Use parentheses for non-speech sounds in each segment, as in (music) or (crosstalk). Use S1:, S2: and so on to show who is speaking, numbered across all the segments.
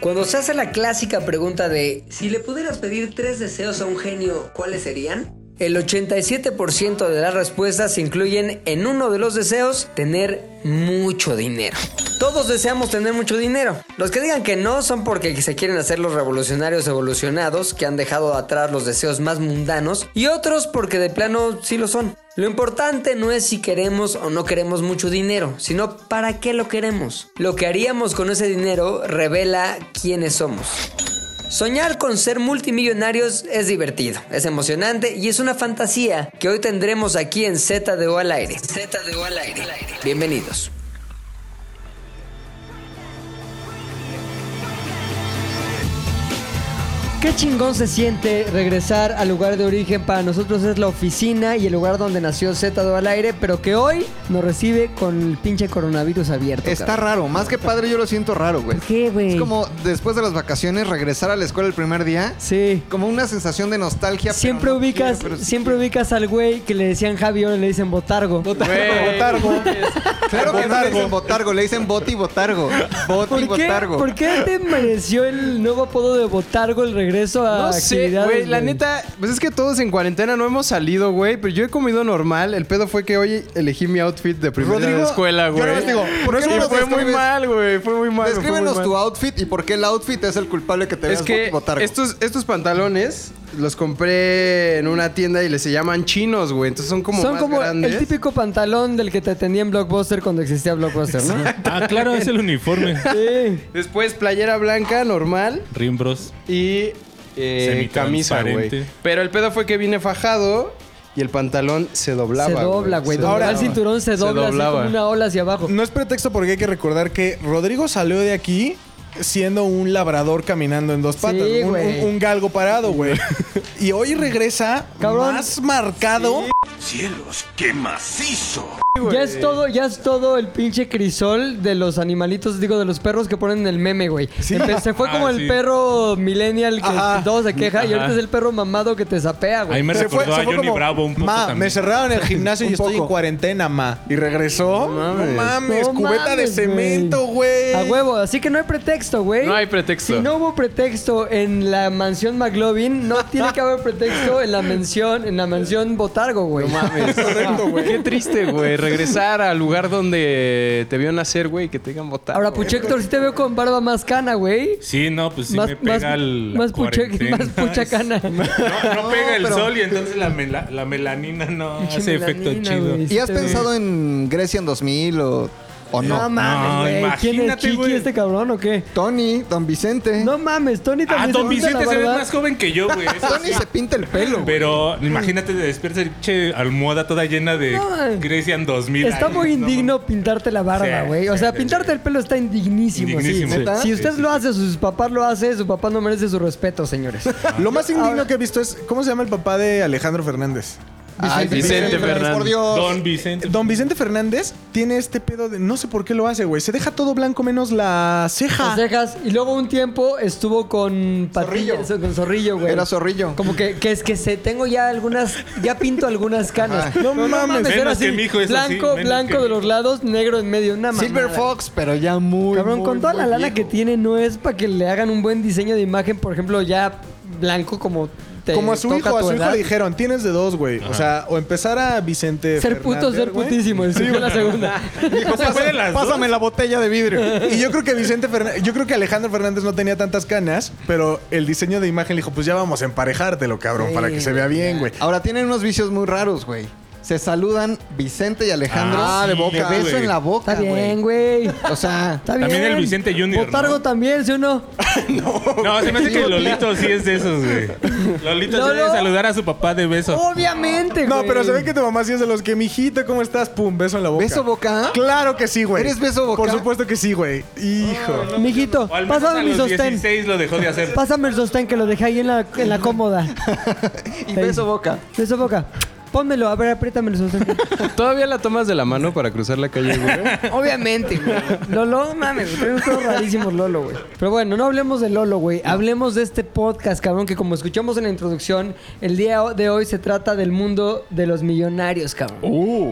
S1: Cuando se hace la clásica pregunta de si le pudieras pedir tres deseos a un genio, ¿cuáles serían? El 87% de las respuestas incluyen en uno de los deseos tener mucho dinero. Todos deseamos tener mucho dinero. Los que digan que no son porque se quieren hacer los revolucionarios evolucionados que han dejado atrás los deseos más mundanos y otros porque de plano sí lo son. Lo importante no es si queremos o no queremos mucho dinero, sino para qué lo queremos. Lo que haríamos con ese dinero revela quiénes somos. Soñar con ser multimillonarios es divertido, es emocionante y es una fantasía que hoy tendremos aquí en Z de O al aire. Z de O al aire. Bienvenidos. Qué chingón se siente regresar al lugar de origen. Para nosotros es la oficina y el lugar donde nació Z de O al aire, pero que hoy nos recibe con el pinche coronavirus abierto.
S2: Está
S1: cabrón.
S2: raro, más que padre yo lo siento raro, güey.
S3: ¿Qué, güey?
S2: Es como después de las vacaciones regresar a la escuela el primer día,
S4: Sí.
S2: como una sensación de nostalgia. pero
S4: Siempre
S2: no
S4: ubicas,
S2: quiero, pero sí
S4: siempre
S2: quiero.
S4: ubicas al güey que le decían Javi, ahora le dicen Botargo.
S2: Botargo. Claro que no le dicen botargo, le dicen boti botargo. Boti
S4: ¿Por qué,
S2: botargo.
S4: ¿Por qué te mereció el nuevo apodo de Botargo el regreso a
S1: Ah,
S5: No sé,
S4: actividades,
S5: güey, la neta, pues es que todos en cuarentena no hemos salido, güey, pero yo he comido normal. El pedo fue que hoy elegí mi outfit de primera
S2: Rodrigo,
S5: de escuela,
S2: yo
S5: güey.
S2: nada más digo, ¿por
S5: No
S2: qué
S5: es-
S2: no
S5: y
S2: nos
S5: fue muy
S2: describes?
S5: mal, güey, fue muy mal. fue muy
S2: Descríbenos
S5: mal.
S2: tu outfit y por qué el outfit es el culpable que te
S5: Es
S2: veas
S5: que
S2: boti botargo.
S5: estos, estos pantalones los compré en una tienda y les se llaman chinos, güey. Entonces son como
S4: Son
S5: más
S4: como
S5: grandes.
S4: el típico pantalón del que te tendía en Blockbuster cuando existía Blockbuster, ¿no?
S6: Ah, claro, es el uniforme.
S4: Sí.
S5: Después playera blanca normal
S6: Rimbros.
S5: y eh, camisa, güey.
S6: Semitransparente.
S5: Pero el pedo fue que vine fajado y el pantalón se doblaba.
S4: Se dobla, güey.
S5: Se
S4: Donde va
S5: doblaba.
S4: el cinturón se dobla, así como una ola hacia abajo.
S7: No es pretexto porque hay que recordar que Rodrigo salió de aquí siendo un labrador caminando en dos patas.
S4: Sí,
S7: un,
S4: güey.
S7: un- un galgo parado, güey. y hoy regresa
S4: Cabrón.
S7: más marcado.
S8: Cielos, qué macizo.
S4: Ya es todo, ya es todo el pinche crisol de los animalitos, digo, de los perros que ponen en el meme, güey. Empe- Se fue
S6: Ah,
S4: como el
S6: sí.
S4: perro millennial que
S7: Ajá.
S4: todo se queja y
S6: Ajá.
S4: ahorita es el perro mamado que te zapea,
S6: Ahí
S4: güey.
S6: me
S7: Se fue-
S6: recordó
S7: se
S6: a
S7: fue
S6: Johnny
S7: como,
S6: Bravo un poco
S7: ma,
S6: también.
S7: me cerraron el
S4: (laughs)
S7: gimnasio y
S5: Un
S7: estoy en
S5: poco.
S7: cuarentena, ma. Y regresó. No mames,
S4: No
S7: cubeta de
S4: mames,
S7: cemento, güey.
S4: A huevo, así que no hay pretexto, güey.
S5: No hay pretexto.
S4: Si no hubo pretexto en la mansión McLovin, no tiene que haber pretexto en la mención, en la mansión Botargo, güey.
S5: Correcto, güey. Qué triste, güey. Regresar al lugar donde te vio nacer, güey, que te digan botar.
S4: Ahora, pues, Puchector, sí te veo con barba más cana, güey.
S6: Sí, no, pues sí
S4: más,
S6: me pega
S4: más,
S6: el.
S4: (laughs) más, puche- más puchacana.
S6: (laughs) No, no pega el sol y entonces la, mela- la melanina no
S4: Pinche
S6: hace
S4: melanina,
S6: efecto chido.
S4: güey.
S2: ¿Y has pensado en Grecia en 2000 o, o no?
S4: No mames,
S6: No,
S4: güey. ¿Quién es
S6: imagínate,
S4: Chiqui
S6: güey.
S4: este cabrón o qué?
S2: Tony, Don Vicente.
S4: No mames, Tony también
S6: Ah, Don
S4: se pinta
S6: Vicente
S4: la
S6: se ve
S4: barba.
S6: más joven que yo,
S4: (laughs)
S6: güey. eso
S2: Tony
S6: sí.
S2: se pinta el pelo. güey.
S6: Pero imagínate, te despiertas y che, almohada toda llena de
S4: No, man.
S6: Grecian 2000.
S4: Está
S6: Ay,
S4: muy
S6: no,
S4: indigno pintarte la barba,
S6: Sí,
S4: güey. o
S6: sí,
S4: sea,
S6: sí,
S4: pintarte
S6: sí.
S4: el pelo está indignísimo.
S6: Indignísimo.
S4: sí.
S6: ¿Neta?
S4: Si
S6: Sí,
S4: usted
S6: sí,
S4: lo hace, sus papás lo hace, su papá no merece su respeto, señores. (laughs)
S7: Lo más indigno que he visto es. ¿Cómo se llama el papá de Alejandro Fernández?
S2: Ay,
S5: Vicente Fernández.
S2: Por Dios.
S6: Don Vicente.
S7: Don Vicente Fernández tiene este pedo de. No sé por qué lo hace, güey. Se deja todo blanco menos la ceja.
S4: Las cejas. Y luego un tiempo estuvo con Zorrillo. Con Zorrillo, güey.
S2: Era zorrillo.
S4: Como que, que es que se tengo ya algunas, ya pinto algunas canas.
S7: No mames.
S6: Menos
S4: era
S6: que mi hijo es así,
S4: blanco,
S6: menos
S4: blanco
S6: que
S4: de
S6: mi
S4: los lados, negro en medio, una
S2: Silver
S4: mamada.
S2: Fox, pero ya muy.
S4: Cabrón,
S2: muy,
S4: con toda
S2: muy
S4: la lana
S2: viejo.
S4: que tiene no es para que le hagan un buen diseño de imagen, por ejemplo, ya blanco como te
S7: Como a su
S4: toca
S7: hijo, a
S4: tu
S7: su hijo
S4: edad.
S7: le dijeron, tienes de dos, güey. O sea, o empezar a Vicente.
S4: Ser puto,
S7: Fernández,
S4: ser
S7: güey. (laughs)
S4: putísimo. Sí, la segunda.
S6: ¿No se pueden las dos?
S2: Pásame la botella de vidrio.
S7: Y yo creo que Vicente Fernández, yo creo que Alejandro Fernández no tenía tantas canas, pero el diseño de imagen le dijo, pues ya vamos a emparejártelo, cabrón, para que se vea bien, güey.
S2: Ahora tienen unos vicios muy raros, güey. Se saludan Vicente y Alejandro.
S6: Ah, sí,
S2: de boca.
S6: güey.
S2: beso en la boca,
S4: Está bien,
S2: Ah, güey.
S4: güey.
S2: O sea,
S4: Está bien.
S6: También el Vicente Junior,
S4: Botargo
S6: ¿no?
S4: también, ¿sí o no?
S6: No, se me hace que Lolito sí es de esos, güey. Lolito
S4: Lolo.
S6: se debe saludar a su papá de
S4: Oh,
S6: beso.
S4: Obviamente, güey.
S7: No, pero se ve que tu mamá sí es de los que, mijito, ¿cómo estás? Pum, beso en la boca.
S2: beso boca. ¿ah?
S7: Claro que sí, güey.
S2: ¿Eres beso boca?
S7: Por supuesto que sí, güey. Hijo.
S4: Mijito,
S6: O al menos
S4: pásame
S6: a
S4: mi
S6: los
S4: sostén.
S6: 16 lo dejó de hacer.
S4: Pásame el sostén que lo dejé ahí en la, en la cómoda.
S2: (laughs) Y beso boca.
S4: Beso boca. Pónmelo, a ver, apriétame el sostén.
S5: ¿Todavía la tomas de la mano para cruzar la calle, güey?
S4: Obviamente, güey. Lolo, mames, güey. Tenemos todos rarísimos Lolo, güey. Pero bueno, no hablemos de Lolo, güey. Hablemos de este podcast, cabrón, que como escuchamos en la introducción, el
S2: Uh.
S4: día de hoy se trata del mundo de los millonarios, cabrón.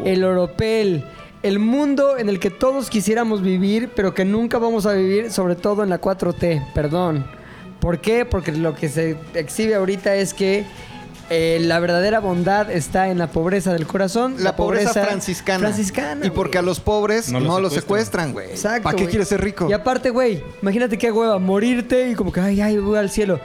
S4: El oropel. El mundo en el que todos quisiéramos vivir, pero que nunca vamos a vivir, sobre todo en la 4T, perdón. ¿Por qué? Porque lo que se exhibe ahorita es que eh, la verdadera bondad está en la pobreza del corazón.
S2: La pobreza, franciscana.
S4: franciscana,
S2: Y
S4: güey.
S2: porque a los pobres no,
S6: No
S2: los
S6: los secuestran.
S2: secuestran, güey.
S4: Exacto,
S2: ¿Para qué
S4: güey.
S2: quieres ser rico?
S4: Y aparte, güey, imagínate qué hueva, morirte y como que, ay, ay, voy al cielo.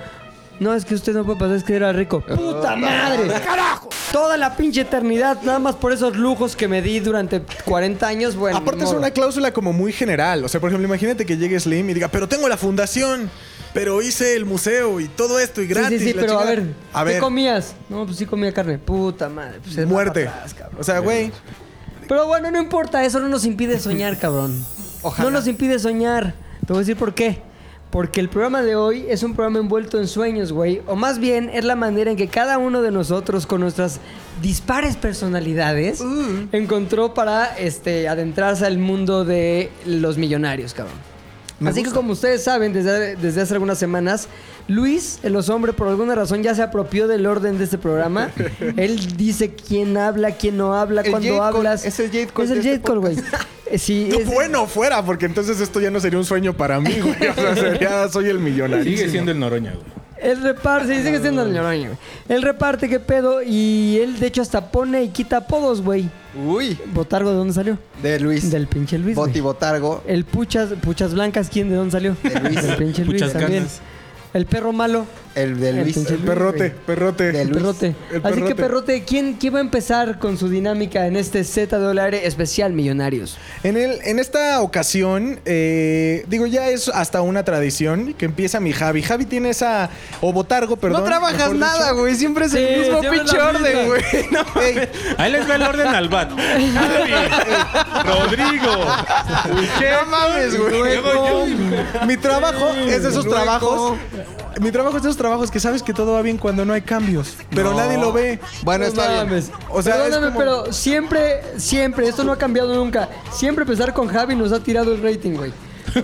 S4: No, es que usted no puede pasar, es que era rico. ¡Puta madre!
S7: (laughs)
S4: ¡Carajo! Toda la pinche eternidad, nada más por esos lujos que me di durante 40 años, bueno.
S7: Aparte
S4: ni
S7: es
S4: modo.
S7: una cláusula como muy general. O sea, por ejemplo, imagínate que llegue Slim y diga, pero tengo la fundación, pero hice el museo y todo esto y
S4: Sí,
S7: gratis.
S4: sí, sí,
S7: la
S4: pero a
S7: chingada".
S4: ver,
S7: A
S4: ¿qué
S7: ver,
S4: comías? No, pues sí comía carne. Puta madre. pues es más
S7: muerte.
S4: para atrás, cabrón.
S7: o sea, güey,
S4: Pero bueno, no importa, eso no nos impide soñar, cabrón. No nos impide soñar. Te voy a decir por qué. Porque el programa de hoy es un programa envuelto en sueños, güey. O más bien es la manera en que cada uno de nosotros, con nuestras dispares personalidades, encontró para este, adentrarse al mundo de los millonarios, cabrón. Así que como ustedes saben, desde, desde hace algunas semanas, Luis, el hombre, por alguna razón ya se apropió del orden de
S2: (laughs)
S4: este programa. Él dice quién habla, quién no habla,
S2: El
S4: cuando
S2: Jade Cole,
S4: hablas.
S2: es el Jade Cole
S4: Es el
S2: de
S4: Jade
S2: este
S4: Cole, güey. Eh, Sí,
S2: (laughs)
S4: es-
S7: bueno fuera, porque entonces esto ya no sería un sueño para mí, (laughs) güey. O sea, sería, soy el millonario.
S6: Sigue siendo el Noroña, güey.
S4: él reparte, dice que está en
S2: Ah.
S4: el ñoño, güey. Él reparte, qué pedo, y él de hecho hasta pone y quita apodos, güey.
S2: Uy,
S4: ¿Botargo de dónde salió?
S2: de Luis.
S4: Del pinche Luis, güey.
S2: Boti Botargo.
S4: El Puchas, Puchas Blancas, ¿quién de dónde salió?
S2: De Luis.
S4: El pinche Luis
S6: Puchas
S4: también.
S6: Canas.
S4: El perro malo.
S2: El de Luis.
S4: pinche
S7: El perrote,
S4: güey.
S7: perrote.
S2: De
S4: El
S2: Luis.
S4: perrote.
S7: El
S4: Así que
S7: perrote.
S4: perrote, ¿quién, ¿quién va a empezar con su dinámica en este Z dólar especial Millonarios?
S7: En, el, en esta ocasión, eh, digo, ya es hasta una tradición que empieza mi Javi. Javi tiene esa. O Botargo, perdón.
S5: no trabajas
S7: mejor dicho.
S5: nada, güey. Siempre es
S4: Sí,
S5: el mismo
S4: siempre es
S5: pinche
S4: la misma.
S5: orden, güey.
S2: (laughs)
S5: No,
S6: Ahí les va el orden al bat. Javi, Rodrigo.
S5: no mames, güey.
S6: Luego yo.
S7: Mi trabajo es de esos
S2: Luego.
S7: trabajos. Mi trabajo es de esos trabajos que sabes que todo va bien cuando no hay cambios. Pero
S2: No.
S7: nadie lo ve.
S2: Bueno,
S4: No
S2: está bien.
S4: mames.
S7: O sea, es
S4: Perdóname,
S7: como-
S4: pero siempre, siempre, esto no ha cambiado nunca. Siempre empezar con Javi nos ha tirado el rating, güey. O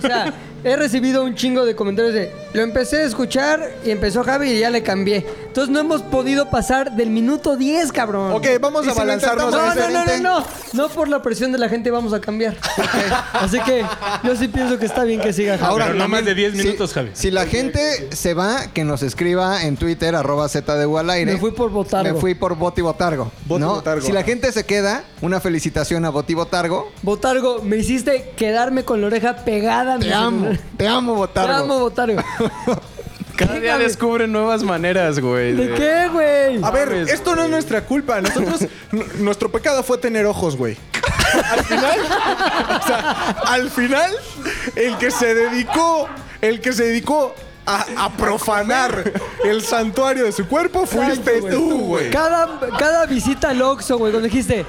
S2: (laughs)
S4: sea, he recibido un chingo de comentarios de lo empecé a escuchar y empezó Javi y ya le cambié. Entonces no hemos podido pasar del minuto 10, cabrón.
S2: Ok, vamos
S7: ¿Y
S2: a
S7: si lo
S2: balanzarnos.
S4: No, no, no, no,
S2: diferente?
S4: no. No por la presión de la gente vamos a cambiar. Así que yo sí pienso que está bien que siga Javi.
S6: Pero no
S2: también,
S6: más de 10
S2: si-
S6: minutos, Javi.
S2: Si la gente se va, que nos escriba en Twitter, arroba Z de U al aire.
S4: Me fui por Botargo.
S2: Me fui por Boti Botargo.
S7: Boti
S2: ¿no?
S7: Botargo.
S2: Si la gente se queda, una felicitación a Boti Botargo.
S4: Botargo, me hiciste quedarme con la oreja pegada. a mi
S2: Te amo,
S4: celular.
S2: te amo,
S4: Te
S2: Botargo.
S4: amo, Botargo.
S5: Cada día
S4: Dígame.
S5: descubren nuevas maneras, güey.
S4: ¿De qué, güey?
S2: Ah,
S7: A ver,
S5: Mames,
S7: esto no es nuestra culpa.
S2: (laughs)
S7: Nosotros, n- nuestro pecado fue tener ojos, güey. (laughs) Al final, o sea, al final, el que se dedicó, el que se dedicó a, a profanar el santuario de su cuerpo fuiste tú, güey.
S4: Cada, cada visita al Oxxo, güey, cuando dijiste...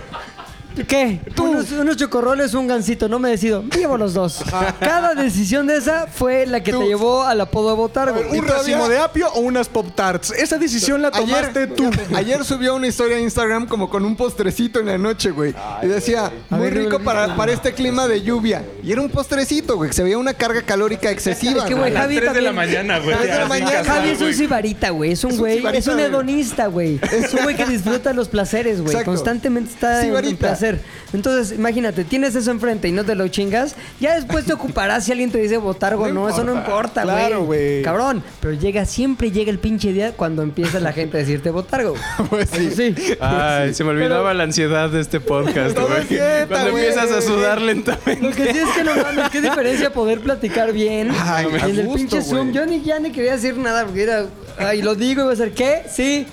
S4: ¿Qué? Unos, unos chocorroles, un gancito, no me decido. Llevo los dos. Cada decisión de esa fue la que te llevó al apodo de Botargo.
S7: ¿Un racimo de apio o unas pop tarts? Esa decisión la tomaste
S2: Ayer,
S7: tú.
S2: ayer subió una historia a Instagram como con un postrecito en la noche, güey. Y decía,
S4: A
S2: muy
S4: ver,
S2: rico
S4: no,
S2: para, para este clima de lluvia. Y era un postrecito, güey, que se veía una carga calórica excesiva.
S4: Es que, güey,
S6: A las
S4: Javi
S6: 3 de la
S4: también-
S6: mañana, güey.
S2: Tres de la
S6: así
S2: mañana.
S6: casual,
S4: Javi es un
S6: güey.
S4: sibarita, güey. Es un
S2: un
S4: güey. Es
S2: sibarita,
S4: un
S2: güey.
S4: hedonista, güey. Es un güey que disfruta los placeres, güey.
S2: Exacto.
S4: Constantemente está en el
S2: Sibarita.
S4: placer. Entonces, imagínate, tienes eso enfrente y no te lo chingas. Ya después te ocuparás si alguien te dice botargo. No, eso no importa, güey.
S7: Claro, güey.
S4: Cabrón. Pero llega, siempre llega el pinche día cuando empieza la gente a decirte botargo. güey.
S2: (laughs) Pues sí.
S4: Sí.
S5: Ay, se me olvidaba la ansiedad de este podcast,
S2: Todo
S5: güey.
S2: es dieta,
S5: Cuando
S2: güey.
S5: empiezas a sudar lentamente.
S4: Lo que sí es que no mames, qué diferencia poder platicar bien.
S2: Ay,
S4: y en
S2: a
S4: el
S2: gusto,
S4: pinche Zoom,
S2: güey.
S4: yo ni, ya ni quería decir nada porque era. Ay, lo digo y va a ser, ¿qué? Sí.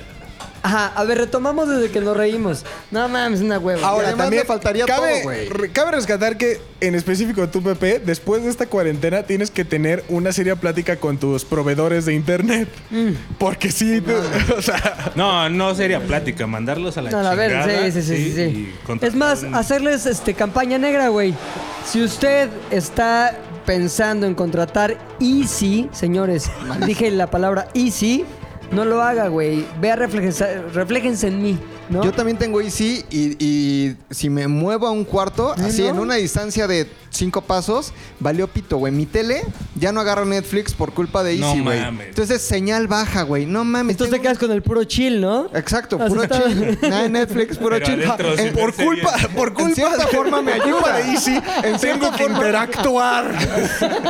S4: Ajá, a ver, retomamos desde que nos reímos. No mames, una hueva.
S2: Ahora,
S7: Además,
S2: también
S7: le
S2: faltaría
S7: cabe,
S2: todo, güey.
S7: re- Cabe rescatar que, en específico tú, Pepe, después de esta cuarentena tienes que tener una seria plática con tus proveedores de internet.
S2: Mm.
S7: Porque sí, tú- o sea,
S6: No, no sería plática, mandarlos a la
S4: No, a ver,
S6: chingada,
S4: sí, sí, sí, sí. sí.
S6: y contratar
S4: Es más,
S6: un-
S4: hacerles este campaña negra, güey. Si usted está pensando en contratar Easy, señores, dije la palabra Easy, no lo haga, güey. Vea, refléjense, refléjense en mí. ¿No?
S2: Yo también tengo IC y, y si me muevo a un cuarto,
S4: ¿Eh,
S2: así
S4: no?
S2: en una distancia de cinco pasos, valió pito, güey. Mi tele ya no agarra Netflix por culpa de
S6: No
S2: Easy, güey.
S6: mames.
S2: Entonces señal baja, güey. No mames.
S4: Entonces te
S2: tengo-
S4: quedas con el puro chill, ¿no?
S2: Exacto,
S4: Así
S2: puro
S4: está.
S2: chill. Nada de Netflix, puro
S6: Pero
S2: chill.
S6: adentro,
S2: En-
S6: sin
S2: por
S6: ver series.
S2: culpa, por culpa. En cierta forma me ayuda de Easy. En
S7: Tengo
S2: cierta,
S7: que interactuar.
S2: (laughs)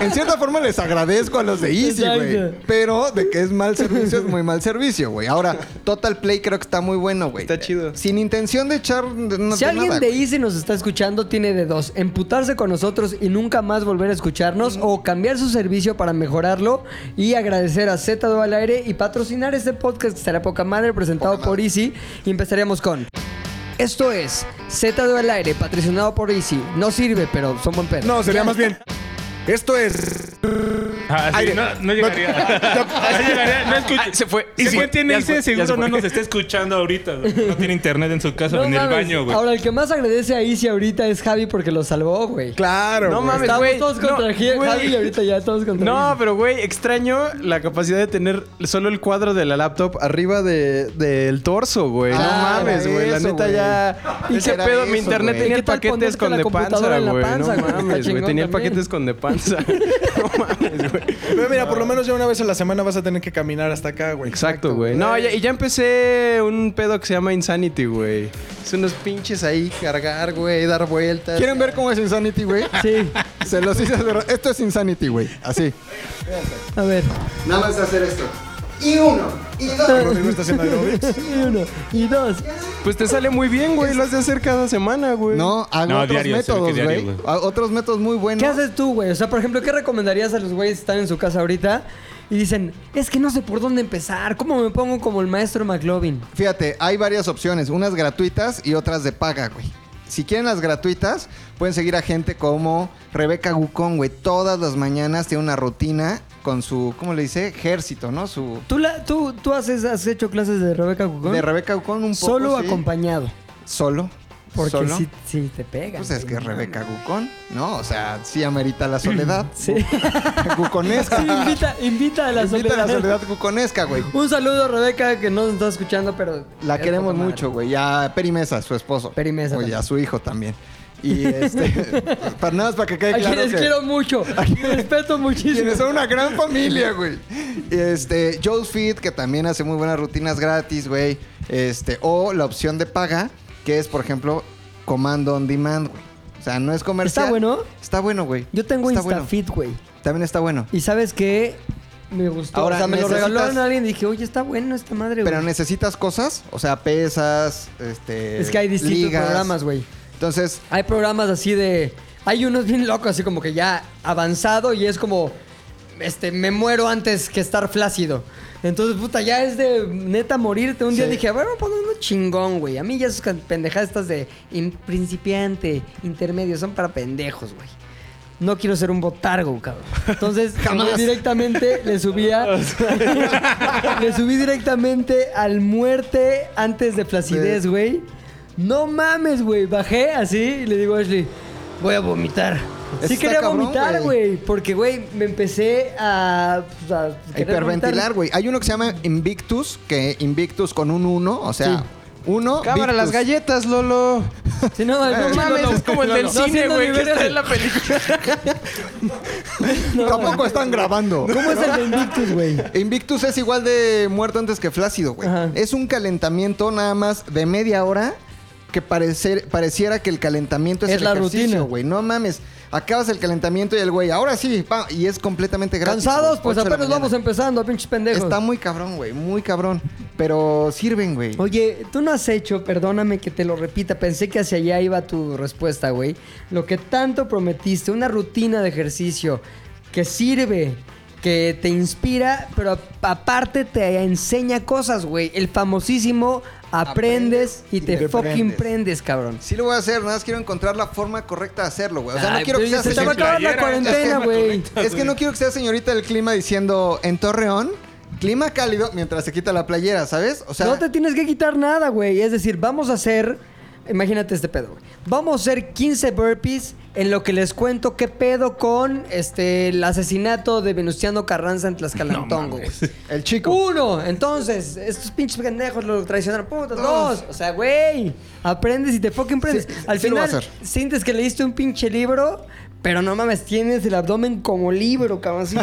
S2: en cierta forma les agradezco a los de Easy, güey.
S4: Exacto.
S2: Pero de que es mal servicio, es muy mal servicio, güey. Ahora, Total Play creo que está muy bueno, güey.
S5: Está chido.
S2: Sin intención de echar de- no,
S4: si
S2: de
S4: alguien
S2: nada,
S4: de
S2: güey.
S4: Easy nos está escuchando, tiene de dos: emputarse con nosotros y nunca más volver a escucharnos, o cambiar su servicio para mejorarlo y agradecer a Z2 al aire y patrocinar este podcast que estará poca madre presentado por Easy. Y empezaríamos con. Esto es Z2 al aire, patrocinado por Easy. No sirve, pero son buen pedo.
S7: No, sería más bien. Esto es.
S6: Ah, sí,
S7: Aire.
S6: no, no llegaría. No llegaría, no escucha-
S5: Ah, se fue.
S6: Y
S5: Se
S6: si
S5: fue.
S6: tiene
S5: Ya se
S6: ICE,
S5: fue, ya
S6: seguro
S5: se fue.
S6: no nos está escuchando ahorita. güey. No tiene internet en su casa
S4: No
S6: o en el
S4: mames.
S6: baño, güey.
S4: Ahora, el que más agradece a Easy ahorita es Javi porque lo salvó, güey.
S7: Claro.
S5: No
S7: güey.
S5: mames,
S4: Estamos
S5: güey.
S4: todos
S5: No,
S4: contra Gi-
S5: güey.
S4: Javi y ahorita ya todos contra
S5: No,
S4: Easy.
S5: pero güey, extraño la capacidad de tener solo el cuadro de la laptop arriba de- del torso, güey.
S2: Ah,
S5: no mames,
S2: era
S5: güey. La
S2: eso,
S5: neta
S2: güey.
S5: ya.
S2: ¿Y
S5: Ese
S2: qué era
S5: pedo, mi
S2: eso,
S5: internet
S2: güey?
S5: tenía
S4: ¿Y
S5: el
S4: qué tal
S5: paquete
S4: ponerte la
S5: con de
S4: computadora
S5: panza,
S4: en la
S5: güey.
S4: panza,
S5: No
S4: güey? Está
S5: mames, güey.
S4: chingón
S5: Tenía el
S4: también.
S5: paquete con de (laughs) panza. No mames, güey.
S7: Pero mira, por lo menos ya una vez a la semana vas a tener que caminar hasta acá, güey.
S5: Exacto, güey. No, ya- y ya empecé un pedo que se llama Insanity, güey. Es unos pinches ahí cargar, güey, dar vueltas.
S2: ¿Quieren ver cómo es Insanity,
S5: (laughs)
S2: güey?
S4: Sí,
S2: Se los hice hacer. Esto es Insanity, güey. Así.
S5: (laughs)
S4: a ver.
S2: Nada más hacer esto. Y uno, y dos.
S7: Rodrigo está haciendo aerobics.
S4: (laughs) Y uno, y dos.
S5: Pues te sale muy bien, güey. Lo has de hacer cada semana, güey.
S2: No, hago
S6: No,
S2: otros
S6: diario, se ve que
S2: métodos,
S6: diario,
S2: güey.
S6: güey.
S2: A- Otros métodos muy buenos.
S4: ¿Qué haces tú, güey? O sea, por ejemplo, ¿qué recomendarías a los güeyes que están en su casa ahorita y dicen, es que no sé por dónde empezar? ¿Cómo me pongo como el maestro McLovin?
S2: Fíjate, hay varias opciones, unas gratuitas y otras de paga, güey. Si quieren las gratuitas, pueden seguir a gente como Rebeca Gucón, güey. Todas las mañanas tiene una rutina con su, ¿cómo le dice? Ejército, ¿no? Su
S4: ¿Tú, la, tú, tú haces, has hecho clases de Rebeca Cucón?
S2: de Rebeca Gucón un poco
S4: Solo
S2: sí.
S4: acompañado.
S2: Solo.
S4: Porque
S2: solo.
S4: si, te pega.
S2: Pues es que es Rebeca Gucón, ¿no? O sea, sí amerita la
S5: (laughs)
S2: soledad. (laughs)
S4: Sí.
S2: Guconesca.
S4: Sí, invita, invita a la
S2: Invita a la
S4: soledad.
S2: soledad guconesca, güey.
S4: Un saludo a Rebeca que no nos está escuchando, pero.
S2: La
S4: es
S2: queremos
S4: poca madre.
S2: mucho, güey. Y a Peri Mesa, su esposo.
S4: Peri Mesa
S2: Oye,
S4: también.
S2: a su hijo también. Y este.
S5: (laughs)
S2: para nada más para que quede
S4: A
S2: claro.
S4: quienes
S2: que- (laughs)
S4: quiero mucho. Respeto muchísimo.
S2: Quienes son una gran familia, güey. Este, Joe's Fit, que también hace muy buenas rutinas gratis, güey. Este, o la opción de paga, que es, por ejemplo, Comando on Demand, güey. O sea, no es comercial.
S4: ¿Está bueno?
S2: Está bueno, güey.
S4: Yo tengo
S2: Está
S4: InstaFit, güey.
S2: bueno. También está bueno.
S4: Y sabes qué? Me gustó.
S2: Ahora,
S4: o sea, me lo
S2: necesitas-
S4: regalaron a alguien y dije, oye, está bueno esta madre, güey.
S2: Pero necesitas cosas, o sea, pesas, este.
S4: es que hay distintos
S2: ligas.
S4: programas, güey.
S2: Entonces,
S4: Hay programas así de. Hay unos bien locos, así como que ya avanzado y es como. Este, me muero antes que estar flácido. Entonces, puta, ya es de neta morirte. Un día
S2: Sí.
S4: dije, a ver, vamos a poner uno chingón, güey. A mí ya esas can- pendejadas estas de in- principiante, intermedio, son para pendejos, güey. No quiero ser un botargo, cabrón. Entonces,
S2: (laughs) Jamás.
S4: yo directamente
S2: (laughs)
S4: le subía. le subí directamente al muerte antes de flacidez, güey. No mames, güey. Bajé así y le digo a Ashley, voy a vomitar. Sí
S2: Está
S4: quería
S2: cabrón,
S4: vomitar,
S2: güey.
S4: güey. Porque, güey, me empecé a. pues, a
S2: A
S4: querer
S2: Hiperventilar,
S4: vomitar.
S2: güey. Hay uno que se llama Invictus, que Invictus con un 1, o sea,
S4: Sí.
S2: uno.
S5: Cámara, las
S2: Victus.
S5: galletas, Lolo.
S4: Sí, no,
S2: (laughs)
S4: no,
S5: No mames, es como el del
S4: no,
S5: cine,
S4: haciendo
S5: güey, que
S4: niveles
S5: está
S4: de-
S5: en la película.
S2: Tampoco están grabando.
S4: ¿Cómo es el de Invictus, güey?
S2: Invictus es igual de muerto antes que flácido, güey.
S4: Ajá.
S2: Es un calentamiento nada más de media hora que parecer, pareciera que el calentamiento es,
S4: Es
S2: el
S4: la
S2: ejercicio,
S4: rutina.
S2: güey. No mames. Acabas el calentamiento y el güey, ahora sí, pa, y es completamente gratis.
S4: Cansados,
S2: güey.
S4: pues
S2: Ocho de la
S4: apenas vamos
S2: mañana.
S4: empezando, pinches pendejos.
S2: Está muy cabrón, güey, muy cabrón. Pero sirven, güey.
S4: Oye, tú no has hecho, perdóname que te lo repita, pensé que hacia allá iba tu respuesta, güey. Lo que tanto prometiste, una rutina de ejercicio que sirve, que te inspira, pero a- aparte te enseña cosas, güey. El famosísimo aprendes, y te fucking
S2: prendes.
S4: prendes, cabrón.
S2: Sí lo voy a hacer, nada más quiero encontrar la forma correcta de hacerlo, güey. O sea,
S4: Ay,
S2: no quiero que
S4: pero
S2: seas
S4: se te va a
S6: sin
S4: acabar la
S6: playera.
S4: cuarentena, güey.
S2: Es que no quiero que sea señorita del clima diciendo en Torreón, clima cálido mientras se quita la playera, ¿sabes? O sea,
S4: no te tienes que quitar nada, güey. Es decir, vamos a hacer. Imagínate este pedo, güey. Vamos a hacer 15 burpees En lo que les cuento qué pedo con este el asesinato de Venustiano Carranza en Tlaxcalantongo, güey.
S2: El chico.
S4: Uno, entonces, estos pinches pendejos lo traicionaron. Puta, dos. O sea, güey, aprendes y te fucking prendes.
S2: Sí,
S4: Al
S2: sí lo va a
S4: final,
S2: hacer.
S4: sientes que leíste un pinche libro, pero no mames, tienes el abdomen como libro,
S2: (laughs)
S4: cabrón. así,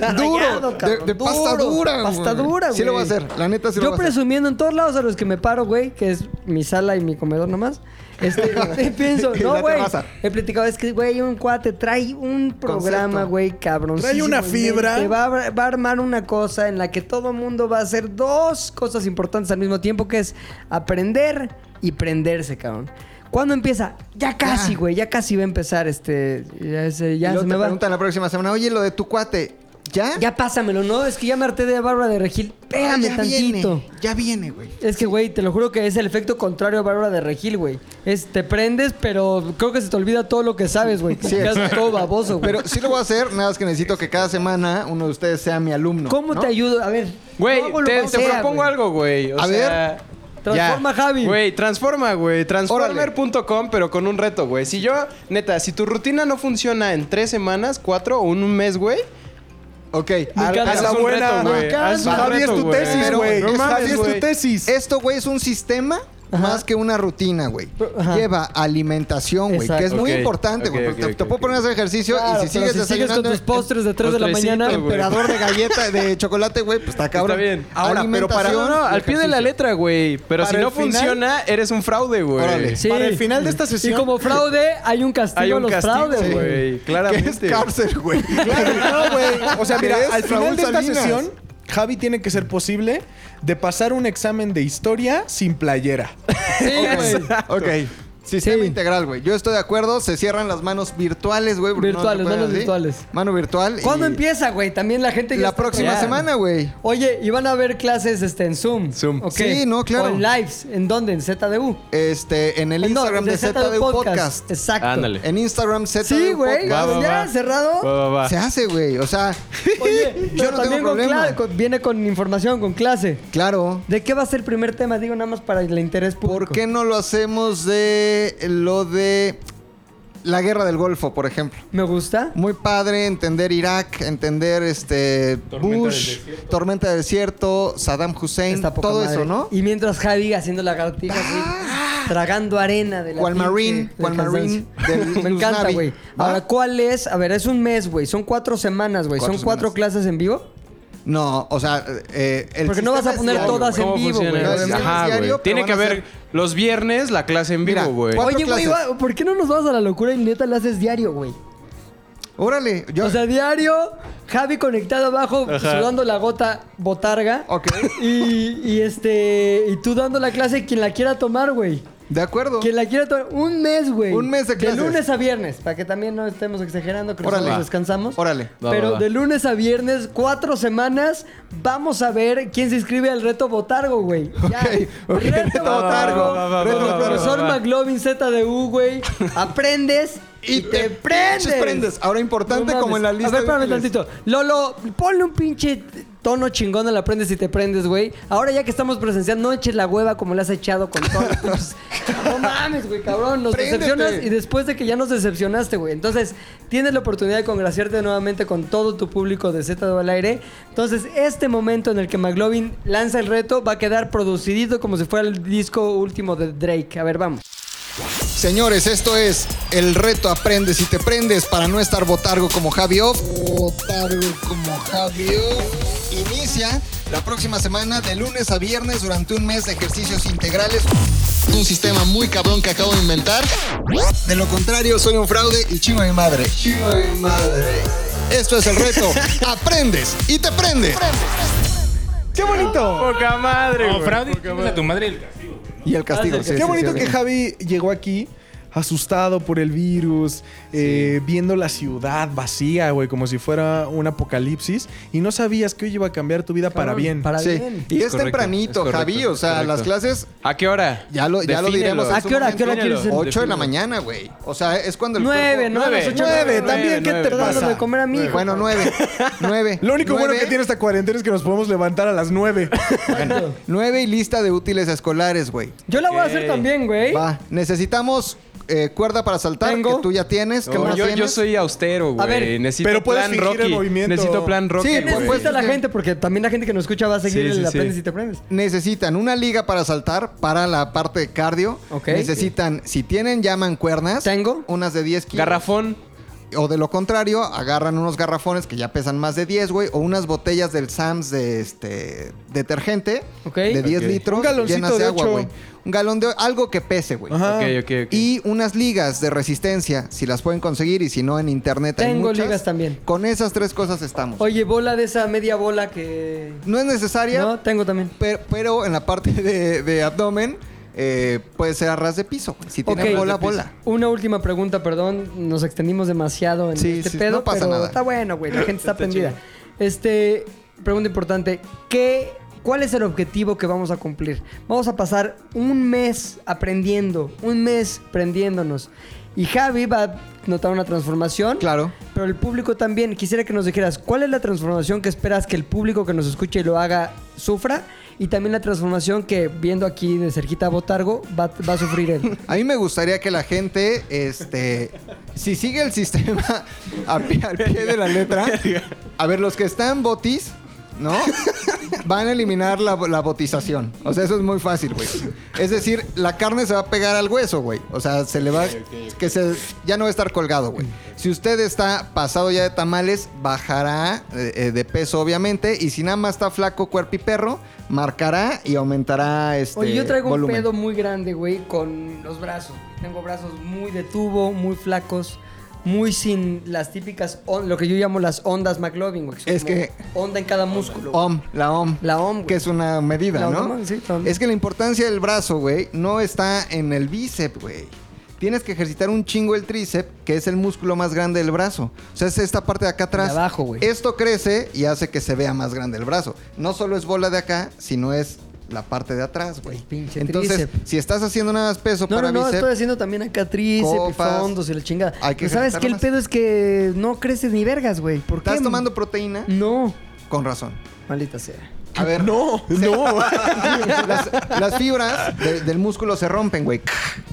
S4: rayado,
S2: de-
S4: cabrón,
S2: de pasta dura,
S4: Pasta
S2: güey.
S4: dura, güey.
S2: Sí lo va a hacer, la neta sí lo
S4: Yo
S2: va a hacer.
S4: presumiendo en todos lados a los que me paro, güey, que es mi sala y mi comedor nomás.
S2: (laughs)
S4: Este, (laughs) pienso,
S2: Y
S4: no,
S2: la
S4: güey.
S2: terraza.
S4: He platicado, es que, güey, un cuate trae un programa,
S2: Concepto.
S4: güey, cabrón.
S7: Trae una fibra.
S4: Te va, a- va a armar una cosa en la que todo mundo va a hacer dos cosas importantes al mismo tiempo, que es aprender y prenderse, cabrón. ¿Cuándo empieza? Ya casi, güey, ya casi va a empezar este... Ya, se, ya
S2: Ah. y luego
S4: se
S2: te
S4: me va.
S2: preguntan la próxima semana, oye, lo de tu cuate, ¿ya? Ah,
S4: Ya pásamelo, ¿no? Es que ya me harté de Bárbara de Regil. Espérame
S2: ya
S4: tantito.
S2: Viene, ya viene, güey.
S4: Es que, güey, te lo juro que es el efecto contrario a Bárbara de Regil, güey. Es, te prendes, pero creo que se te olvida todo lo que sabes, güey.
S2: Sí.
S4: Te quedas todo baboso, güey.
S2: Pero sí lo voy a hacer, nada más que necesito que cada semana uno de ustedes sea mi alumno.
S4: ¿Cómo
S2: ¿no?
S4: te ayudo? A ver.
S5: Güey,
S4: ¿cómo lo
S5: te,
S4: vas
S5: te
S4: a hacer,
S5: propongo
S4: güey?
S5: algo, güey. O
S2: A
S5: sea,
S4: Transforma,
S5: ya.
S4: Javi.
S5: Güey, transforma, güey. Transformer.com, pero con un reto, güey. Si yo, neta, si tu rutina no funciona en tres semanas, cuatro o un mes, güey,
S2: Ok.
S4: Me
S2: al-
S4: encanta.
S5: haces
S7: la
S5: un
S7: buena,
S5: reto,
S7: me
S5: güey.
S4: encanta.
S5: Haces un
S7: Javi, es
S5: reto,
S7: tu
S5: güey.
S7: tesis,
S5: Pero,
S7: güey.
S5: no
S7: Es
S5: mames,
S7: Javi, es tu
S5: güey.
S7: tesis.
S2: Esto, güey, es un sistema más que una rutina, güey.
S4: ajá.
S2: Lleva alimentación, güey, que es
S4: Exacto.
S2: muy
S5: Ok,
S2: importante, güey.
S5: ok,
S2: porque
S5: ok,
S2: te,
S5: ok,
S2: te puedo
S5: ok.
S2: poner a hacer ejercicio
S4: Claro,
S2: y si
S4: pero
S2: sigues
S4: si sigues con
S2: desayunando
S4: tus
S2: (laughs)
S4: postres de 3 de la
S5: postrecito,
S4: mañana,
S5: güey.
S2: emperador de galleta de chocolate, güey, pues está cabrón.
S5: Está bien. Ahora, pero para
S2: Alimentación
S5: no, no,
S2: y
S5: al pie de la
S2: ejercicio.
S5: letra, güey. Pero
S7: Para
S5: si no
S7: el final-
S5: funciona, eres un fraude,
S2: Órale.
S5: güey.
S4: Sí.
S7: Para el final de esta
S4: Y
S2: (laughs)
S7: sesión.
S4: como fraude, hay un castigo
S5: Hay
S4: a
S5: un
S4: los
S5: castigo,
S4: fraudes, güey.
S5: güey.
S2: Que
S5: Claramente.
S2: es cárcel, güey.
S7: Claro, no, güey. O sea, mira,
S2: ¿Qué es
S7: al final
S2: Raúl
S7: de esta
S2: Salinas?
S7: sesión, Javi tiene que ser posible de pasar un examen de historia sin playera.
S5: (laughs)
S4: Sí, güey.
S2: Ok. Sistema
S4: Sí.
S2: integral, güey. Yo estoy de acuerdo. Se cierran las manos virtuales, güey. porque no se
S4: Virtuales,
S2: puede
S4: manos
S2: así.
S4: virtuales.
S2: Mano virtual. y
S4: ¿Cuándo empieza, güey? También la gente que
S2: La
S4: está
S2: próxima
S4: trabajando.
S2: semana, güey.
S4: Oye, y van a haber clases este, en Zoom.
S5: Zoom.
S4: ¿ok?
S2: Sí, no, claro.
S4: O en lives. ¿En dónde? En ZDU.
S2: Este, en el
S4: No,
S2: Instagram
S4: en
S2: de ZDU Podcast.
S4: Exacto.
S5: Ándale.
S2: En Instagram ZDU
S4: Este. Sí, güey.
S2: Podcast.
S5: Va, va,
S4: Ya,
S5: va.
S4: cerrado.
S5: Va, va, va.
S2: Se hace, güey. O sea,
S4: (laughs) Oye,
S2: (laughs) Yo no
S4: pero también
S2: tengo
S4: con
S2: problema.
S4: cla- con- viene con información, con clase.
S2: claro.
S4: ¿De qué va a ser el primer tema? Digo nada más para el interés público.
S2: ¿Por qué no lo hacemos de lo de la guerra del Golfo, por ejemplo?
S4: Me gusta.
S2: Muy padre entender Irak, entender este
S6: Tormenta
S2: Bush,
S6: del desierto.
S2: tormenta del desierto, Saddam Hussein,
S4: Está poca
S2: todo
S4: madre.
S2: eso, ¿no? Ah.
S4: Y mientras Javi haciendo lagartijas, así, tragando arena de la
S2: Cual
S4: pinche-
S2: Marine,
S4: del
S2: cual Marine
S4: cansancio.
S2: del
S4: (laughs)
S2: ¿Ah?
S4: Me encanta,
S2: Usnavi,
S4: güey.
S2: ¿va?
S4: Ahora, ¿cuál es? A ver, es un mes, güey. Son cuatro semanas, güey. Son
S2: Cuatro
S4: cuatro
S2: semanas.
S4: clases en vivo.
S2: No, o sea, eh, el
S4: Porque no vas a
S2: sistema es
S4: poner
S2: diario,
S4: todas
S2: güey.
S4: en
S5: ¿Cómo
S4: vivo,
S5: funciona?
S4: güey.
S2: No, es
S5: Ajá, güey.
S2: diario,
S5: Tiene
S2: pero
S5: que
S2: van a
S5: haber los viernes la clase en
S2: Mira,
S5: vivo, güey.
S2: ¿cuál- Cuatro
S4: Oye, güey,
S2: clases.
S4: va- ¿por qué no nos vamos a la locura y neta la haces diario, güey?
S2: Órale, yo
S4: O sea, diario, Javi conectado abajo,
S6: Ajá.
S4: sudando la gota botarga.
S2: Ok.
S4: Y, y este. Y tú dando la clase quien la quiera tomar, güey.
S2: de acuerdo.
S4: Quien la quiera tomar. Un mes, güey.
S2: Un mes de clases.
S4: lunes a viernes. Para que también no estemos exagerando, que
S2: Órale.
S4: nosotros descansamos.
S2: Órale.
S5: Va,
S4: Pero
S5: va, va.
S4: de lunes a viernes, cuatro semanas, vamos a ver quién se inscribe al reto botargo, güey. Ya.
S2: ok, (laughs) reto botargo.
S5: Va, va, va,
S2: Reto
S5: va, va,
S2: botargo.
S4: Profesor
S5: va, va.
S4: McLovin
S2: (laughs)
S4: ZDU, güey. Aprendes y, te, prendes.
S2: pinches prendes. Ahora importante
S4: No
S2: como
S4: mames.
S2: en la lista
S4: A ver, espérame
S2: de útiles.
S4: tantito. Lolo, ponle un pinche tono chingón al aprendes y te prendes, güey. Ahora ya que estamos presenciando, no eches la hueva como le has echado con todos los
S2: (laughs)
S4: pinches- No mames, güey, cabrón. Nos
S2: Préndete.
S4: decepcionas y después de que ya nos decepcionaste, güey. Entonces, tienes la oportunidad de congraciarte nuevamente con todo tu público de Z al aire. Entonces, este momento en el que McLovin lanza el reto va a quedar producidito como si fuera el disco último de Drake. A ver, vamos.
S2: Señores, esto es el reto aprendes y te prendes para no estar botargo como Javi Off. Botargo como Javi Off. Inicia la próxima semana de lunes a viernes durante un mes de ejercicios integrales. Un sistema muy cabrón que acabo de inventar. De lo contrario, soy un fraude y chingo de mi madre. Chingo de mi madre. Esto es el reto. (laughs) Aprendes y te prende.
S7: ¡Qué bonito!
S5: Poca madre,
S6: No,
S5: güey.
S6: fraude,
S5: Poca
S6: tienes a
S5: madre.
S6: tu madre y el castigo.
S2: Y el castigo. sí,
S7: Qué
S2: sí,
S7: bonito
S2: sí,
S7: que
S2: sí.
S7: Javi llegó aquí asustado por el virus, eh, viendo la ciudad vacía, güey, como si fuera un apocalipsis, y no sabías que hoy iba a cambiar tu vida para
S4: Cabrón,
S7: bien.
S4: para
S2: Sí.
S4: bien.
S2: Y es,
S5: correcto,
S2: tempranito,
S5: es correcto,
S2: Javi. O
S5: es
S2: sea,
S5: correcto.
S2: las clases
S5: ¿A qué hora?
S2: Ya lo, ya lo
S5: Defínelo.
S2: diremos. Ah, en
S4: ¿A
S2: su
S4: qué hora- a qué hora
S2: momento.
S4: quieres el-
S2: 8 de la
S5: Defínelo.
S2: mañana, güey. O sea, es cuando el
S4: Nueve,
S2: cuerpo-
S4: ¿no? A
S5: Nueve,
S4: las ocho de la
S7: Nueve,
S4: mañana.
S7: también, ¿qué
S5: nueve,
S7: te
S4: Estoy dando de
S7: pasa?
S4: comer a mí. hijo.
S2: Bueno, nueve. (laughs) Nueve.
S7: Lo único bueno
S2: Nueve.
S7: que tiene esta cuarentena es que nos podemos levantar a las 9.
S2: Nueve y lista de útiles escolares, güey.
S4: Yo la voy a hacer
S5: Ok.
S4: también, güey.
S2: Va. Necesitamos eh, cuerda para saltar
S4: Tengo.
S2: que tú ya tienes. ¿Qué
S5: No,
S2: más
S5: yo, yo
S2: tienes?
S5: soy austero, güey.
S4: A ver,
S5: necesito
S7: pero puedes
S5: plan
S7: fingir el
S5: Rocky.
S7: movimiento.
S5: Necesito plan Rocky.
S2: Sí,
S4: ¿Qué
S2: pues,
S5: güey.
S4: necesita la
S2: sí.
S4: gente? Porque también la gente que nos escucha va a seguir
S5: Sí, sí,
S4: el
S5: sí.
S4: aprendes y te aprendes.
S2: Necesitan una liga para saltar para la parte de cardio.
S4: Ok.
S2: Necesitan, si tienen, llaman cuernas.
S4: Tengo.
S2: Unas de 10 kilos.
S5: Garrafón.
S2: O de lo contrario, agarran unos garrafones que ya pesan más de 10, güey. O unas botellas del Sams de este detergente.
S4: Ok.
S2: De 10
S5: Ok.
S2: litros.
S7: Un galoncito
S2: llenas
S7: de
S2: agua,
S7: ocho.
S2: güey. Un galón de... Algo que pese, güey.
S7: Ajá.
S5: Ok, ok, ok.
S2: Ah. Y unas ligas de resistencia, si las pueden conseguir y si no en internet hay
S4: Tengo
S2: muchas.
S4: ligas también.
S2: Con esas tres cosas estamos.
S4: Oye, bola de esa media bola que.
S2: No es necesaria,
S4: No, tengo también.
S2: pero, pero en la parte de, de abdomen eh, puede ser a ras de piso. güey. Si tiene
S4: Ok.
S2: bola, bola.
S4: Una última pregunta, perdón, nos extendimos demasiado en
S2: Sí,
S4: este
S2: sí,
S4: pedo,
S2: no pasa
S4: pero
S2: nada.
S4: está bueno, güey, la gente
S2: (laughs)
S4: está, prendida. Este, pregunta importante, ¿qué cuál es el objetivo que vamos a cumplir? Vamos a pasar un mes aprendiendo, un mes prendiéndonos. Y Javi va a notar una transformación.
S2: Claro.
S4: Pero el público también, quisiera que nos dijeras, ¿cuál es la transformación que esperas que el público que nos escuche y lo haga sufra? Y también la transformación que viendo aquí de cerquita a Botargo va, va a
S2: (laughs)
S4: sufrir él.
S2: A mí me gustaría que la gente, este, si sigue el sistema (laughs) a pie- al pie de la letra, a ver, los que están botis, ¿no? Van a eliminar la, la botización. O sea, eso es muy fácil, güey. Es decir, la carne se va a pegar al hueso, güey. O sea, se le va. Que se, ya no va a estar colgado, güey. Si usted está pasado ya de tamales, bajará eh, eh, de peso, obviamente. Y si nada más está flaco, cuerpo y perro, marcará y aumentará este.
S4: Oye, yo traigo
S2: volumen.
S4: un pedo muy grande, güey, con los brazos. Tengo brazos muy de tubo, muy flacos, muy sin las típicas, on- lo que yo llamo las ondas McLovin, güey. son
S2: Es
S4: como
S2: que-
S4: Onda en cada músculo. güey.
S2: OM, la OM.
S4: La OM, güey.
S2: Que es una medida,
S4: La
S2: ¿no?
S4: OM, sí, la OM.
S2: Es que la importancia del brazo, güey, no está en el bíceps, güey. Tienes que ejercitar un chingo el tríceps, que es el músculo más grande del brazo. O sea, es esta parte de acá atrás.
S4: De abajo, güey.
S2: Esto crece y hace que se vea más grande el brazo. No solo es bola de acá, sino es la parte de atrás, güey.
S4: El pinche
S2: Entonces,
S4: tríceps.
S2: si estás haciendo nada más peso
S4: No,
S2: para
S4: no, no,
S2: bíceps,
S4: estoy haciendo también acá tríceps, y
S2: copas.
S4: fondos y la chingada.
S2: Hay que
S4: Pero ¿Sabes qué? El
S2: ejercitarlo
S4: pedo es que no creces ni vergas, güey. ¿Por qué? Mm.
S2: estás tomando proteína
S4: No.
S2: con razón.
S4: Maldita sea.
S2: A ver.
S7: No, no.
S2: (laughs) las, las fibras de- del músculo se rompen, güey.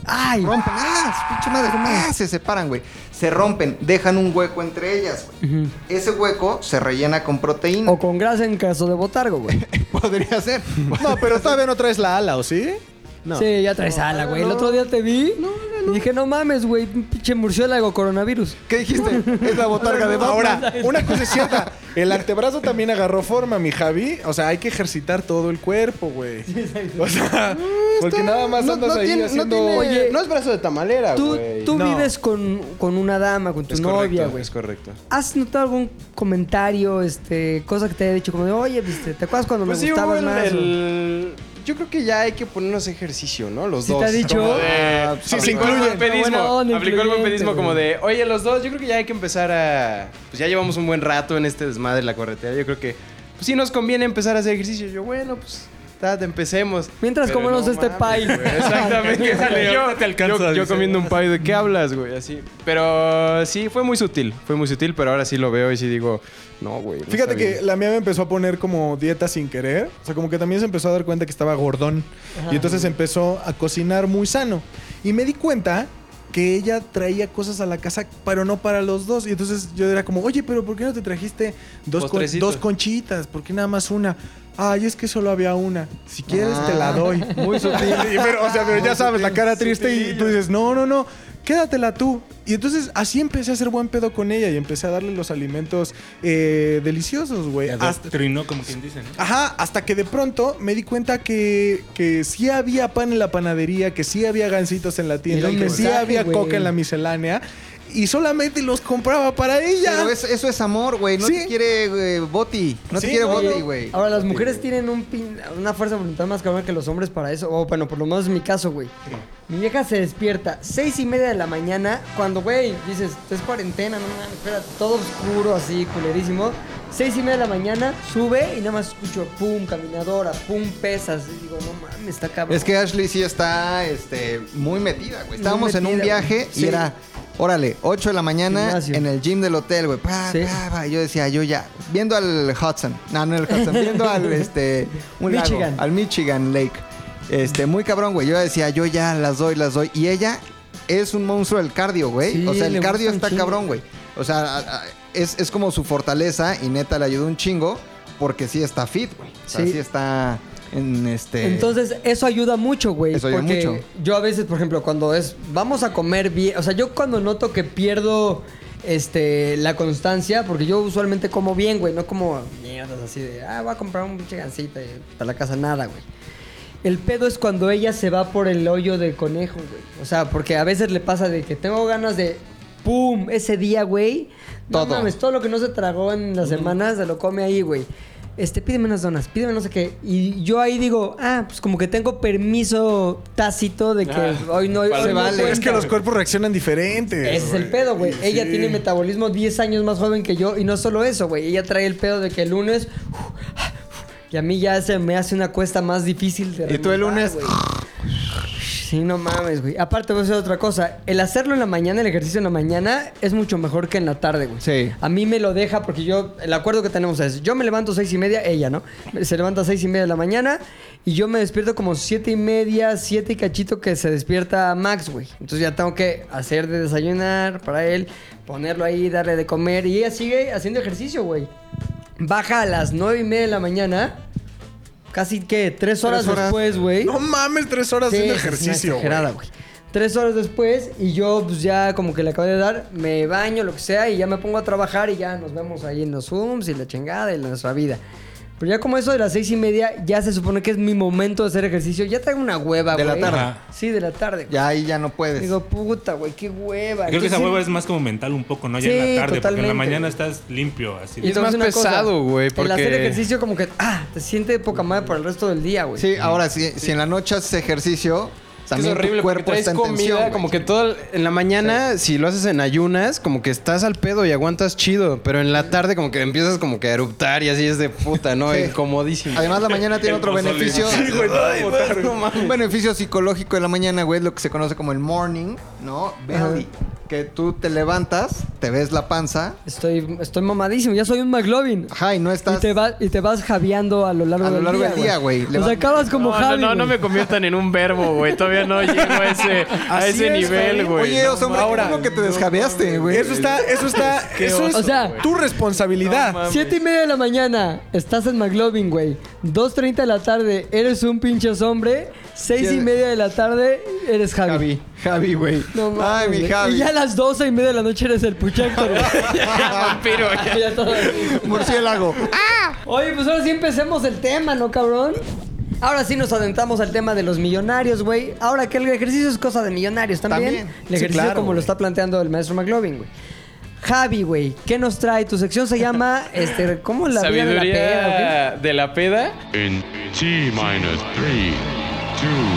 S4: ¡Ay!
S2: rompen. ¡Ah! su pinche madre! ¡Ah! Se separan, güey. Se rompen, dejan un hueco entre ellas, güey. Ese hueco se rellena con proteína.
S4: O con grasa en caso de
S2: (laughs)
S4: botargo, güey.
S2: Podría ser.
S7: No, pero todavía no traes la ala, ¿o sí?
S4: Sí, ya traes ala, güey. El otro día te vi y dije, no mames, güey, un pinche murciélago coronavirus.
S2: ¿Qué dijiste? Es la botarga de Batman.
S7: Ahora, una cosa es cierta. El antebrazo también agarró forma, mi Javi. O sea, hay que ejercitar todo el cuerpo, güey. O sea, porque nada más
S5: Mm, no- no
S7: andas ahí
S5: tiene- no
S7: haciendo...
S5: tiene-
S4: Oye,
S5: no es brazo de tamalera,
S4: Tú,
S5: güey.
S4: tú
S5: No.
S4: vives con, con una dama, con tu
S5: Es correcto,
S4: novia, güey.
S5: Es correcto.
S4: ¿Has notado algún comentario, este, cosa que te haya dicho como de, oye, viste, ¿te acuerdas cuando
S5: Pues
S4: me
S5: sí, hubo
S4: gustabas
S5: el,
S4: más? o-
S5: el- Yo creo que ya hay que ponernos ejercicio, ¿no? Los
S4: ¿Sí te
S5: dos.
S4: ha dicho?
S5: Como de-
S6: Eh,
S5: Sí,
S6: aplicó
S5: se incluye.
S6: el
S5: ah, El
S6: buen pedismo.
S4: Buena onda,
S5: Aplicó el buen
S4: incluyente,
S5: pedismo como
S4: güey.
S5: de, oye, los dos, yo creo que ya hay que empezar a... Pues ya llevamos un buen rato en este desmadre de la corretera. Yo creo que pues, sí nos conviene empezar a hacer ejercicio. Yo, bueno, pues... tat, empecemos.
S4: Mientras
S5: Pero
S4: comernos
S5: no
S4: este
S5: mames,
S4: pay.
S5: güey. Exactamente. (laughs)
S6: Que sale,
S5: Yo-
S6: ahorita te alcanza,
S5: yo- yo
S6: dice.
S5: comiendo un pay, ¿de qué hablas, güey? Así. Pero sí, fue muy sutil. Fue muy sutil, pero ahora sí lo veo y sí digo, no, güey. no
S7: Fíjate
S5: está
S7: que
S5: bien".
S7: la mía me empezó a poner como dieta sin querer. O sea, como que también se empezó a dar cuenta que estaba gordón. Y entonces empezó a cocinar muy sano. Y me di cuenta que ella traía cosas a la casa, pero no para los dos. Y entonces yo era como, oye, pero ¿por qué no te trajiste dos, con-
S5: Postrecito.
S7: dos conchitas? ¿Por qué nada más una? Ay, es que solo había una. Si quieres, te la doy. Ah. Muy (laughs) sutil. pero, o sea, pero ya sabes, la cara triste y tú dices, no, no, no, quédatela tú. Y entonces así empecé a hacer buen pedo con ella y empecé a darle los alimentos eh, deliciosos, güey. Hasta-
S6: Adoctrinó, como quien dice, ¿no?
S7: Ajá, hasta que de pronto me di cuenta que, que sí había pan en la panadería, que sí había gancitos en la tienda,
S4: Era
S7: y
S4: un
S7: que sí
S4: mensaje,
S7: había
S4: güey.
S7: coca en la miscelánea y solamente los compraba para ella.
S2: Pero es- eso es amor, güey. No
S7: Sí.
S2: te quiere eh, boti. No te
S7: Sí,
S2: quiere
S7: no,
S2: boti,
S7: no.
S2: güey.
S4: Ahora, las mujeres tienen un pin- una fuerza de voluntad más cabrón que los hombres para eso. O bueno, por lo menos en mi caso, güey. Mi vieja se despierta seis y media de la mañana cuando, güey, dices, es cuarentena, no mames, espérate, todo oscuro así, culerísimo. Seis y media de la mañana, sube y nada más escucho, pum, caminadora, pum, pesas. Y digo, no mames, está cabrón.
S2: Es que Ashley sí está este, muy metida, güey. Estábamos en un
S4: metida, güey.
S2: viaje y
S4: Sí.
S2: era, órale, 8 de la mañana
S4: Gimnasio.
S2: en el gym del hotel, güey. Pa,
S4: Sí.
S2: pa, pa. Y Yo decía, yo ya, viendo al Hudson. No, no el Hudson, viendo
S4: (laughs)
S2: al este, un lago,
S4: Michigan.
S2: al Michigan Lake. Este, muy cabrón, güey. Yo decía, yo ya las doy, las doy. Y ella es un monstruo del cardio, güey.
S4: Sí,
S2: o sea,
S4: le
S2: el cardio
S4: gusta un
S2: está
S4: chingo.
S2: cabrón, güey. O sea, a- a- es, es como su fortaleza y neta le ayudó un chingo porque sí está fit, güey. O sea,
S4: Sí.
S2: sí, está en este...
S4: Entonces, eso ayuda mucho, güey.
S2: Eso ayuda
S4: porque
S2: mucho.
S4: Yo a veces, por ejemplo, cuando es. Vamos a comer bien. O sea, yo cuando noto que pierdo. Este, la constancia, porque yo usualmente como bien, güey, no como mierdas así de, ah, voy a comprar un pinche gansito y para la casa, nada, güey. El pedo es cuando ella se va por el hoyo del conejo, güey. O sea, porque a veces le pasa de que tengo ganas de. ¡Pum! Ese día, güey. Todo.
S2: Todo.
S4: todo lo que no se tragó en las semanas se lo come ahí, güey. Este, pídeme unas donas, pídeme no sé qué. Y yo ahí digo, ah, pues como que tengo permiso tácito de que
S2: Ah,
S4: hoy no hoy
S6: vale.
S4: no
S6: Vale.
S4: cuenta,
S7: Es que los
S4: güey.
S7: cuerpos reaccionan diferente.
S4: Ese es el pedo, güey. Ella tiene metabolismo 10 años más joven que yo y no solo eso, güey. Ella trae el pedo de que el lunes... uf, ah, uf, y a mí ya se me hace una cuesta más difícil de
S2: Y tú el
S4: remontar,
S2: lunes-
S4: güey. Sí, no mames, güey. Aparte, voy a hacer otra cosa. El hacerlo en la mañana, el ejercicio en la mañana, es mucho mejor que en la tarde, güey.
S2: Sí.
S4: A mí me lo deja porque yo, el acuerdo que tenemos es, yo me levanto seis y media, ella, ¿no? Se levanta a seis y media de la mañana y yo me despierto como siete y media, siete y cachito que se despierta Max, güey. Entonces ya tengo que hacer de desayunar para él, ponerlo ahí, darle de comer y ella sigue haciendo ejercicio, güey. Baja a las nueve y media de la mañana, casi que tres horas,
S2: horas.
S4: después, güey.
S7: No mames, tres horas
S4: Sí,
S7: haciendo
S4: es una
S7: ejercicio. güey.
S4: exagerada, güey. Tres horas después y yo pues ya como que le acabo de dar, me baño, lo que sea, y ya me pongo a trabajar y ya nos vemos ahí en los Zooms y la chingada y la- nuestra vida. Pero ya como eso de las seis y media, ya se supone que es mi momento de hacer ejercicio. Ya traigo una hueva,
S2: De
S4: güey.
S2: la tarde.
S4: Sí, de la tarde. güey.
S2: Ya ahí ya no puedes.
S4: Digo, puta, güey, qué hueva.
S6: Creo que esa
S4: Entonces,
S6: hueva es más como mental un poco, ¿no? Ya
S4: Sí,
S6: en la tarde, porque en
S4: totalmente.
S6: la mañana estás limpio, así.
S5: Y-
S6: de-
S5: es más
S4: entonces, una cosa,
S5: pesado, güey,
S4: El hacer
S5: porque-
S4: ejercicio como que, ah, te siente de poca madre para el resto del día, güey.
S2: Sí, ahora si, si en la noche haces ejercicio,
S5: Es que
S2: también
S5: es horrible
S2: tu cuerpo
S5: porque traes
S2: está en
S5: comida,
S2: tensión. güey.
S5: como que todo el- en la mañana, si lo haces en ayunas, como que estás al pedo y aguantas chido, pero en la tarde como que empiezas como que a eruptar y así es de puta, ¿no?
S2: Sí.
S5: Incomodísimo.
S2: Además la mañana tiene
S6: (laughs) El
S2: otro
S6: pozole.
S2: beneficio.
S6: Sí,
S7: güey, no, votar, güey.
S2: Un beneficio psicológico de la mañana, güey, es lo que se conoce como el morning, ¿no? Belly. Que tú te levantas, te ves la panza,
S4: Estoy, estoy mamadísimo, ya soy un McLovin.
S2: ajá, y no estás...
S4: Y te, va- y te vas javiando a lo largo,
S2: A lo largo del día, güey.
S4: O sea,
S2: Levanta-
S4: acabas como
S3: No, no,
S4: Javi.
S3: no, no
S4: güey.
S3: me conviertan en un verbo, güey. Todavía no llego a ese, a
S7: Así
S3: ese
S7: es,
S3: nivel,
S7: Javi.
S3: güey.
S2: Oye, os hombre,
S7: ahora-
S2: ¿cómo que te desjabeaste, güey?
S7: Eso está, eso está, eso es
S4: oso, O sea, güey.
S7: tu responsabilidad.
S3: No mames.
S4: Siete y media de la mañana, estás en McLovin, güey. 2.30 de la tarde, eres un pinche hombre. Seis y
S2: ¿Quién?
S4: media de la tarde, eres Javi.
S2: Javi, Javi, güey.
S4: No mames,
S2: Ay, mi
S4: güey.
S2: Javi.
S4: Y ya a las doce y media de la noche eres el puchector, güey.
S3: Vampiro, (laughs)
S4: (laughs)
S3: ya.
S4: Ya todo así.
S2: Murciélago.
S4: Oye, pues ahora sí empecemos el tema, ¿no, cabrón? Ahora sí nos adentramos al tema de los millonarios, güey. Ahora que el ejercicio es cosa de millonarios también.
S2: También.
S4: El ejercicio
S7: claro,
S4: como lo
S7: güey.
S4: está planteando el maestro McLovin, güey. Javi, güey, ¿qué nos trae? Tu sección se llama, este, ¿cómo la vida de la
S5: Sabiduría
S4: peda,
S5: de la peda.
S9: In T minus three, two,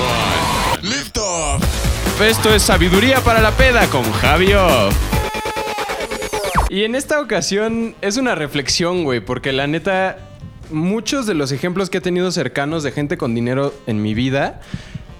S9: one.
S8: Lift off.
S5: Esto es Sabiduría para la Peda con Javio. Y en esta ocasión es una reflexión, güey, porque la neta, muchos de los ejemplos que he tenido cercanos de gente con dinero en mi vida,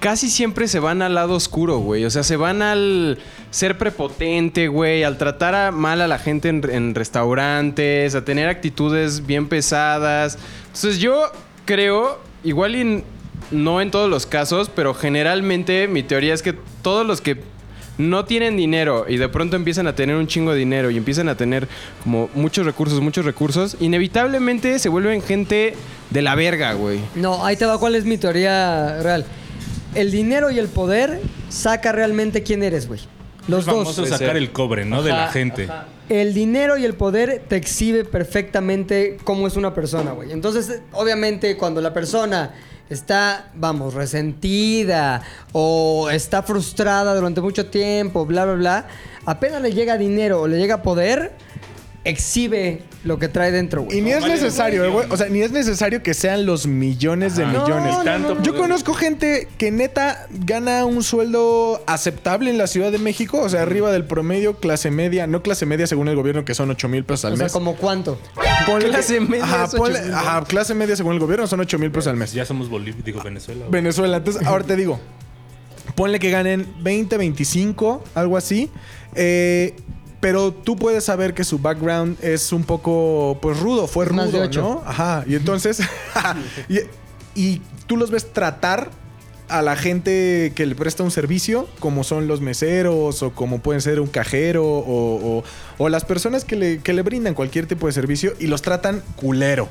S5: casi siempre se van al lado oscuro, güey. O sea, se van al ser prepotente, güey, al tratar a- mal a la gente en, en restaurantes, a tener actitudes bien pesadas. Entonces yo creo, igual y n- no en todos los casos, pero generalmente mi teoría es que todos los que no tienen dinero y de pronto empiezan a tener un chingo de dinero y empiezan a tener como muchos recursos, muchos recursos, inevitablemente se vuelven gente de la verga, güey.
S4: güey? No, ahí te va cuál es mi teoría real. El dinero y el poder saca realmente quién eres, güey. Los
S6: es famoso
S4: dos.
S6: sacar el cobre, ¿no? de la gente.
S4: El dinero y el poder te exhibe perfectamente cómo es una persona, güey. Entonces, eh, obviamente, cuando la persona está, vamos, resentida o está frustrada durante mucho tiempo, bla, bla, bla, apenas le llega dinero o le llega poder, exhibe lo que trae dentro, güey.
S7: Y ni es
S6: Vale,
S7: necesario,
S6: güey.
S7: güey. O sea, ni es necesario que sean los millones de
S6: Ajá.
S7: millones.
S6: No, no, no.
S7: Yo conozco gente que neta gana un sueldo aceptable en la Ciudad de México, o sea, arriba del promedio, clase media, no clase media según el gobierno, que son 8 mil pesos al
S4: O sea,
S7: mes.
S4: ¿como cuánto?
S7: Ponle que-
S5: Clase media
S7: Ajá,
S5: es ocho
S7: ponle-
S5: mil
S7: ajá, clase media según el gobierno son 8 mil pesos al mes.
S6: Ya somos Bolivia, digo Venezuela. güey.
S7: Venezuela. Entonces, ahora te digo, ponle que ganen 20, 25, algo así. Eh, pero tú puedes saber que su background es un poco, pues, rudo. Fue
S4: Es más de
S7: rudo,
S4: ocho.
S7: ¿no? Ajá. Y entonces, y, y tú los ves tratar a la gente que le presta un servicio, como son los meseros o como pueden ser un cajero o, o- o las personas que le, que le brindan cualquier tipo de servicio y los tratan culero.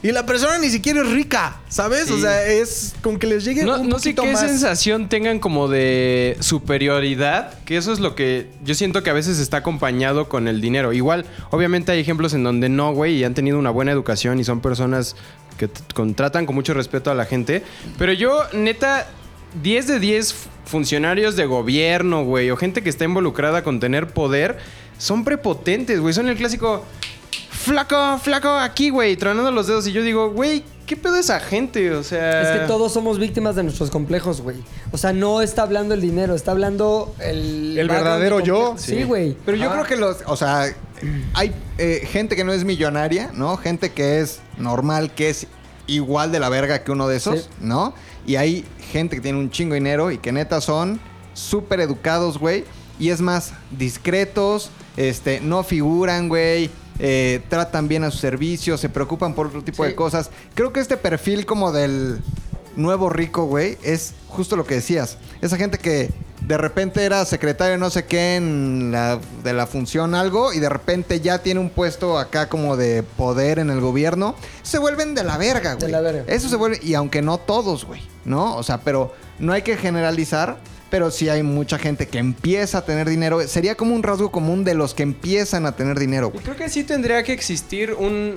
S7: Y la persona ni siquiera es rica, ¿sabes? O sea, es con que les llegue
S5: No,
S7: un
S5: no sé
S7: poquito
S5: qué
S7: más.
S5: sensación tengan como de superioridad, que eso es lo que yo siento que a veces está acompañado con el dinero. Igual, obviamente hay ejemplos en donde no, güey, y han tenido una buena educación y son personas que t- contratan con mucho respeto a la gente. Pero yo, neta, 10 de 10 f- funcionarios de gobierno, güey, o gente que está involucrada con tener poder, son prepotentes, güey, son el clásico flaco, flaco, aquí, güey, tronando los dedos. Y yo digo, güey, ¿qué pedo esa gente? O sea...
S7: Eh.
S4: Es que todos somos víctimas de nuestros complejos, güey. O sea, no está hablando el dinero, está hablando el...
S7: El verdadero yo.
S4: Sí, güey.
S2: Pero yo creo que los, o sea, hay eh, gente que no es millonaria, ¿no? Gente que es normal, que es igual de la verga que uno de esos,
S4: Sí.
S2: ¿no? Y hay gente que tiene un chingo de dinero y que neta son súper educados, güey. Y es más, discretos, este, no figuran, güey. eh, tratan bien a sus servicios, se preocupan por otro tipo de cosas. Creo que este perfil como del nuevo rico, güey, es justo lo que decías. Esa gente que de repente era secretario no sé qué en la, de la función algo y de repente ya tiene un puesto acá como de poder en el gobierno, se vuelven de la verga, güey.
S4: la verga.
S2: Eso se vuelve, y aunque no todos, güey, ¿no? O sea, pero no hay que generalizar, pero sí hay mucha gente que empieza a tener dinero. Sería como un rasgo común de los que empiezan a tener dinero, güey.
S5: Creo que sí tendría que existir un.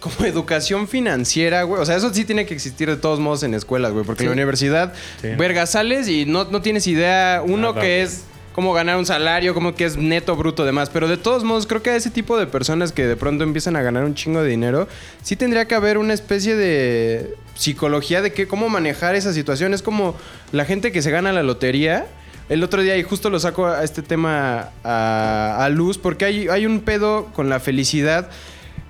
S5: Como (laughs) educación financiera, güey. O sea, eso sí tiene que existir de todos modos en escuelas, güey. Porque la universidad, verga, sales y no, no tienes idea, uno
S6: Nada,
S5: que
S6: güey.
S5: es cómo ganar un salario, cómo que es neto, bruto, demás. Pero de todos modos, creo que a ese tipo de personas que de pronto empiezan a ganar un chingo de dinero, sí tendría que haber una especie de psicología de que, cómo manejar esa situación. Es como la gente que se gana la lotería. El otro día, y justo lo saco a este tema a, a luz, porque hay, hay un pedo con la felicidad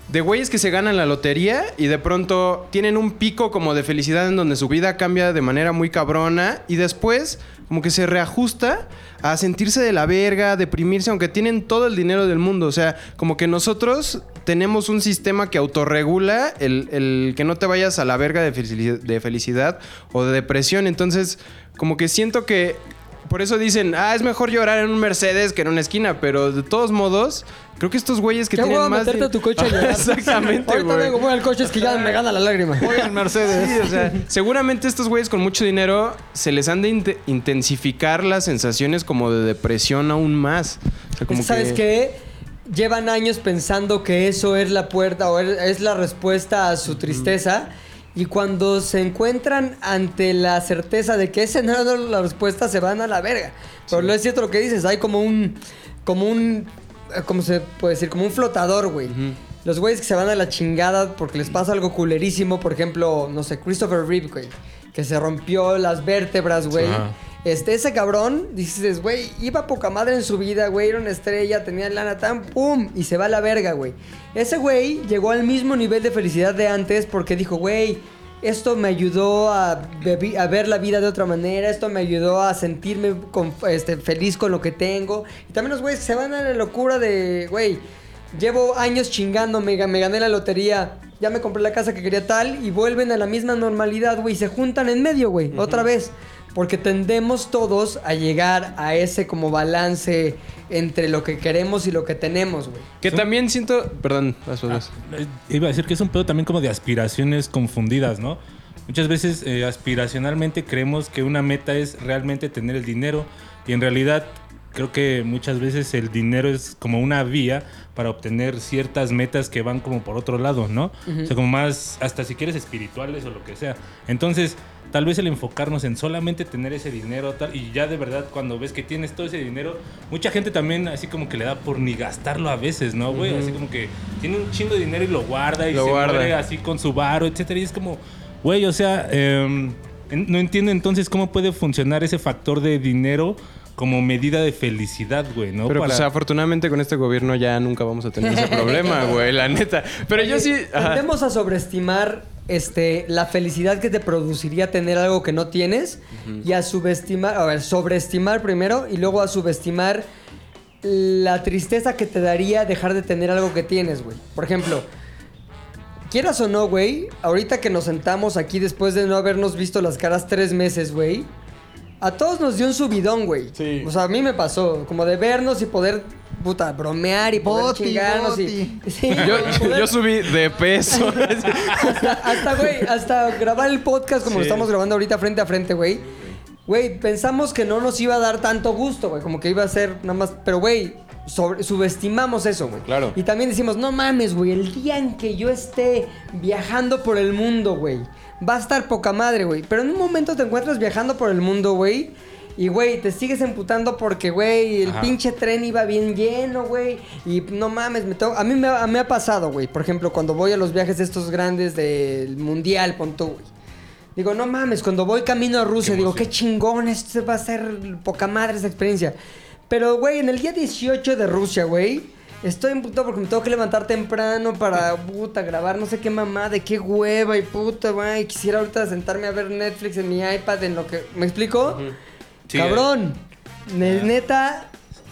S5: de güeyes que se ganan la lotería y de pronto tienen un pico como de felicidad en donde su vida cambia de manera muy cabrona y después como que se reajusta a sentirse de la verga, a deprimirse, aunque tienen todo el dinero del mundo. O sea, como que nosotros tenemos un sistema que autorregula el, el que no te vayas a la verga de felici- de felicidad o de depresión. Entonces, como que siento que por eso dicen, ah, es mejor llorar en un Mercedes que en una esquina, pero de todos modos, creo que estos güeyes que
S4: ¿Qué
S5: tienen
S4: huevo
S5: más.
S4: meterte
S5: de-
S4: a
S5: (laughs)
S4: tu coche a llorar?
S5: Exactamente,
S4: Ahorita
S5: güey.
S4: vengo, voy al coche, es que ya me gana la lágrima.
S7: (laughs)
S5: Sí, o
S4: (laughs)
S5: sea, seguramente estos güeyes con mucho dinero se les han de inte- intensificar las sensaciones como de depresión aún más. O sea, como
S4: ¿Sabes
S5: que-
S4: qué? Llevan años pensando que eso es la puerta o es es la respuesta a su tristeza. Y cuando se encuentran ante la certeza de que esa no era la respuesta, se van a la verga. Pero no es cierto lo que dices. Hay como un. Como un. eh, ¿Cómo se puede decir? Como un flotador, güey. Los güeyes que se van a la chingada porque les pasa algo culerísimo. Por ejemplo, no sé, Christopher Reeve, güey. Que se rompió las vértebras, güey. Este, ese cabrón, dices, güey, iba poca madre en su vida, güey, era una estrella, tenía lana tan, pum, y se va a la verga, güey. Ese güey llegó al mismo nivel de felicidad de antes porque dijo, güey, esto me ayudó a, bebi- a ver la vida de otra manera, esto me ayudó a sentirme con- este, feliz con lo que tengo. Y también los güeyes que se van a la locura de, güey, llevo años chingando, me, ga- me gané la lotería, ya me compré la casa que quería tal, y vuelven a la misma normalidad, güey, y se juntan en medio, güey, otra vez. Porque tendemos todos a llegar a ese como balance entre lo que queremos y lo que tenemos, güey.
S5: Que también siento. Perdón, las cosas.
S6: Eh, Iba a decir que es un pedo también como de aspiraciones confundidas, ¿no? Muchas veces eh, aspiracionalmente creemos que una meta es realmente tener el dinero y en realidad creo que muchas veces el dinero es como una vía para obtener ciertas metas que van como por otro lado, ¿no? O sea, como más, hasta si quieres espirituales o lo que sea. Entonces, tal vez el enfocarnos en solamente tener ese dinero tal, y ya de verdad cuando ves que tienes todo ese dinero, mucha gente también así como que le da por ni gastarlo a veces, ¿no, güey? Así como que tiene un chingo de dinero y lo guarda y
S5: Lo
S6: se
S5: guarda.
S6: muere así con su varo, etcétera. Y es como, güey, o sea, em, en- no entiendo entonces cómo puede funcionar ese factor de dinero como medida de felicidad, güey, ¿no?
S5: Pero
S6: Para-
S5: pues afortunadamente con este gobierno ya nunca vamos a
S4: (laughs)
S5: tener ese problema, güey, la neta. Pero yo sí. ajá.
S4: Tendemos a sobreestimar este, la felicidad que te produciría tener algo que no tienes y a subestimar, a ver, sobreestimar primero y luego a subestimar la tristeza que te daría dejar de tener algo que tienes, güey. Por ejemplo, Quieras o no, güey, ahorita que nos sentamos aquí después de no habernos visto las caras tres meses, güey, a todos nos dio un subidón, güey.
S7: Sí.
S4: O sea, a mí me pasó, como de vernos y poder, puta, bromear y poder
S2: Boti,
S4: chingarnos
S2: boti.
S4: y... (laughs) Sí,
S5: Yo,
S4: güey, poder-
S5: yo subí de
S4: (laughs)
S5: peso.
S4: hasta, hasta, güey, hasta grabar el podcast como lo estamos grabando ahorita frente a frente, güey. Güey, pensamos que no nos iba a dar tanto gusto, güey. Como que iba a ser nada más. Pero, güey, sobre- subestimamos eso, güey.
S5: Claro.
S4: Y también decimos, no mames, güey, el día en que yo esté viajando por el mundo, güey, va a estar poca madre, güey. Pero en un momento te encuentras viajando por el mundo, güey. Y, güey, te sigues emputando porque, güey, el
S6: Ajá.
S4: pinche tren iba bien lleno, güey. Y no mames, me tengo- a mí me, ha- me ha pasado, güey. Por ejemplo, cuando voy a los viajes estos grandes del Mundial, pon tú, güey. Digo, no mames, cuando voy camino a Rusia, digo, qué chingón, esto va a ser poca madre esa experiencia. Pero, güey, en el día 18 de Rusia, güey, estoy en puto porque me tengo que levantar temprano para, puta, grabar no sé qué mamá, de qué hueva y puta, güey, quisiera ahorita sentarme a ver Netflix en mi iPad, en lo que... ¿Me explico?
S6: Sí,
S4: Cabrón, ne- neta,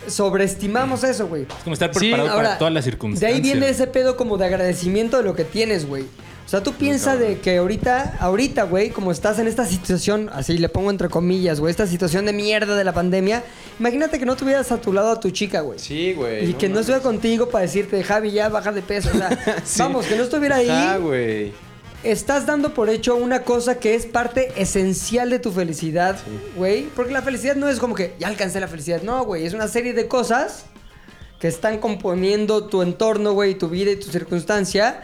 S4: sobreestimamos eso, güey.
S6: Es como estar
S5: Sí,
S6: preparado
S4: Ahora,
S6: para todas las
S4: De
S6: circunstancias.
S4: ahí viene ese pedo como de agradecimiento de lo que tienes, güey. O sea, tú piensa de que ahorita, ahorita, güey, como estás en esta situación, así le pongo entre comillas, güey, esta situación de mierda de la pandemia, imagínate que no tuvieras a tu lado a tu chica, güey.
S5: Sí, güey.
S4: Y que no estuviera contigo para decirte, Javi, ya baja de peso. O
S6: (laughs)
S4: sea, vamos, que no estuviera ahí.
S5: Ah, güey.
S4: Estás dando por hecho una cosa que es parte esencial de tu felicidad, güey. Porque la felicidad no es como que ya alcancé la felicidad. No, güey. Es una serie de cosas que están componiendo tu entorno, güey, tu vida y tu circunstancia.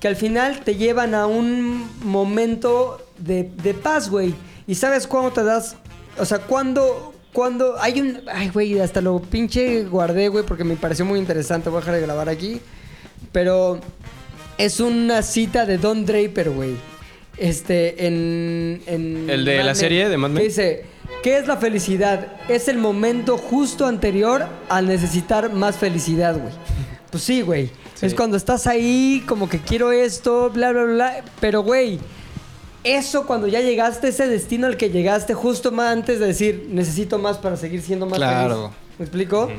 S4: Que al final te llevan a un momento de, de paz, güey. Y sabes cuándo te das. O sea, cuándo. Cuando hay un. Ay, güey, hasta lo pinche guardé, güey, porque me pareció muy interesante. Voy a dejar de grabar aquí. Pero es una cita de Don Draper, güey. Este, en, en
S5: ¿El de la serie de Mad Men?
S4: Que dice, ¿qué es la felicidad? Es el momento justo anterior al necesitar más felicidad, güey. Pues sí, güey. Es cuando estás ahí, como que quiero esto, bla, bla, bla. Pero, güey, eso cuando ya llegaste, ese destino al que llegaste, justo más antes de decir, necesito más para seguir siendo más
S2: Claro.
S4: feliz. ¿Me explico?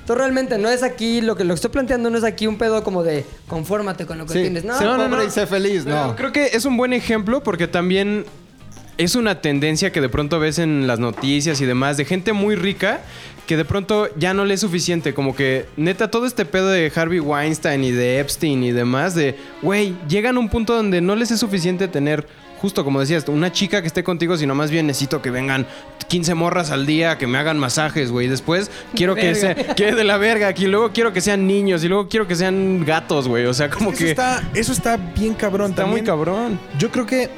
S4: Entonces realmente no es aquí, lo que lo que estoy planteando no es aquí un pedo como de confórmate con lo que
S2: Sí,
S4: tienes. No,
S2: sé
S4: no,
S2: pobre
S4: no.
S2: y sé feliz,
S5: Pero
S2: no.
S5: Creo que es un buen ejemplo porque también es una tendencia que de pronto ves en las noticias y demás de gente muy rica que de pronto ya no le es suficiente. Como que neta todo este pedo de Harvey Weinstein y de Epstein y demás de, güey, llegan a un punto donde no les es suficiente tener... Justo como decías, una chica que esté contigo, sino más bien necesito que vengan 15 morras al día, que me hagan masajes, güey. Después quiero que sea, que de la verga aquí, luego quiero que sean niños y luego quiero que sean gatos, güey. O sea, como
S7: Eso
S5: que
S7: está, eso está bien cabrón
S5: está muy
S7: también.
S5: cabrón.
S7: Yo creo que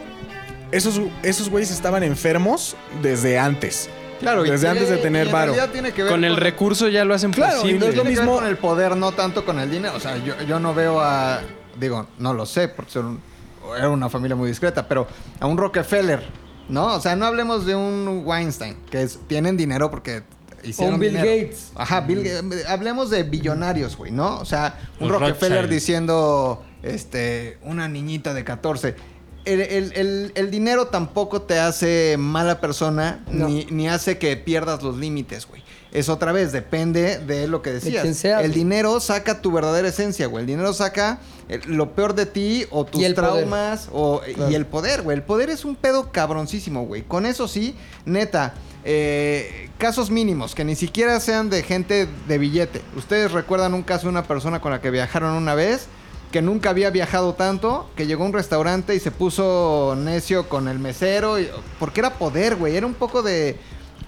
S7: esos, esos güeyes estaban enfermos desde antes.
S2: Claro,
S7: desde antes de tener varo.
S2: Ya tiene que ver
S5: Con el
S2: recurso.
S5: recurso ya lo hacen
S7: Claro, y
S5: posible.
S7: no es lo
S2: Tiene que ver
S7: mismo-
S2: con el poder, no tanto con el dinero. O sea, yo, yo no veo a. Digo, no lo sé, porque son- era una familia muy discreta, pero a un Rockefeller, ¿no? O sea, no hablemos de un Weinstein, que es- tienen dinero porque hicieron.
S4: Un Bill
S2: dinero.
S4: Gates.
S2: Ajá, Bill Ga- Hablemos de billonarios, güey, ¿no? O sea, un
S6: Los
S2: Rockefeller
S6: Rothschild.
S2: diciendo. Este. Una niñita de 14. El, el- el- el dinero tampoco te hace mala persona,
S4: No.
S2: ni, ni hace que pierdas los límites, güey. Es otra vez, depende de lo que decías.
S4: quien seas.
S2: El dinero saca tu verdadera esencia, güey. El dinero saca eh, lo peor de ti o tus
S4: Y el poder.
S2: traumas o- eh, y el poder, güey. El poder es un pedo cabroncísimo, güey. Con eso sí, neta, eh, casos mínimos que ni siquiera sean de gente de billete. Ustedes recuerdan un caso de una persona con la que viajaron una vez que nunca había viajado tanto, que llegó a un restaurante y se puso necio con el mesero, y- porque era poder, güey, era un poco de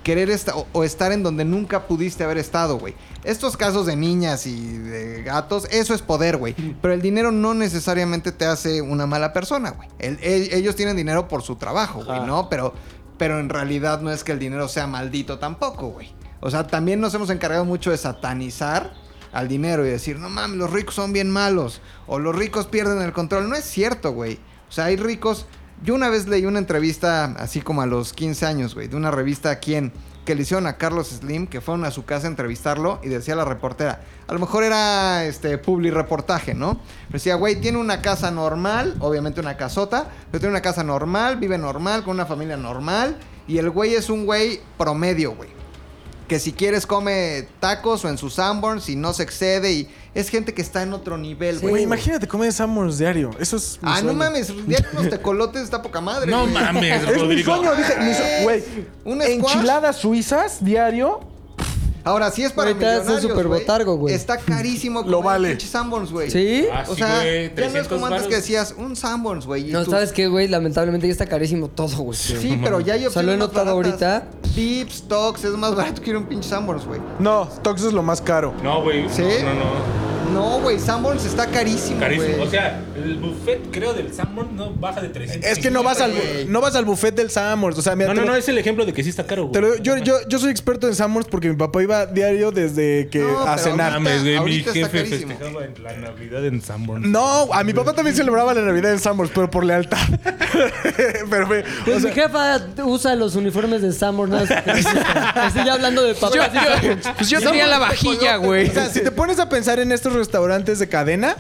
S2: querer esta- o, o estar en donde nunca pudiste haber estado, güey. Estos casos de niñas y de gatos, eso es poder, güey. Pero el dinero no necesariamente te hace una mala persona, güey. El- e- ellos tienen dinero por su trabajo, güey, ¿no? Pero, pero en realidad no es que el dinero sea maldito tampoco, güey. O sea, también nos hemos encargado mucho de satanizar al dinero y decir, no mames, los ricos son bien malos o los ricos pierden el control. No es cierto, güey. O sea, hay ricos. Yo una vez leí una entrevista así como a los 15 años, güey, de una revista aquí en que le hicieron a Carlos Slim, que fueron a su casa a entrevistarlo y decía la reportera, a lo mejor era este publi reportaje, ¿no? Pero decía, güey, tiene una casa normal, obviamente una casota, pero tiene una casa normal, vive normal, con una familia normal y el güey es un güey promedio, güey que si quieres come tacos o en sus Sanborns y no se excede y, es gente que está en otro nivel,
S1: Sí.
S2: güey.
S7: Güey, imagínate comer Summers diario. Eso es. mi
S2: Ah, no
S7: sueño.
S2: mames, diario unos tecolotes está poca madre.
S6: No
S2: güey.
S6: mames,
S7: Es mi
S6: Rodrigo.
S7: sueño, dije. mi su- Güey,
S2: Un squash.
S7: enchiladas suizas diario.
S2: (laughs) Ahora sí es para
S4: Ahorita está
S2: millonarios,
S4: súper
S2: güey.
S4: botargo, güey.
S2: Está carísimo
S7: Lo
S2: comer
S7: vale.
S2: pinches Sanborns, güey.
S4: ¿Sí?
S6: Ah,
S2: O
S6: sí,
S2: sea,
S6: güey,
S2: ya no es
S6: 300
S2: como antes
S6: varos.
S2: que decías un Sanborns, güey. y
S4: No,
S2: tú-
S4: ¿sabes qué, güey? Lamentablemente ya está carísimo todo, güey.
S2: Sí, pero
S4: (laughs)
S2: ya hay
S4: O sea, lo he
S2: opciones más
S4: notado
S2: baratas.
S4: ahorita.
S2: Pips, Tox, es más barato que ir a un pinche Sanborns, güey.
S7: No, Tox es lo más caro.
S6: No, güey.
S2: ¿Sí?
S6: No, no, no.
S2: No, güey, Sanborns está carísimo,
S6: Carísimo.
S2: güey.
S6: O sea, el buffet, creo, del Sanborn no baja de 300.
S7: Es que no vas al,
S2: güey.
S7: no vas al buffet del Summers. O sea, mira,
S6: No,
S7: te
S6: no,
S7: lo-
S6: no, es el ejemplo de que sí está caro, güey.
S7: te lo- yo, yo, yo soy experto en Summers porque mi papá iba diario desde que
S2: No,
S7: a
S2: pero
S7: cenar.
S6: Mames, güey, mi
S2: Ahorita está
S6: jefe
S2: carísimo.
S6: festejaba en la Navidad en Sanborn.
S7: No, a mi papá también celebraba la Navidad en Summers, pero por lealtad. (laughs) pero me,
S4: Pues
S7: o sea,
S4: mi jefa usa los uniformes de Samor, ¿no? Estoy ya hablando de
S7: (laughs)
S4: papás. y Sanborns.
S5: Pues yo tenía la vajilla, güey.
S7: o sea, si te pones a pensar en estos restaurantes de cadena,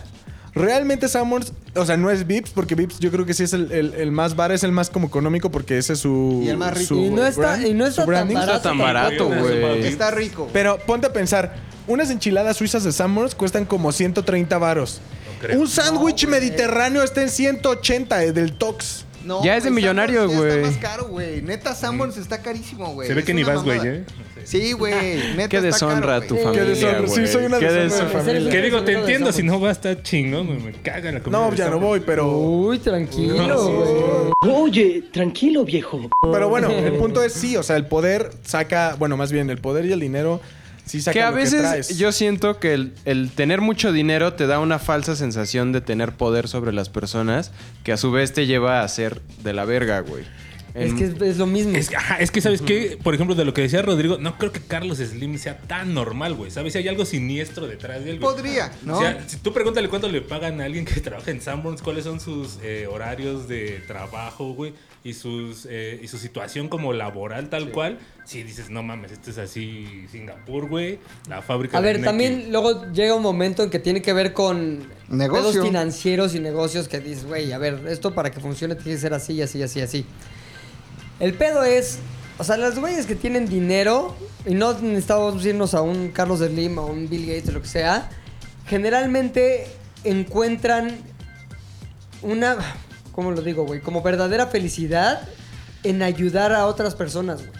S7: realmente Summers, o sea, no es Vips, porque Vips yo creo que sí es el, el- el más bar, es el más como económico porque ese es su.
S2: Y el más rico.
S7: su
S4: Y no está,
S7: brand,
S4: y no está tan
S7: su branding.
S4: barato.
S5: Está tan barato, güey.
S2: Está rico.
S7: Pero ponte a pensar, unas enchiladas suizas de Summers cuestan como 130 varos.
S6: creo.
S7: Un sándwich mediterráneo está en 180 eh, del Tox.
S2: No,
S5: Ya es de
S2: güey,
S5: millonario,
S2: Sanborns ya Está
S5: güey.
S2: más caro, güey. Neta, Sanborns está carísimo, güey.
S6: Se ve
S2: Es
S6: que ni
S2: una
S6: vas, güey,
S2: mamada.
S6: ¿eh?
S2: Sí, güey. Neta,
S5: Qué
S2: está
S5: deshonra
S2: caro,
S5: tu
S2: güey.
S5: familia.
S7: deshonra. Sí,
S5: güey.
S7: soy una
S5: Qué
S7: deshonra de
S5: deshonra.
S7: familia.
S6: Que digo, te entiendo, si no va a estar chingón, güey, me caga la comida.
S7: No,
S6: de
S7: ya no
S6: Sanborn.
S7: voy, pero.
S4: Uy, tranquilo, güey.
S10: Oye, tranquilo, viejo.
S7: Pero bueno, el punto es sí, o sea, el poder saca, bueno, más bien el poder y el dinero sí saca
S5: Que a
S7: lo
S5: veces
S7: traes.
S5: yo siento que el, el tener mucho dinero te da una falsa sensación de tener poder sobre las personas, que a su vez te lleva a ser de la verga, güey.
S4: Es
S5: En-
S4: que es, es lo mismo.
S6: Es, que, ajá, es que, ¿sabes qué? Por ejemplo, de lo que decía Rodrigo, no creo que Carlos Slim sea tan normal, güey. ¿Sabes? Si hay algo siniestro detrás de él, güey.
S2: Podría, ¿no?
S6: O sea, si tú pregúntale cuánto le pagan a alguien que (laughs) trabaja en Sanborns, cuáles son sus eh, horarios de trabajo, güey, y, sus, eh, y su situación como laboral tal cual, si dices, no mames, esto es así Singapur, güey, la fábrica
S4: A
S6: de
S4: ver,
S6: Nike".
S4: también luego llega un momento en que tiene que ver con
S2: Negocio.
S4: pedos financieros y negocios que dices, güey, a ver, esto para que funcione tiene que ser así, y así, y así, y así. El pedo es, o sea, las güeyes que tienen dinero, y no necesitamos irnos a un Carlos Slim, a un Bill Gates, o lo que sea, generalmente encuentran una, ¿cómo lo digo, güey? Como verdadera felicidad en ayudar a otras personas, güey.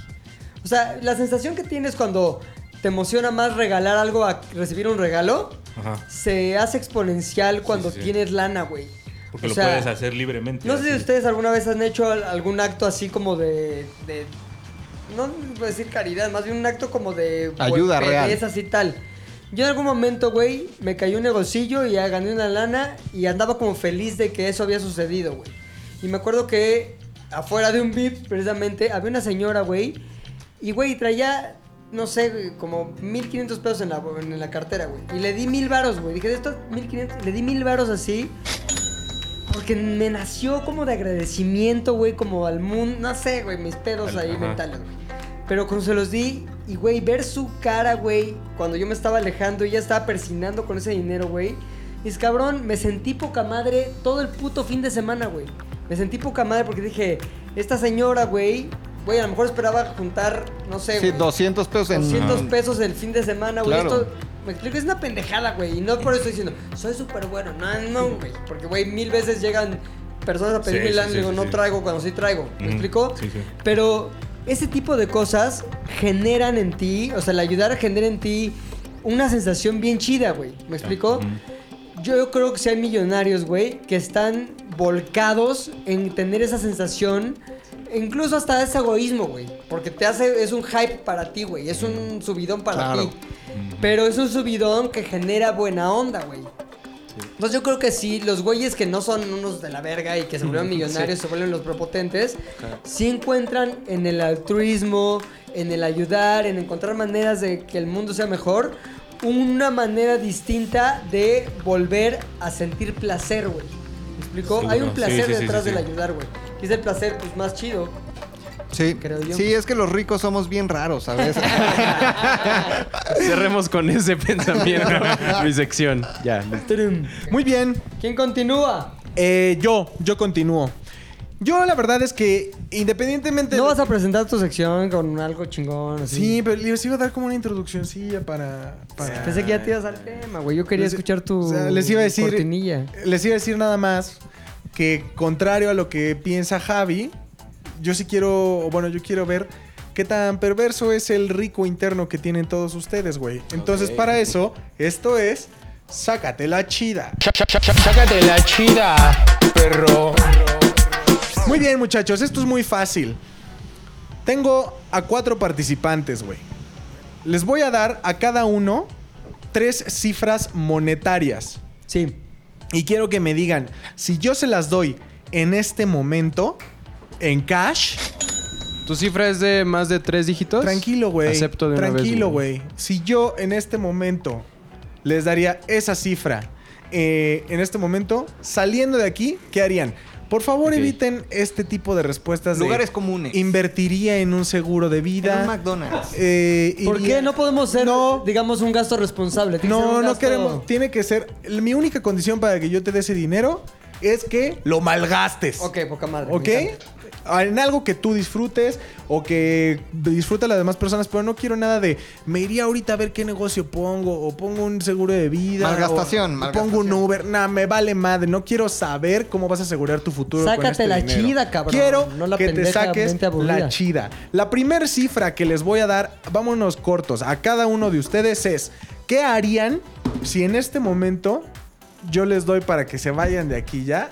S4: O sea, la sensación que tienes cuando te emociona más regalar algo a recibir un regalo,
S6: Ajá.
S4: se hace exponencial cuando
S6: sí, sí.
S4: tienes lana, güey.
S6: Porque
S4: O
S6: lo
S4: sea,
S6: puedes hacer libremente.
S4: No sé si
S6: así.
S4: ustedes alguna vez han hecho al- algún acto así como de... de- no voy a decir caridad, más bien un acto como de...
S2: Ayuda real.
S4: Es así tal. Yo en algún momento, güey, me cayó un negocillo y ya gané una lana y andaba como feliz de que eso había sucedido, güey. Y me acuerdo que afuera de un VIP, precisamente, había una señora, güey, y, güey, traía, no sé, güey, como 1500 pesos en la, en la cartera, güey. Y le di mil varos, güey. Dije, de estos 1500, le di mil varos así. Porque me nació como de agradecimiento, güey, como al mundo. No sé, güey, mis pedos
S6: Al-
S4: ahí
S6: ajá.
S4: mentales, güey. Pero cuando se los di, y güey, ver su cara, güey, cuando yo me estaba alejando, ella estaba persinando con ese dinero, güey. Dices, cabrón, me sentí poca madre todo el puto fin de semana, güey. Me sentí poca madre porque dije, esta señora, güey, güey, a lo mejor esperaba juntar, no sé,
S2: Sí,
S4: güey,
S2: 200 pesos en...
S4: 200 pesos el fin de semana, güey.
S2: Claro.
S4: Esto, me explico, es una pendejada, güey. Y no por eso estoy diciendo, soy súper bueno. No, no, güey. Porque, güey, mil veces llegan personas a pedirme
S6: Sí, sí,
S4: lana y
S6: sí,
S4: digo,
S6: sí,
S4: no
S6: sí.
S4: traigo cuando sí traigo. ¿Me
S6: Ujú.
S4: explico?
S6: Sí, sí.
S4: Pero ese tipo de cosas generan en ti, o sea, el ayudar genera en ti una sensación bien chida, güey. ¿Me explico? Yo creo que sí hay millonarios, güey, que están volcados en tener esa sensación, e incluso hasta ese egoísmo, güey, porque te hace, es un hype para ti, güey, es un subidón para ti, pero es un subidón que genera buena onda, güey. Entonces yo creo que sí, los güeyes que no son unos de la verga y que
S6: (laughs)
S4: se vuelven millonarios, se vuelven los prepotentes, sí encuentran en el altruismo, en el ayudar, en encontrar maneras de que el mundo sea mejor, una manera distinta de volver a sentir placer, güey. ¿Me explico?
S6: Seguro.
S4: Hay un
S6: Sí,
S4: placer
S6: sí, sí,
S4: detrás
S6: sí, sí.
S4: del ayudar, güey. Y es el placer pues más chido.
S2: Sí.
S4: Creo yo.
S2: sí, es que los ricos somos bien raros, ¿sabes?
S5: (laughs) Cerremos con
S7: (laughs)
S5: ese pensamiento mi sección. Ya, listo.
S7: Muy bien,
S4: ¿Quién continúa?
S7: eh, yo, yo continúo. Yo la verdad es que independientemente...
S4: No
S7: de-
S4: vas a presentar tu sección con algo chingón. Así?
S7: Sí, pero les iba a dar como una introduccioncilla para... para-
S4: Pensé que ya te ibas al tema, güey. Yo quería
S7: Les-
S4: escuchar tu
S7: o sea, les iba a decir-
S4: cortinilla.
S7: Les iba a decir nada más que contrario a lo que piensa Javi, yo sí quiero, bueno, yo quiero ver qué tan perverso es el rico interno que tienen todos ustedes, güey. Entonces, para eso, esto es Sácate la chida.
S3: Sácate la chida, perro.
S7: Muy bien, muchachos, esto es muy fácil. Tengo a cuatro participantes, güey. Les voy a dar a cada uno tres cifras monetarias.
S4: Sí.
S7: Y quiero que me digan, si yo se las doy en este momento, en cash,
S5: ¿Tu cifra es de más de tres dígitos?
S7: tranquilo, güey.
S5: Pues, Acepto de una vez,
S7: Tranquilo, güey. Si yo en este momento les daría esa cifra, eh, en este momento, saliendo de aquí, ¿qué harían? Por favor,
S5: Ok.
S7: eviten este tipo de respuestas. de-
S2: Lugares comunes.
S7: invertiría en un seguro de
S2: En un
S7: vida. (laughs)
S2: McDonald's.
S7: eh,
S4: ¿Por
S7: iría-
S4: qué no podemos ser,
S7: No.
S4: digamos, un gasto responsable? Tiene que ser
S7: No,
S4: un
S7: no
S4: gasto-
S7: queremos. Tiene que ser. Mi única condición para que yo te dé ese dinero es que lo malgastes.
S4: Ok, poca madre. me
S7: ¿Ok?
S4: encanta.
S7: En algo que tú disfrutes o que disfruta las demás personas, pero no quiero nada de me iría ahorita a ver qué negocio pongo o pongo un seguro de vida.
S2: Malgastación,
S7: o- o
S2: malgastación.
S7: pongo un Uber. Nah, me vale madre. No quiero saber cómo vas a asegurar tu futuro. con
S4: Sácate
S7: este
S4: la
S7: dinero.
S4: chida, cabrón,
S7: Quiero
S4: no la
S7: que te
S4: pendeja
S7: saques
S4: mente aburrida.
S7: la chida. La primer cifra que les voy a dar, vámonos cortos, a cada uno de ustedes es: ¿qué harían si en este momento yo les doy para que se vayan de aquí ya?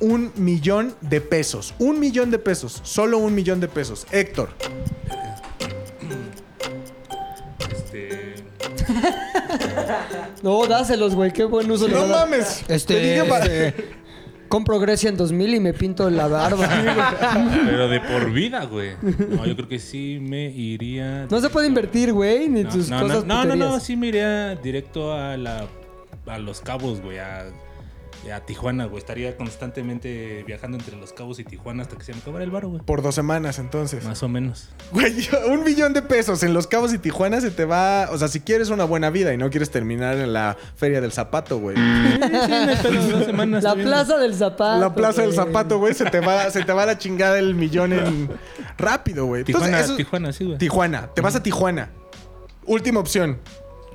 S7: Un millón de pesos. Un millón de pesos. Solo un millón de pesos. Héctor.
S6: Este,
S4: No, dáselos, güey. Qué buen uso. le
S7: No
S4: van a dar.
S7: mames. Te
S4: Este,
S7: dije para-
S4: este, compro Grecia en 2000 y me pinto la barba.
S6: pero de por vida,
S4: (laughs)
S6: güey. No, yo creo que sí me iría.
S4: no se puede invertir, güey, ni
S6: No,
S4: tus
S6: no, no,
S4: cosas
S6: no, no,
S4: puterías.
S6: no, sí me iría directo a la a los cabos, güey, a, a Tijuana, güey. Estaría constantemente viajando entre los cabos y Tijuana hasta que se me acabara el barro, güey.
S7: (laughs) Por dos semanas, entonces.
S6: Más o menos.
S7: Güey, un millón de pesos en Los Cabos y Tijuana se te va. O sea, si quieres una buena vida y no quieres terminar en la Feria del Zapato, güey.
S6: dos semanas.
S4: La plaza del zapato.
S7: la Plaza del
S4: güey.
S7: Zapato, güey, se te va, se te va la chingada el millón en rápido, güey. Entonces,
S6: Tijuana,
S7: eso-
S6: Tijuana, sí, güey.
S7: Tijuana. Te vas a Tijuana. Última opción.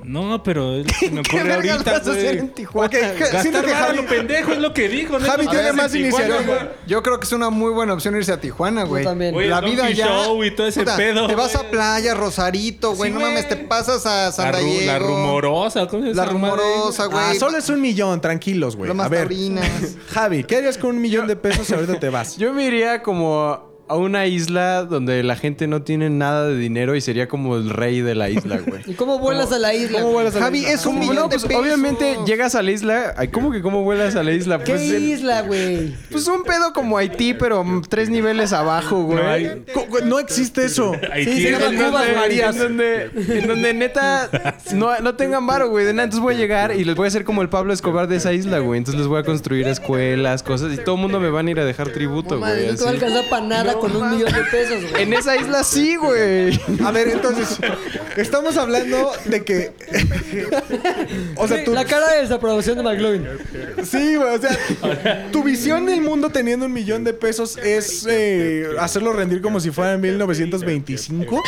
S6: No, pero es lo que me ocurre
S7: vergas
S6: ahorita,
S7: vas a hacer
S6: güey.
S7: en Tijuana? Ok, ja- siento
S6: Gastar
S7: que
S6: varo,
S7: Javi,
S6: lo pendejo, es lo que digo. ¿no?
S7: Javi
S6: A
S7: tiene
S6: ver,
S7: más
S6: en Tijuana,
S7: iniciativa.
S6: güey.
S2: Yo creo que es una muy buena opción irse a Tijuana, güey.
S4: también. Güey,
S6: el
S2: la vida
S6: Donkey
S2: ya.
S6: Show y todo ese
S2: Puta,
S6: pedo,
S2: Te vas
S6: güey.
S2: a playa, Rosarito, güey.
S6: Sí,
S2: no
S6: güey.
S2: mames, te pasas a San
S6: La, ru-
S2: Diego.
S6: la rumorosa, ¿cómo se
S2: La
S6: llama esa madre?
S2: rumorosa, güey.
S7: Ah, solo es un millón, tranquilos, güey.
S2: Lomas
S7: A ver.
S2: Taurinas.
S7: Javi, ¿qué harías con un millón de pesos si ahorita te vas?
S5: Yo me iría como a una isla donde la gente no tiene nada de dinero y sería como el rey de la isla, güey.
S4: ¿Y (laughs) cómo vuelas a la isla? güey?
S2: Javi, es un
S5: ¿Cómo?
S2: millón
S5: No,
S2: de
S5: pues
S2: pesos.
S5: obviamente llegas a la isla. Ay, ¿Cómo que cómo vuelas a la isla?
S4: ¿Qué
S5: Pues, el-
S4: isla, güey?
S5: pues un pedo como Haití, pero mm, tres niveles abajo,
S6: No
S5: güey.
S6: hay-
S7: Co- co- No existe eso.
S6: Ahí
S4: Sí, se
S6: tiene-
S4: llama
S5: en
S4: Cubas
S5: donde,
S4: Marías.
S5: en donde, en donde neta no, no tengan varo, güey. de nada. Entonces voy a llegar y les voy a hacer como el Pablo Escobar de esa isla, güey. Entonces les voy a construir escuelas, cosas. Y todo el mundo me van a ir a dejar tributo,
S4: Madre,
S5: güey.
S4: no te va a
S5: así.
S4: alcanzar para nada con un millón de pesos, güey.
S5: En esa isla sí, güey.
S7: A ver, entonces, estamos hablando de que. o sea, tú.
S4: La cara de desaprobación de McLovin.
S7: Sí, güey, o sea, tu visión del mundo teniendo un millón de pesos es eh, hacerlo rendir como si fuera en 1925.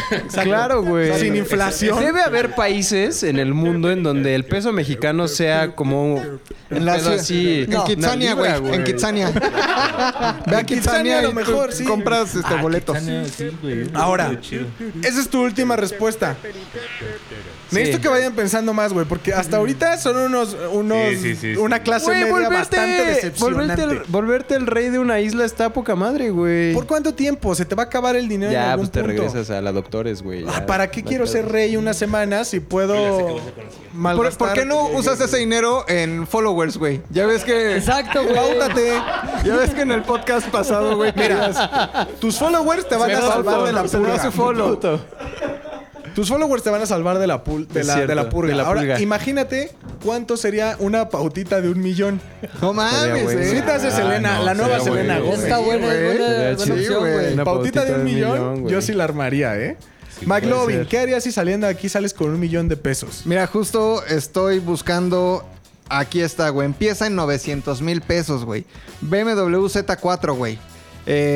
S5: Claro, güey.
S7: Sin inflación.
S5: Debe haber países en el mundo en donde el peso mexicano sea como
S2: En la
S5: pedo
S2: ciudad-
S5: así.
S2: En
S5: una
S2: Kitsania,
S5: libra,
S2: güey. En Kitsania. Ve a Kitsania
S7: a lo
S2: y tú
S7: mejor, sí.
S2: compras este,
S6: Ah,
S2: boletos.
S6: Quintana, sí, güey.
S7: Ahora.
S6: Qué chido.
S7: Esa es tu última respuesta. Necesito
S5: Sí.
S7: que vayan pensando más, güey, porque hasta ahorita son unos. unos
S6: Sí, sí, sí, sí.
S7: Una clase
S5: Güey,
S7: media bastante
S5: volverte,
S7: decepcionante.
S5: volverte, el, volverte el rey de una isla está poca madre, güey.
S7: ¿Por cuánto tiempo? Se te va a acabar el dinero en
S5: Ya,
S7: algún
S5: pues te
S7: punto?
S5: regresas a la doctores, güey.
S7: Ah,
S5: ya.
S7: ¿Para qué
S5: No hay
S7: quiero
S5: pedo.
S7: ser rey una semana si
S6: Pues
S7: puedo
S2: ¿Por,
S7: malgastar?
S2: por qué no usas ese dinero en followers, güey? Ya ves que.
S4: Exacto, güey.
S2: Páutate. Ya ves que en el podcast pasado, güey, querías.
S7: Tus followers te van a salvar de la
S5: Se me va
S7: purga.
S5: su follow.
S7: Tus followers te van a salvar de la, pul- de
S5: Es
S7: la,
S5: cierto,
S7: de la purga.
S5: de la
S7: Ahora,
S5: purga.
S7: imagínate cuánto sería una pautita de un millón.
S2: No
S5: Estaría
S2: mames,
S5: bueno.
S2: eh.
S7: Sí te hace
S6: Ah,
S7: Selena,
S6: no,
S7: la nueva
S6: sería
S7: Selena
S6: bueno,
S7: Gómez.
S4: Está buena, es buena,
S5: güey.
S4: buena
S5: Sí,
S4: opción,
S2: güey.
S4: güey.
S5: Una
S7: Pautita de un millón,
S5: güey.
S7: yo sí la armaría, ¿eh?
S6: Sí,
S5: puede
S7: McLovin,
S5: ser.
S7: ¿qué harías si saliendo de aquí sales con un millón de pesos?
S2: Mira, justo estoy buscando. Aquí está, güey. Empieza en 900 mil pesos, güey. BMW Z4, güey.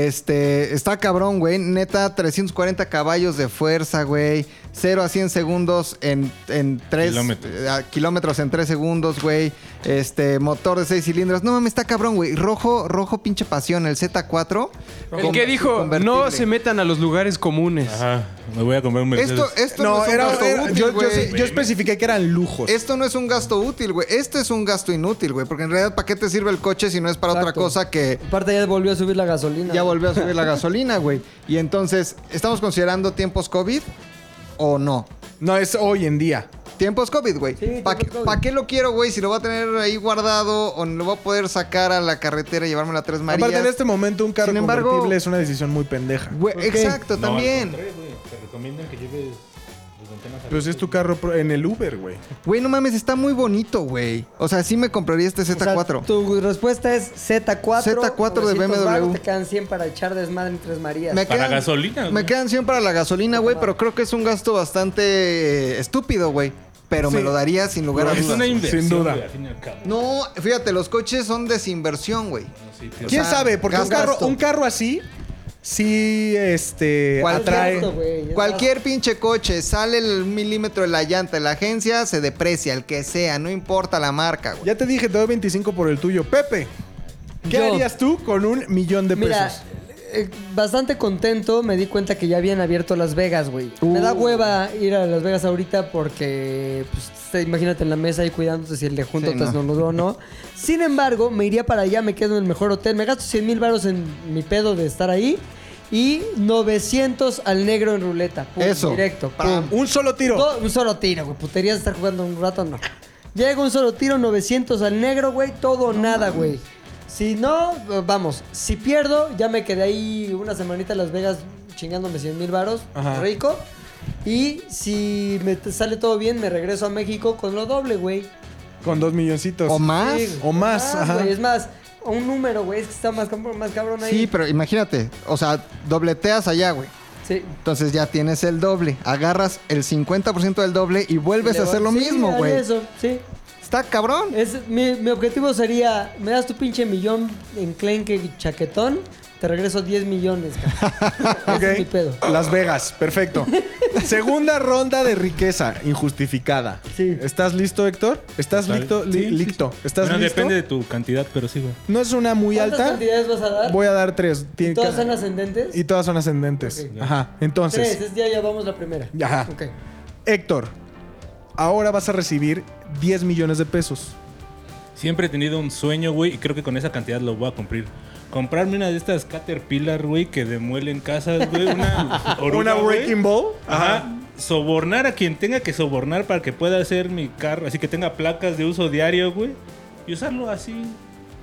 S2: Este, está cabrón, güey. Neta, 340 caballos de fuerza, güey. 0 a 100 segundos en, en 3
S6: Kilómetros.
S2: kilómetros en 3 segundos, güey. Este, motor de 6 cilindros. No mames, está cabrón, güey. Rojo, rojo, pinche pasión. El Z4.
S5: El que dijo, no se metan a los lugares comunes.
S6: Ajá, me voy a comprar un Mercedes.
S2: Esto, esto no,
S7: No,
S2: es un
S7: era-
S2: gasto
S7: era-
S2: útil,
S7: yo, yo
S2: güey.
S7: sí- yo especifiqué que eran
S4: Pues-
S7: lujos.
S2: Esto no es un gasto útil, güey. Esto es un gasto inútil, güey. Porque en realidad, ¿para qué te sirve el coche si no es para otra
S4: Exacto.
S2: cosa que
S4: Aparte ya volvió a subir la gasolina.
S2: ya volvió a subir la gasolina, güey? Y entonces, ¿estamos considerando tiempos COVID o no?
S7: No, es hoy en día.
S2: Tiempos COVID, güey.
S4: Sí,
S2: ¿Para qué,
S4: tiempos COVID.
S2: pa' qué lo quiero, güey? Si lo voy a tener ahí guardado o lo voy a poder sacar a la carretera y llevármelo a Tres Marías.
S7: Aparte, en este momento, un carro
S2: Sin embargo-
S7: convertible es una decisión muy pendeja.
S2: Güey,
S4: Ok.
S2: Exacto,
S6: No, al
S2: también.
S6: contrario, güey, Te recomiendan que lleves las ventanas
S7: Pero si Pues es tu carro pro- en el Uber, güey.
S2: Güey, no mames, está muy bonito, güey. O sea, sí me compraría este
S4: O sea,
S2: Z4.
S4: tu respuesta es Z4.
S2: Z4 de
S4: 900
S2: BMW.
S4: baros, te quedan 100 para echar desmadre en Tres Marías.
S2: Me
S6: Para
S2: quedan-
S6: gasolina,
S2: Me
S6: güey.
S2: quedan 100 para la gasolina, güey, pero creo que es un gasto bastante eh, estúpido, güey. Pero me lo daría sin lugar a
S6: es
S2: dudas.
S6: una inversión,
S7: sin duda.
S6: güey, al fin y al cabo.
S2: No, fíjate, los coches son desinversión, güey.
S6: Sí, tío.
S7: ¿Quién
S2: sea,
S7: sabe? Porque un
S2: gasto.
S7: carro, un carro así, sí, este,
S2: ¿Cuál
S7: atrae.
S4: gasto, güey? Ya
S2: Cualquier pinche coche, sale el milímetro de la llanta de la agencia, se deprecia, el que sea, no importa la marca, güey.
S7: Ya te dije, te doy 25 por el tuyo. Pepe, ¿qué
S4: Yo.
S7: harías tú con un millón de pesos?
S4: Mira, eh, bastante contento, me di cuenta que ya habían abierto Las Vegas, güey. Me da hueva ir a Las Vegas ahorita porque, pues, te- imagínate en la mesa ahí cuidándote si el de junto
S2: Sí,
S4: te
S2: no.
S4: estornudó o no. Sin embargo, me iría para allá, me quedo en el mejor hotel, me gasto 100 mil baros en mi pedo de estar ahí y 900 al negro en ruleta. Pum,
S2: Eso.
S4: Directo.
S2: Pam.
S4: pum.
S7: Un solo tiro.
S4: Todo- un solo tiro, güey. Puterías estar jugando un rato, no. Llega un solo tiro, 900 al negro, güey. Todo o nada, güey. Si no, eh, vamos. Si pierdo, ya me quedé ahí una semanita en Las Vegas chingándome 100 mil varos.
S7: Ajá.
S4: Rico. Y si me t- sale todo bien, me regreso a México con lo doble, güey.
S7: Con dos milloncitos.
S2: ¿O más?
S4: Sí, güey.
S7: O más, ajá.
S4: Ah, güey. Es más, un número, güey. Es que está más, cab- más cabrón ahí.
S2: Sí, pero imagínate, o sea, dobleteas allá, güey.
S4: Sí.
S2: Entonces ya tienes el doble, agarras el 50% del doble y vuelves a
S4: Le-
S2: hacer lo
S4: sí,
S2: mismo,
S4: haría
S2: güey.
S4: Eso, sí.
S2: Está cabrón.
S4: Es- mi, mi objetivo sería, me das tu pinche millón en clenque y chaquetón, te regreso 10 millones, cabrón. Ese
S7: Ok.
S4: es mi pedo.
S7: Las Vegas,
S4: (laughs)
S7: perfecto. Segunda ronda de riqueza injustificada.
S4: Sí.
S7: ¿Estás listo, Héctor? ¿Estás
S6: ¿Sale?
S7: listo?
S6: Sí,
S7: Li-
S6: sí, sí.
S7: licto. ¿Estás
S6: Bueno,
S7: listo?
S6: depende de tu cantidad, pero sí, güey.
S7: No es una muy
S4: ¿Cuántas
S7: alta.
S4: cantidades vas a dar?
S7: Voy a dar tres. Tiene
S4: ¿Todas
S7: que-
S4: son ascendentes?
S7: Y todas son ascendentes.
S4: Ok.
S7: Ajá. Entonces,
S4: Tres, es, ya llevamos la primera.
S7: Ajá.
S4: Ok.
S7: Héctor, ahora vas a recibir 10 millones de pesos.
S6: Siempre he tenido un sueño, güey, y creo que con esa cantidad lo voy a cumplir. Comprarme una de estas Caterpillar, güey, que demuelen casas, güey. Una oruga,
S7: (laughs) ¿Una
S6: güey.
S7: Wrecking Ball?
S6: Ajá. Sobornar a quien tenga que sobornar para que pueda hacer mi carro. Así que tenga placas de uso diario, güey. Y usarlo así,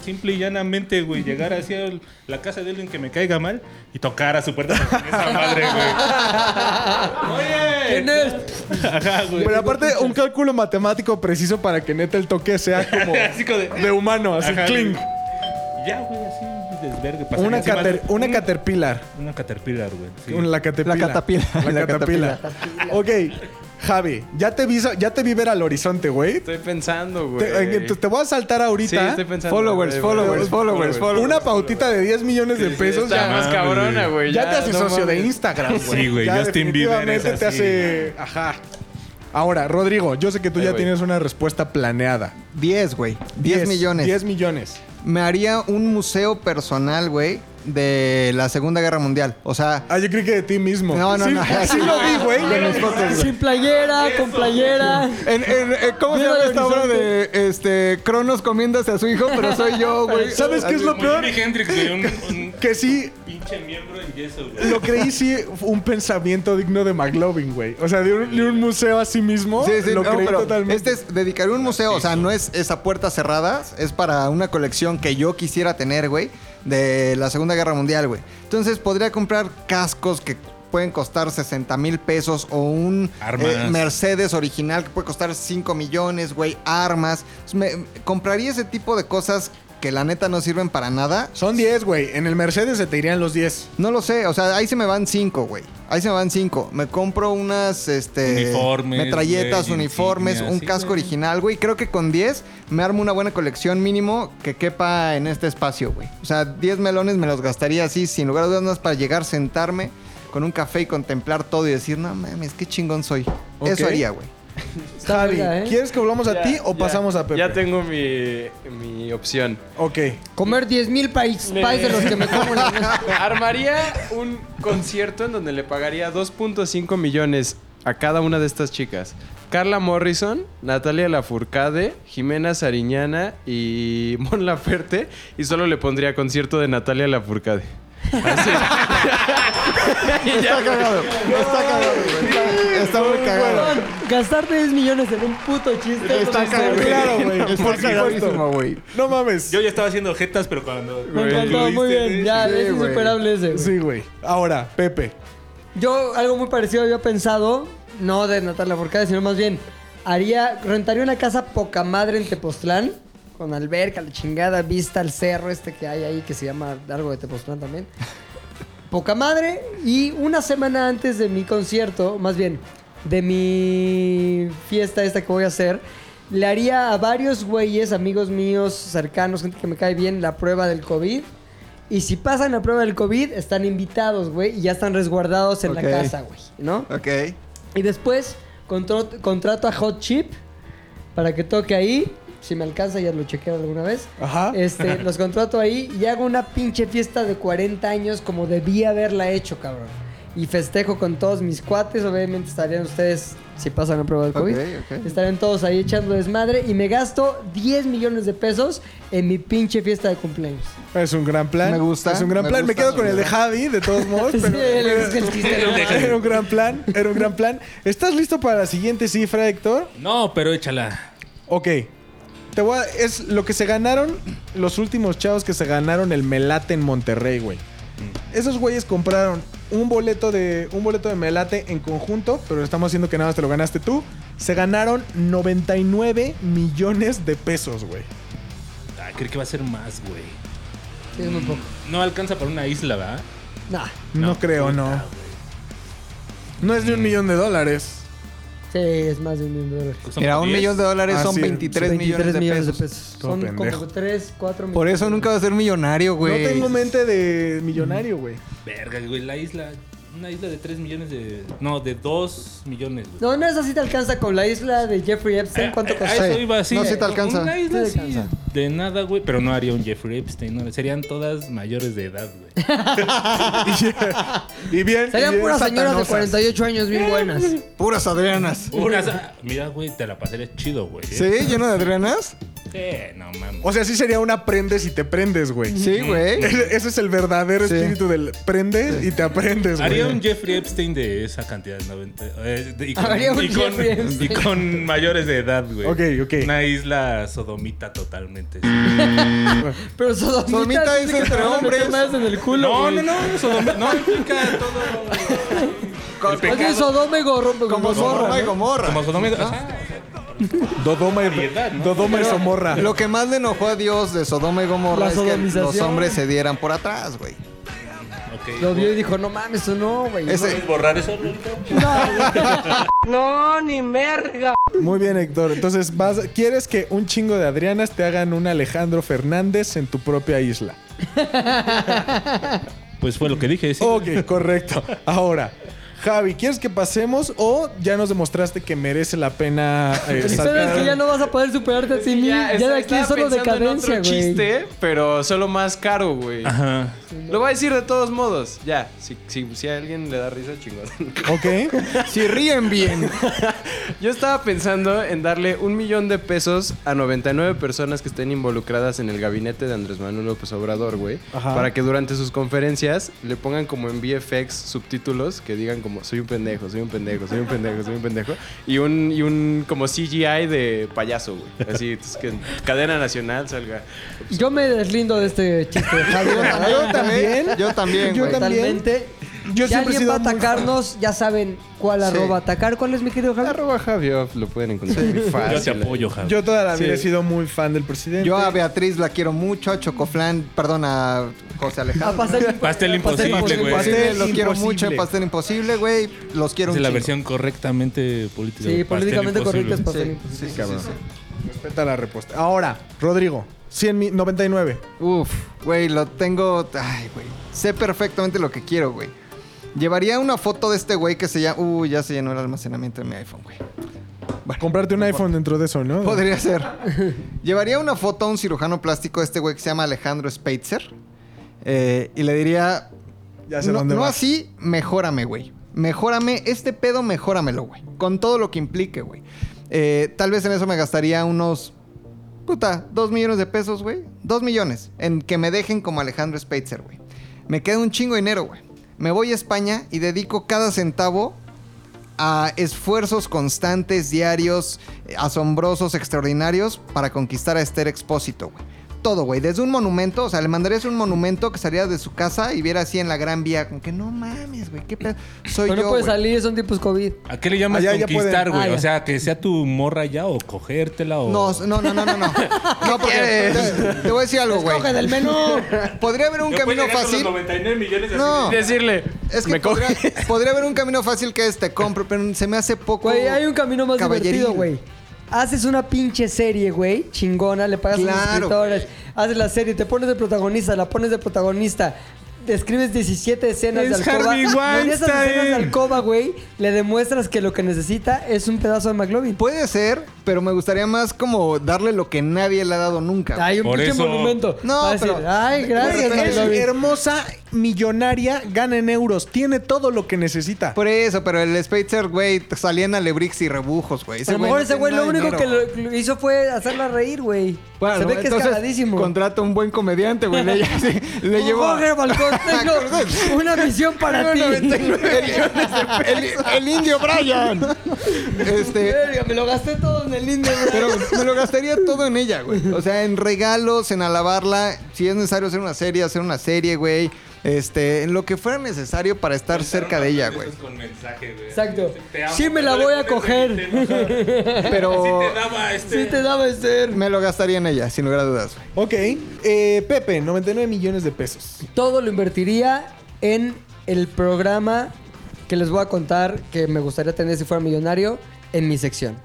S6: simple y llanamente, güey. Llegar hacia el- la casa de alguien que me caiga mal y tocar a su puerta con esa madre,
S7: (laughs)
S6: güey.
S4: ¿Quién
S6: Oye.
S4: es?
S6: Ajá, güey.
S7: Pero aparte, un cálculo matemático preciso para que neta el toque
S6: (laughs)
S7: sea como
S6: Así como de-
S7: de humano, así,
S6: Ajá,
S7: clink.
S6: güey. Ya, güey, así, desvergue. pasaría
S7: Una,
S6: encima de-
S7: cater- una
S6: un-
S7: caterpillar.
S6: Una Caterpillar, güey. sí.
S7: Un- La catapila.
S2: La catapila.
S7: La
S2: La
S7: catapila. Ok, Javi, ya te vi, ya te vi ver al horizonte, güey.
S5: Estoy pensando, güey.
S7: Te, eh, te- te voy a saltar ahorita.
S5: Sí, estoy pensando.
S2: Followers,
S5: güey,
S2: followers,
S5: güey,
S2: followers, followers.
S7: Una pautita de 10 millones de
S5: Sí,
S7: pesos.
S5: está
S7: Ya,
S5: más
S6: mames,
S5: cabrona,
S6: güey.
S5: güey.
S7: ya te hace
S5: no
S7: socio de
S5: mames.
S7: Instagram, güey.
S6: Sí, güey,
S7: Ya
S6: Justin Bieber es
S7: definitivamente te
S6: así,
S7: hace. Ajá. Ahora, Rodrigo, yo sé que tú
S5: Ay,
S7: ya
S5: güey.
S7: tienes una respuesta planeada.
S2: 10, güey. 10 millones.
S7: 10 millones.
S2: Me haría un museo personal, güey, de la Segunda Guerra Mundial. O sea,
S7: Ah, yo creí que de ti mismo.
S2: No, no,
S7: sí,
S2: no.
S7: (laughs) Sí lo vi, güey.
S4: Sin playera, con playera.
S2: En, en- eh, ¿Cómo se
S4: Viva
S2: llama
S4: el
S2: esta obra
S4: horizonte.
S7: eh,
S2: de este Cronos comiéndose a su hijo? Pero soy yo, (laughs) güey.
S7: ¿Sabes qué es lo
S6: Como
S7: peor?
S6: Jimi Hendrix, güey, un, un
S7: Que sí,
S6: pinche miembro en yeso, güey.
S7: lo creí sí fue un pensamiento digno de McLovin, güey. O sea, de un, de un museo a sí mismo.
S2: Sí, sí,
S7: lo
S2: no,
S7: creí
S2: pero
S7: totalmente.
S2: este es dedicar un museo, o sea, no es esa puerta cerrada, es para una colección que yo quisiera tener, güey, de la Segunda Guerra Mundial, güey. Entonces podría comprar cascos que pueden costar 60 mil pesos o un eh,
S6: Armas.
S2: Mercedes original que puede costar 5 millones, güey, armas. Entonces, me- compraría ese tipo de cosas que la neta no sirven para nada.
S7: Son 10, güey. En el Mercedes se te irían los 10.
S2: No lo sé, o sea, ahí se me van 5, güey. ahí se me van cinco. Me compro unas este,
S6: Uniformes,
S2: metralletas,
S6: güey,
S2: uniformes,
S6: insignias,
S2: un
S6: sí,
S2: casco
S6: güey.
S2: original, güey. Creo que con 10 me armo una buena colección mínimo que quepa en este espacio, güey. O sea, 10 melones me los gastaría así, sin lugar a dudas, nada más para llegar, sentarme con un café y contemplar todo y decir, no mames, qué chingón soy.
S7: Ok.
S2: Eso haría, güey.
S7: Javi,
S4: verga, ¿eh?
S7: ¿quieres que hablamos a
S5: Ya,
S7: ti o
S5: ya.
S7: pasamos a Pepe?
S5: Ya tengo mi, mi opción.
S7: Ok.
S4: Comer 10 mil pais, pais de los que me como en
S7: (laughs)
S4: la noche.
S5: Armaría un concierto en donde le pagaría 2.5 millones a cada una de estas chicas. Carla Morrison, Natalia Lafourcade, Jimena Sariñana y (laughs) Mon Laferte. Y solo le pondría concierto de Natalia Lafourcade.
S4: (laughs)
S5: Así. Y ya,
S2: Está cagado, está cagado, güey. Está, está muy cagado.
S4: Cabrón, Gastar 10 millones en un puto chiste.
S2: Está
S4: no me
S2: cagado,
S4: sirve.
S7: Claro, güey.
S2: Está
S7: Por
S2: cagadísimo,
S7: supuesto.
S2: güey.
S7: No mames.
S6: Yo ya estaba haciendo jetas, pero cuando.
S4: Me encantó, muy bien. Ya,
S2: Sí,
S4: es
S2: güey.
S4: insuperable ese. güey.
S7: Sí, güey. Ahora, Pepe.
S4: Yo algo muy parecido había pensado, no de Natalia Forcada, sino más bien, haría, rentaría una casa poca madre en Tepoztlán, con alberca, la chingada, vista al cerro este que hay ahí, que se llama algo de Tepoztlán también. Poca madre, y una semana antes de mi concierto, más bien, de mi fiesta esta que voy a hacer, le haría a varios güeyes, amigos míos, cercanos, gente que me cae bien, la prueba del COVID. Y si pasan la prueba del COVID, están invitados, güey, y ya están resguardados en
S2: Ok.
S4: la casa, güey, ¿no?
S2: Ok.
S4: Y después contro- contrato a Hot Chip para que toque ahí. Si me alcanza, ya lo chequeo alguna vez.
S2: Ah.
S7: Ajá.
S2: (laughs)
S4: Este, los contrato ahí y hago una pinche fiesta de 40 años como debía haberla hecho, cabrón. Y festejo con todos mis cuates. Obviamente estarían ustedes, si pasan la prueba del
S2: Ok,
S4: COVID,
S2: ok.
S4: estarían todos ahí echando desmadre. Y me gasto 10 millones de pesos en mi pinche fiesta de cumpleaños.
S7: Es un gran plan.
S2: Me gusta,
S7: Es un gran
S2: me
S7: plan. Me
S2: gusta,
S7: quedo con
S2: me
S7: el de
S2: gusta.
S7: Javi, de todos
S4: (laughs)
S7: modos.
S4: Sí,
S7: pero-
S4: el- es el chiste,
S2: (laughs)
S4: ¿no?
S7: (laughs) era un gran plan. Era un gran plan. ¿Estás listo para la siguiente cifra, Héctor?
S6: No, pero échala.
S7: Ok. Te voy a- es lo que se ganaron los últimos chavos que se ganaron el Melate en Monterrey, güey. Esos güeyes compraron un boleto de un boleto de Melate en conjunto, pero estamos haciendo que nada más te lo ganaste tú. Se ganaron 99 millones de pesos, güey.
S6: Ah, creo que va a ser más, güey.
S4: Sí, es muy poco.
S6: No alcanza para una isla, ¿verdad?
S4: Nah.
S7: No, creo, no. No es de un millón de dólares.
S4: Sí, es más de un millón de dólares.
S6: Son
S2: Mira, un
S6: 10.
S2: millón de dólares
S7: Ah,
S2: son
S7: sí,
S2: 23, millones, de pesos.
S7: Todo
S4: Son
S7: pendejo.
S4: como 3, 4 millones.
S2: Por eso nunca vas a ser millonario, güey.
S7: No tengo mente de millonario, güey.
S6: Verga, güey, la isla. Una isla de 3 millones de. No, de 2 millones, güey.
S4: No, no es así te alcanza con la isla de Jeffrey Epstein. ¿Cuánto
S6: eh,
S2: Eh,
S6: A- a- a
S4: costó?
S6: eso iba, sí.
S2: No, sí te alcanza.
S6: Una isla
S4: Sí te
S6: sí, de nada, güey. Pero no haría un Jeffrey Epstein. No, serían todas mayores de edad, güey.
S7: Y bien. y
S4: Serían
S7: bien
S4: puras señoras de
S7: satanosas.
S4: 48 años bien buenas.
S2: Puras Adrianas.
S6: Unas- ah, Mira, güey, te la pasaría chido, güey. ¿eh?
S2: ¿Sí? ¿Lleno de Adrianas?
S6: Sí, no mames.
S7: O sea, sí sería un aprendes y te prendes, güey.
S2: Sí, güey.
S7: Ese ese es el verdadero
S2: Sí.
S7: espíritu del prendes y te aprendes, güey.
S6: Haría un Jeffrey Epstein de esa cantidad, 90. eh, de- y con,
S4: Haría un
S6: y con-
S4: Jeffrey Epstein.
S6: y con mayores de edad, güey.
S7: Ok, ok.
S6: Una isla sodomita totalmente. sí.
S4: Pero sodomita,
S2: Sodomita es
S4: dice que
S2: entre
S4: te van a meter
S2: hombres.
S4: más en el culo.
S6: No,
S4: güey.
S6: no, no, sodomita. No, implica todo.
S2: Con-
S4: Es que Sodoma y Gomorra.
S2: Como Sodoma y Gomorra.
S6: Como sodomita. ajá.
S7: Dodoma y,
S6: Variedad, ¿no?
S7: Dodoma y Somorra.
S2: Lo que más le enojó a Dios de Sodoma y Gomorra
S4: La
S2: es que
S4: sodomización.
S2: los hombres se dieran por atrás, güey.
S6: Ok.
S4: Lo vio y dijo, no mames, eso no, güey. (laughs)
S2: Ese,
S6: ¿Borrar eso, Lolita?
S2: (laughs)
S7: Muy bien, Héctor. Entonces, vas, ¿quieres que un chingo de Adrianas te hagan un Alejandro Fernández en tu propia isla?
S6: Pues fue lo que dije. sí.
S7: Ok, correcto. Ahora, Javi, ¿quieres que pasemos o ya nos demostraste que merece la pena eh,
S4: El pedo es
S7: saltar?
S4: que ya no vas a poder superarte a ti mismo. Ya, de aquí
S5: estaba
S4: es solo
S5: pensando en
S4: decadencia,
S5: otro
S4: güey.
S5: chiste, pero solo más caro, güey.
S6: Ajá.
S5: Lo voy a decir de todos modos. Ya, si, si, si a alguien le da risa, chingón.
S7: Ok.
S2: si ríen bien.
S5: Yo estaba pensando en darle un millón de pesos a 99 personas que estén involucradas en el gabinete de Andrés Manuel López Obrador, güey.
S7: Ajá.
S5: Para que durante sus conferencias le pongan como en VFX subtítulos que digan como soy un pendejo, soy un pendejo, soy un pendejo, soy un pendejo. Y un, y un como CGI de payaso, güey. Así es que en cadena nacional salga.
S4: Yo me deslindo de este chiste, Javi.
S2: (laughs) Yo también. Yo también,
S7: Yo
S2: güey.
S7: también.
S4: Totalmente.
S7: Yo
S4: ya
S7: siempre he
S4: alguien
S7: sido
S4: va a
S7: muy
S4: atacarnos, ya saben cuál
S2: Sí.
S4: arroba atacar. ¿Cuál es mi querido Javi?
S5: Arroba Javioff, lo pueden encontrar (laughs) muy
S6: Yo te
S5: fácil.
S6: apoyo, Javi.
S7: Yo toda la vida
S5: Sí.
S7: he sido muy fan del presidente.
S2: Yo a Beatriz la quiero mucho, a Chocoflan, perdón, a José Alejandro.
S4: A pastel-
S6: Pastel imposible, güey.
S2: Pastel, los quiero
S6: Imposible.
S2: mucho. Pastel imposible, güey. Los quiero
S6: Es
S2: un
S6: la
S2: chingo.
S6: versión correctamente política.
S4: Sí,
S6: Pastel
S4: políticamente correcto
S6: imposible.
S4: es pastel
S2: Sí,
S4: imposible.
S2: sí, cabrón.
S7: Respeta la respuesta. Ahora, Rodrigo, 100 mil, 99.
S2: Uf, güey, lo tengo. Ay, güey. Sé perfectamente lo que quiero, güey. Llevaría una foto de este güey que se llama. Uh, ya se llenó el almacenamiento de mi iPhone, güey.
S7: Comprarte un iPhone dentro de eso, ¿no?
S2: (laughs) Podría ser. Llevaría una foto a un cirujano plástico de este güey que se llama Alejandro Speitzer. eh, y le diría.
S7: Ya sé
S2: no,
S7: dónde
S2: no
S7: vas.
S2: así, mejórame, güey. Mejórame, este pedo, mejóramelo, güey. Con todo lo que implique, güey. Eh, tal vez en eso me gastaría unos. Puta, dos millones de pesos, güey. Dos millones. En que me dejen como Alejandro Speitzer, güey. Me queda un chingo de dinero, güey. Me voy a España y dedico cada centavo a esfuerzos constantes, diarios, eh, asombrosos, extraordinarios para conquistar a Esther Expósito, güey. Todo, güey. Desde un monumento, o sea, le mandarías un monumento que saliera de su casa y viera así en la Gran Vía, como que no mames, güey, qué pedo. Soy
S4: Pero no
S2: yo,
S4: puede
S2: güey.
S4: salir, son tipos COVID.
S6: ¿A qué le llamas
S7: Allá ya
S6: conquistar,
S7: pueden.
S6: güey?
S4: Ah,
S6: o
S4: ya.
S6: sea, que sea tu morra ya o cogértela o...
S2: No, no, no, no, no,
S4: (laughs)
S2: no. No, porque te, te voy a decir algo, güey.
S4: Coge del menú. (laughs)
S2: Podría haber un camino fácil.
S6: 99 millones
S2: No,
S5: Decirle,
S2: es que
S5: me coge.
S2: (laughs) podría, podría haber un camino fácil que es te compro, pero se me hace poco.
S4: Güey, hay un camino más
S2: caballeril.
S4: divertido, güey. Haces una pinche serie, güey, chingona, le pagas a los
S2: Claro.
S4: escritores, haces la serie, te pones de protagonista, la pones de protagonista, describes 17 escenas
S6: Es
S4: de alcoba.
S6: Harvey
S4: y en esas escenas de
S6: Weinstein.
S4: alcoba, güey, le demuestras que lo que necesita es un pedazo de McLovin.
S2: Puede ser, pero me gustaría más como darle lo que nadie le ha dado nunca. güey.
S4: Hay un
S6: Por
S4: pinche
S6: eso-
S4: monumento.
S2: No,
S4: Va a decir,
S2: pero-
S4: Ay, gracias,
S2: Güey,
S7: Es
S4: McLovin.
S7: hermosa, millonaria, gana en euros, tiene todo lo que necesita.
S2: Por eso, pero el Spacer, güey, salía en Alebrix y rebujos, güey.
S4: A lo mejor
S2: no
S4: ese güey
S2: tiene
S4: lo
S2: nada de
S4: único que
S2: dinero.
S4: lo, lo hizo fue hacerla reír, güey.
S2: Bueno,
S4: Se ve que
S2: entonces,
S4: es cagadísimo.
S2: Contrata un buen comediante, güey. Le, sí, (laughs) le llevó. (laughs)
S4: Jorge Balcón, tengo una misión para ti.
S2: el, el indio Brian.
S4: (laughs)
S2: Este.
S4: Verga, me lo gasté todo en el indio, güey.
S2: Pero me lo gastaría todo en ella, güey. O sea, en regalos, en alabarla. Si es necesario hacer una serie, hacer una serie, güey. Este, en lo que fuera necesario para estar cerca de ella, güey.
S6: Con mensaje, güey.
S4: Exacto.
S6: Te amo,
S4: Sí me la
S6: no le
S4: voy a
S6: pones
S4: coger.
S6: el tema.
S2: Pero
S6: Así te daba este...
S4: Sí te daba ser.
S2: me lo gastaría en ella, sin lugar a dudas, güey.
S7: Ok, eh, Pepe, 99 millones de pesos.
S4: (laughs) Todo lo invertiría en el programa que les voy a contar que me gustaría tener si fuera millonario en mi sección.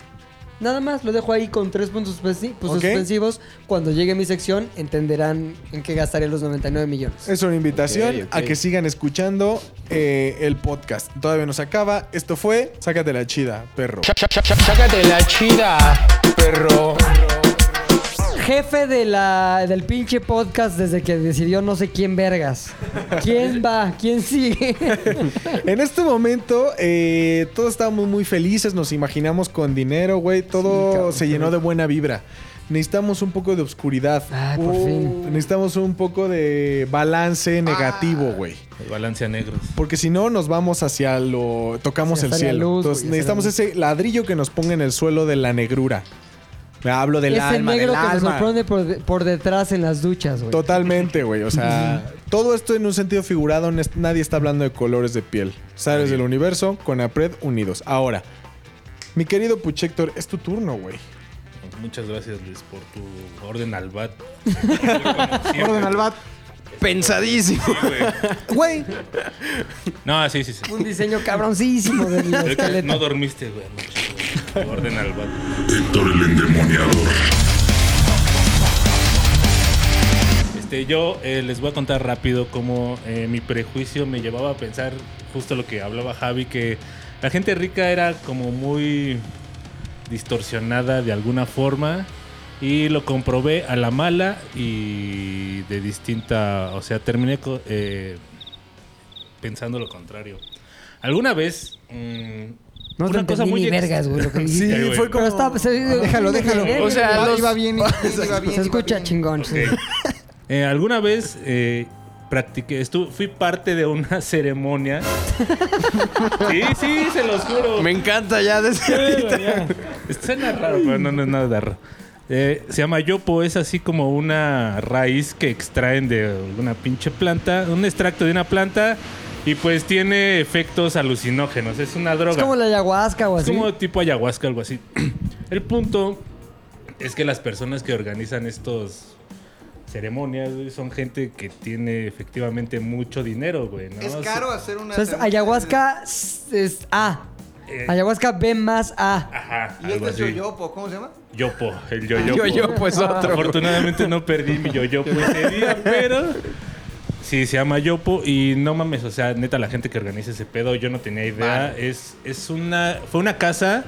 S4: Nada más, lo dejo ahí con tres puntos suspensi- pues,
S7: Ok.
S4: suspensivos. Cuando llegue mi sección, entenderán en qué gastaré los 99 millones.
S7: Es una invitación
S5: Ok, ok.
S7: a que sigan escuchando eh, el podcast. Todavía nos acaba. Esto fue Sácate la chida, perro.
S3: Sácate la chida, perro.
S4: Jefe de la, del pinche podcast desde que decidió no sé quién vergas. ¿Quién va? ¿Quién sigue?
S7: En este momento, eh, todos estábamos muy felices, nos imaginamos con dinero, güey. Todo se llenó de buena vibra. Necesitamos un poco de obscuridad.
S4: Ay, Ah, por fin. Ah.
S7: Necesitamos un poco de balance negativo, güey.
S6: Los Balancia negros.
S7: Porque si no, nos vamos hacia lo. Tocamos
S4: Sí,
S7: el
S4: hacia la
S7: cielo.
S4: luz,
S7: Entonces,
S4: güey,
S7: necesitamos
S4: hacia
S7: ese ladrillo que nos ponga en el suelo de la negrura. Me hablo del
S4: es el
S7: alma,
S4: negro
S7: del
S4: que nos
S7: alma.
S4: sorprende por, de- por detrás en las duchas, güey.
S7: Totalmente, güey. O sea, todo esto en un sentido figurado. n- Nadie está hablando de colores de piel. Sabes del universo, con APRED unidos. Ahora, mi querido Puchector, es tu turno, güey.
S6: Muchas gracias, Luis, por tu orden al bat.
S2: Orden al bat.
S5: Pensadísimo.
S2: Güey,
S6: No, sí, sí, sí.
S4: Un diseño cabroncísimo de la
S6: Creo que
S4: escaleta.
S6: no dormiste, güey. anoche, güey. Tu Orden al bat.
S8: Héctor el endemoniador.
S6: Este, yo eh, les voy a contar rápido cómo eh, mi prejuicio me llevaba a pensar justo lo que hablaba Javi, que la gente rica era como muy distorsionada de alguna forma y lo comprobé a la mala y de distinta, o sea, terminé co- eh, pensando lo contrario. Alguna vez... mm,
S4: No te
S6: una cosa
S4: entendí
S6: muy
S4: ni
S6: ex-
S4: vergas, güey, lo que
S6: Sí,
S4: dijiste.
S6: güey.
S7: fue
S4: Pero está... se-
S2: Ah, déjalo, déjalo.
S4: Iba
S5: O sea,
S2: iba,
S5: los-
S2: iba bien, iba bien, iba bien,
S4: bien, se
S2: iba
S4: escucha
S2: bien.
S4: chingón. sí.
S6: Eh, alguna vez eh, practiqué, estu- fui parte de una (laughs) ceremonia. sí, sí, se los juro.
S5: Me encanta ya desde
S6: Bueno, ya. Suena raro, pero no, no es nada raro. Eh, se llama yopo, es así como una raíz que extraen de una pinche planta, un extracto de una planta y pues tiene efectos alucinógenos, es una droga.
S4: Es como la ayahuasca o
S6: Es
S4: así.
S6: como tipo ayahuasca, algo (clears throat) así. El punto es que las personas que organizan estos ceremonias, güey, son gente que tiene efectivamente mucho dinero, güey. ¿no?
S2: Es
S6: O sea,
S2: caro hacer una.
S4: Entonces, ayahuasca s- es A.
S6: Eh.
S4: Ayahuasca B más A.
S6: Ajá,
S2: ¿Y este
S6: algo
S2: es
S6: así.
S2: yoyopo? ¿Cómo se llama?
S6: Yopo, el yoyopo.
S5: Yoyopo es otro.
S6: Afortunadamente no perdí mi yoyopo ese día, pero sí se llama yopo y no mames, o sea, neta la gente que organiza ese pedo, yo no tenía idea. Es es una fue una casa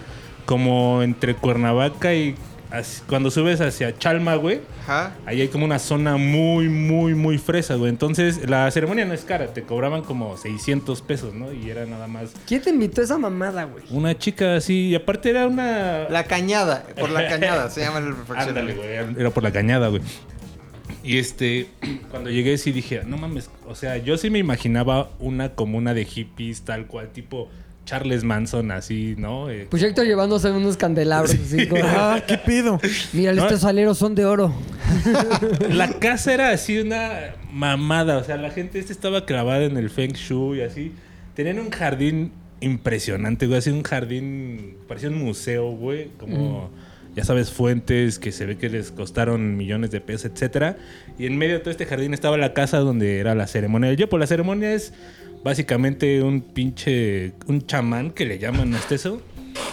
S6: como entre Cuernavaca y as- cuando subes hacia Chalma, güey.
S2: Ajá.
S6: Ahí hay como una zona muy, muy, muy fresa, güey. Entonces, la ceremonia no es cara. Te cobraban como 600 pesos, ¿no? Y era nada más
S4: ¿Quién te invitó a esa mamada, güey?
S6: una chica así. Y aparte era una...
S2: La cañada. Por la cañada se llama el refaccionario.
S6: Ándale, güey, Era por la cañada, güey. Y este, (clears throat) cuando llegué sí dije, no mames, o sea, yo sí me imaginaba una comuna de hippies tal cual, tipo Charles Manson, así, ¿no? Eh,
S4: Pues Héctor llevándose unos candelabros. así como,
S7: Ah, ¿qué pido?
S4: Mira,
S6: No.
S4: estos aleros son de oro.
S6: la casa era así una mamada, o sea, la gente este estaba clavada en el feng shui y así. Tenían un jardín impresionante, güey, así un jardín, parecía un museo, güey, como
S4: Mm.
S6: ya sabes, fuentes que se ve que les costaron millones de pesos, etcétera. Y en medio de todo este jardín estaba la casa donde era la ceremonia del yopo. La ceremonia es básicamente un pinche un chamán que le llaman hasta eso.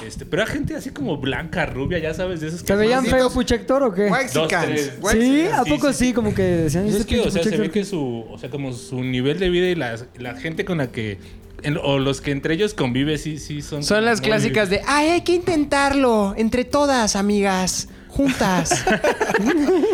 S6: Este, pero era gente así como blanca, rubia, ya sabes, de esos que
S4: ¿Se veían
S2: malditos-
S4: feo Puchector o qué?
S2: Huexicans,
S6: Dos, tres.
S2: huexicans.
S4: Sí, ¿a
S6: sí,
S4: poco
S6: sí,
S4: sí? Como que decían...
S6: pues
S4: "Este
S6: es que,
S4: pinche
S6: o sea, se ve
S4: Puchector".
S6: que su, o sea, como su nivel de vida y la, la gente con la que, en- o los que entre ellos convive, sí, sí, son.
S3: Son las
S6: muy-
S3: clásicas de, ay, hay que intentarlo, entre todas, amigas, juntas.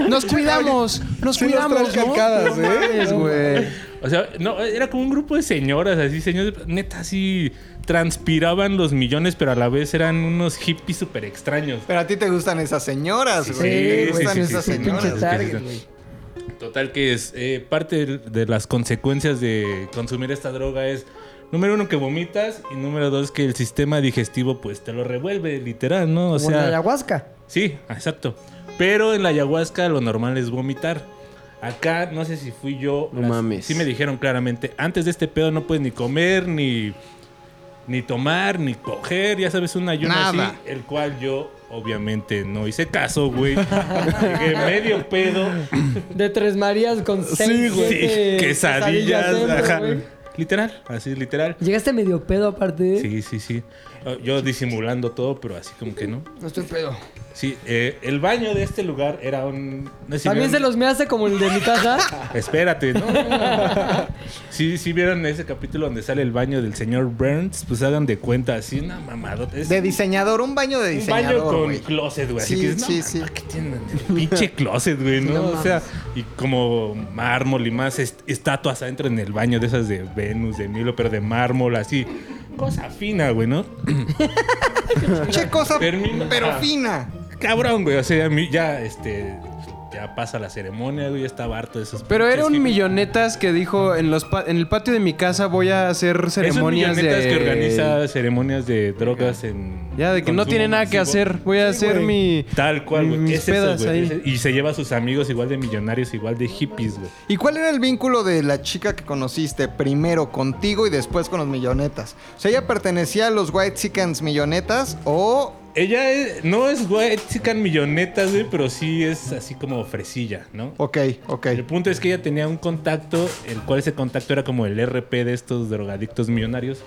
S3: Nos cuidamos, nos
S7: Sí nos traen
S3: cuidamos, ¿no?
S7: calcadas, ¿eh?
S2: güey.
S6: O sea, no, era como un grupo de señoras, así, señores, neta, así, transpiraban los millones, pero a la vez eran unos hippies súper extraños.
S2: Pero a ti te gustan esas señoras, güey.
S6: sí,
S2: te
S6: sí,
S2: gustan
S6: sí,
S2: esas
S6: sí, sí,
S2: señoras.
S4: Pinche target,
S6: güey.
S4: güey.
S6: Total que es eh, parte de- de las consecuencias de consumir esta droga es número uno que vomitas y número dos que el sistema digestivo pues te lo revuelve literal, ¿no? O
S4: Como la
S6: sea,
S4: ayahuasca.
S6: sí, exacto. Pero en la ayahuasca lo normal es vomitar. Acá no sé si fui yo,
S5: No
S6: las-
S5: mames.
S6: sí me dijeron claramente antes de este pedo no puedes ni comer ni ni tomar ni coger, ya sabes un ayuno
S2: Nada.
S6: así, el cual yo obviamente no hice caso, güey. Llegué medio pedo.
S4: De Tres Marías con seis,
S6: Sí,
S4: siete
S6: quesadillas,
S4: dentro,
S6: ajá.
S4: güey.
S6: Literal, así literal.
S4: Llegaste medio pedo aparte. ¿eh?
S6: Sí, sí, sí. Uh, Yo disimulando todo, pero así como que no.
S4: No estoy pedo.
S6: Sí, eh, el baño de este lugar era un... no sé si
S4: También se
S6: vieron-
S4: los me hace como el de mi casa.
S6: Espérate, ¿no? sí, sí vieron ese capítulo donde sale el baño del señor Burns, pues hagan de cuenta, así una mamadota. Es
S2: De diseñador, un baño de
S6: un baño
S2: diseñador,
S6: con (laughs)
S2: güey.
S6: closet, güey.
S2: Sí,
S6: así que dices,
S2: sí,
S6: no,
S2: sí.
S6: mamá, ¿qué tienen? El Pinche closet, güey, ¿no? o sea, y como mármol y más est- estatuas adentro en el baño de esas de Venus, de Milo, pero de mármol, así. Cosa fina, güey, ¿no?
S2: Che, cosa
S6: Termina.
S2: pero fina.
S6: Cabrón, güey. O sea, a mí ya, este. Ya pasa la ceremonia, güey, ya estaba harto de esos.
S5: Pero era
S6: pinches
S5: un
S6: hippies.
S5: millonetas que dijo en los pa- en el patio de mi casa voy a hacer
S6: Es un
S5: ceremonias
S6: millonetas
S5: de
S6: que organiza ceremonias de drogas en.
S5: Ya de que no
S6: consumo
S5: tiene nada que
S6: masivo.
S5: hacer, voy a hacer mi
S6: Tal cual, güey.
S5: mis
S6: Es eso,
S5: pedas
S6: güey.
S5: ahí.
S6: Y se lleva a sus amigos igual de millonarios, igual de hippies, güey.
S2: ¿Y cuál era el vínculo de la chica que conociste primero contigo y después con los millonetas? O sea, ¿ella pertenecía a los White Chickens millonetas o
S6: Ella es- no es white chican millonetas, güey, pero sí es así como fresilla, ¿no?
S2: Ok, ok.
S6: El punto es que ella tenía un contacto, el cual ese contacto era como el RP de estos drogadictos millonarios.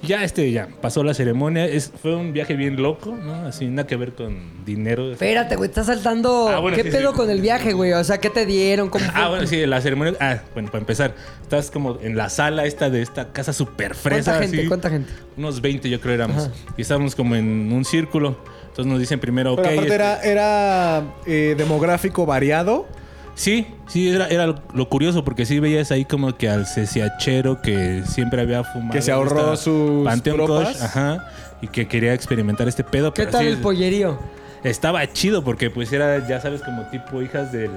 S6: Ya este, ya pasó la ceremonia, es, fue un viaje bien loco, ¿no? Así nada que ver con dinero.
S4: Espérate, güey, estás saltando.
S6: Ah, bueno,
S4: ¿Qué
S6: sí,
S4: pedo
S6: sí.
S4: con el viaje, güey? O sea, ¿qué te dieron? ¿Cómo fue?
S6: Ah, bueno, sí, la ceremonia. Ah, bueno, para empezar, estás como en la sala esta de esta casa super fresa.
S4: ¿Cuánta gente?
S6: así.
S4: ¿Cuánta gente?
S6: Unos 20 yo creo éramos. Y estábamos como en un círculo. Entonces nos dicen primero, ok.
S7: Pero aparte
S6: este-
S7: era, era eh,
S2: (laughs)
S7: demográfico variado.
S6: Sí, sí, era, era lo- lo curioso, porque sí veías ahí como que al ceciachero que siempre había fumado.
S7: Que se ahorró
S6: esta
S7: sus
S6: Panteón
S7: propas.
S6: Koch, ajá, y que quería experimentar este pedo.
S4: ¿Qué
S6: pero
S4: tal
S6: sí,
S4: el pollerío?
S6: Estaba chido, porque pues era, ya sabes, como tipo hijas del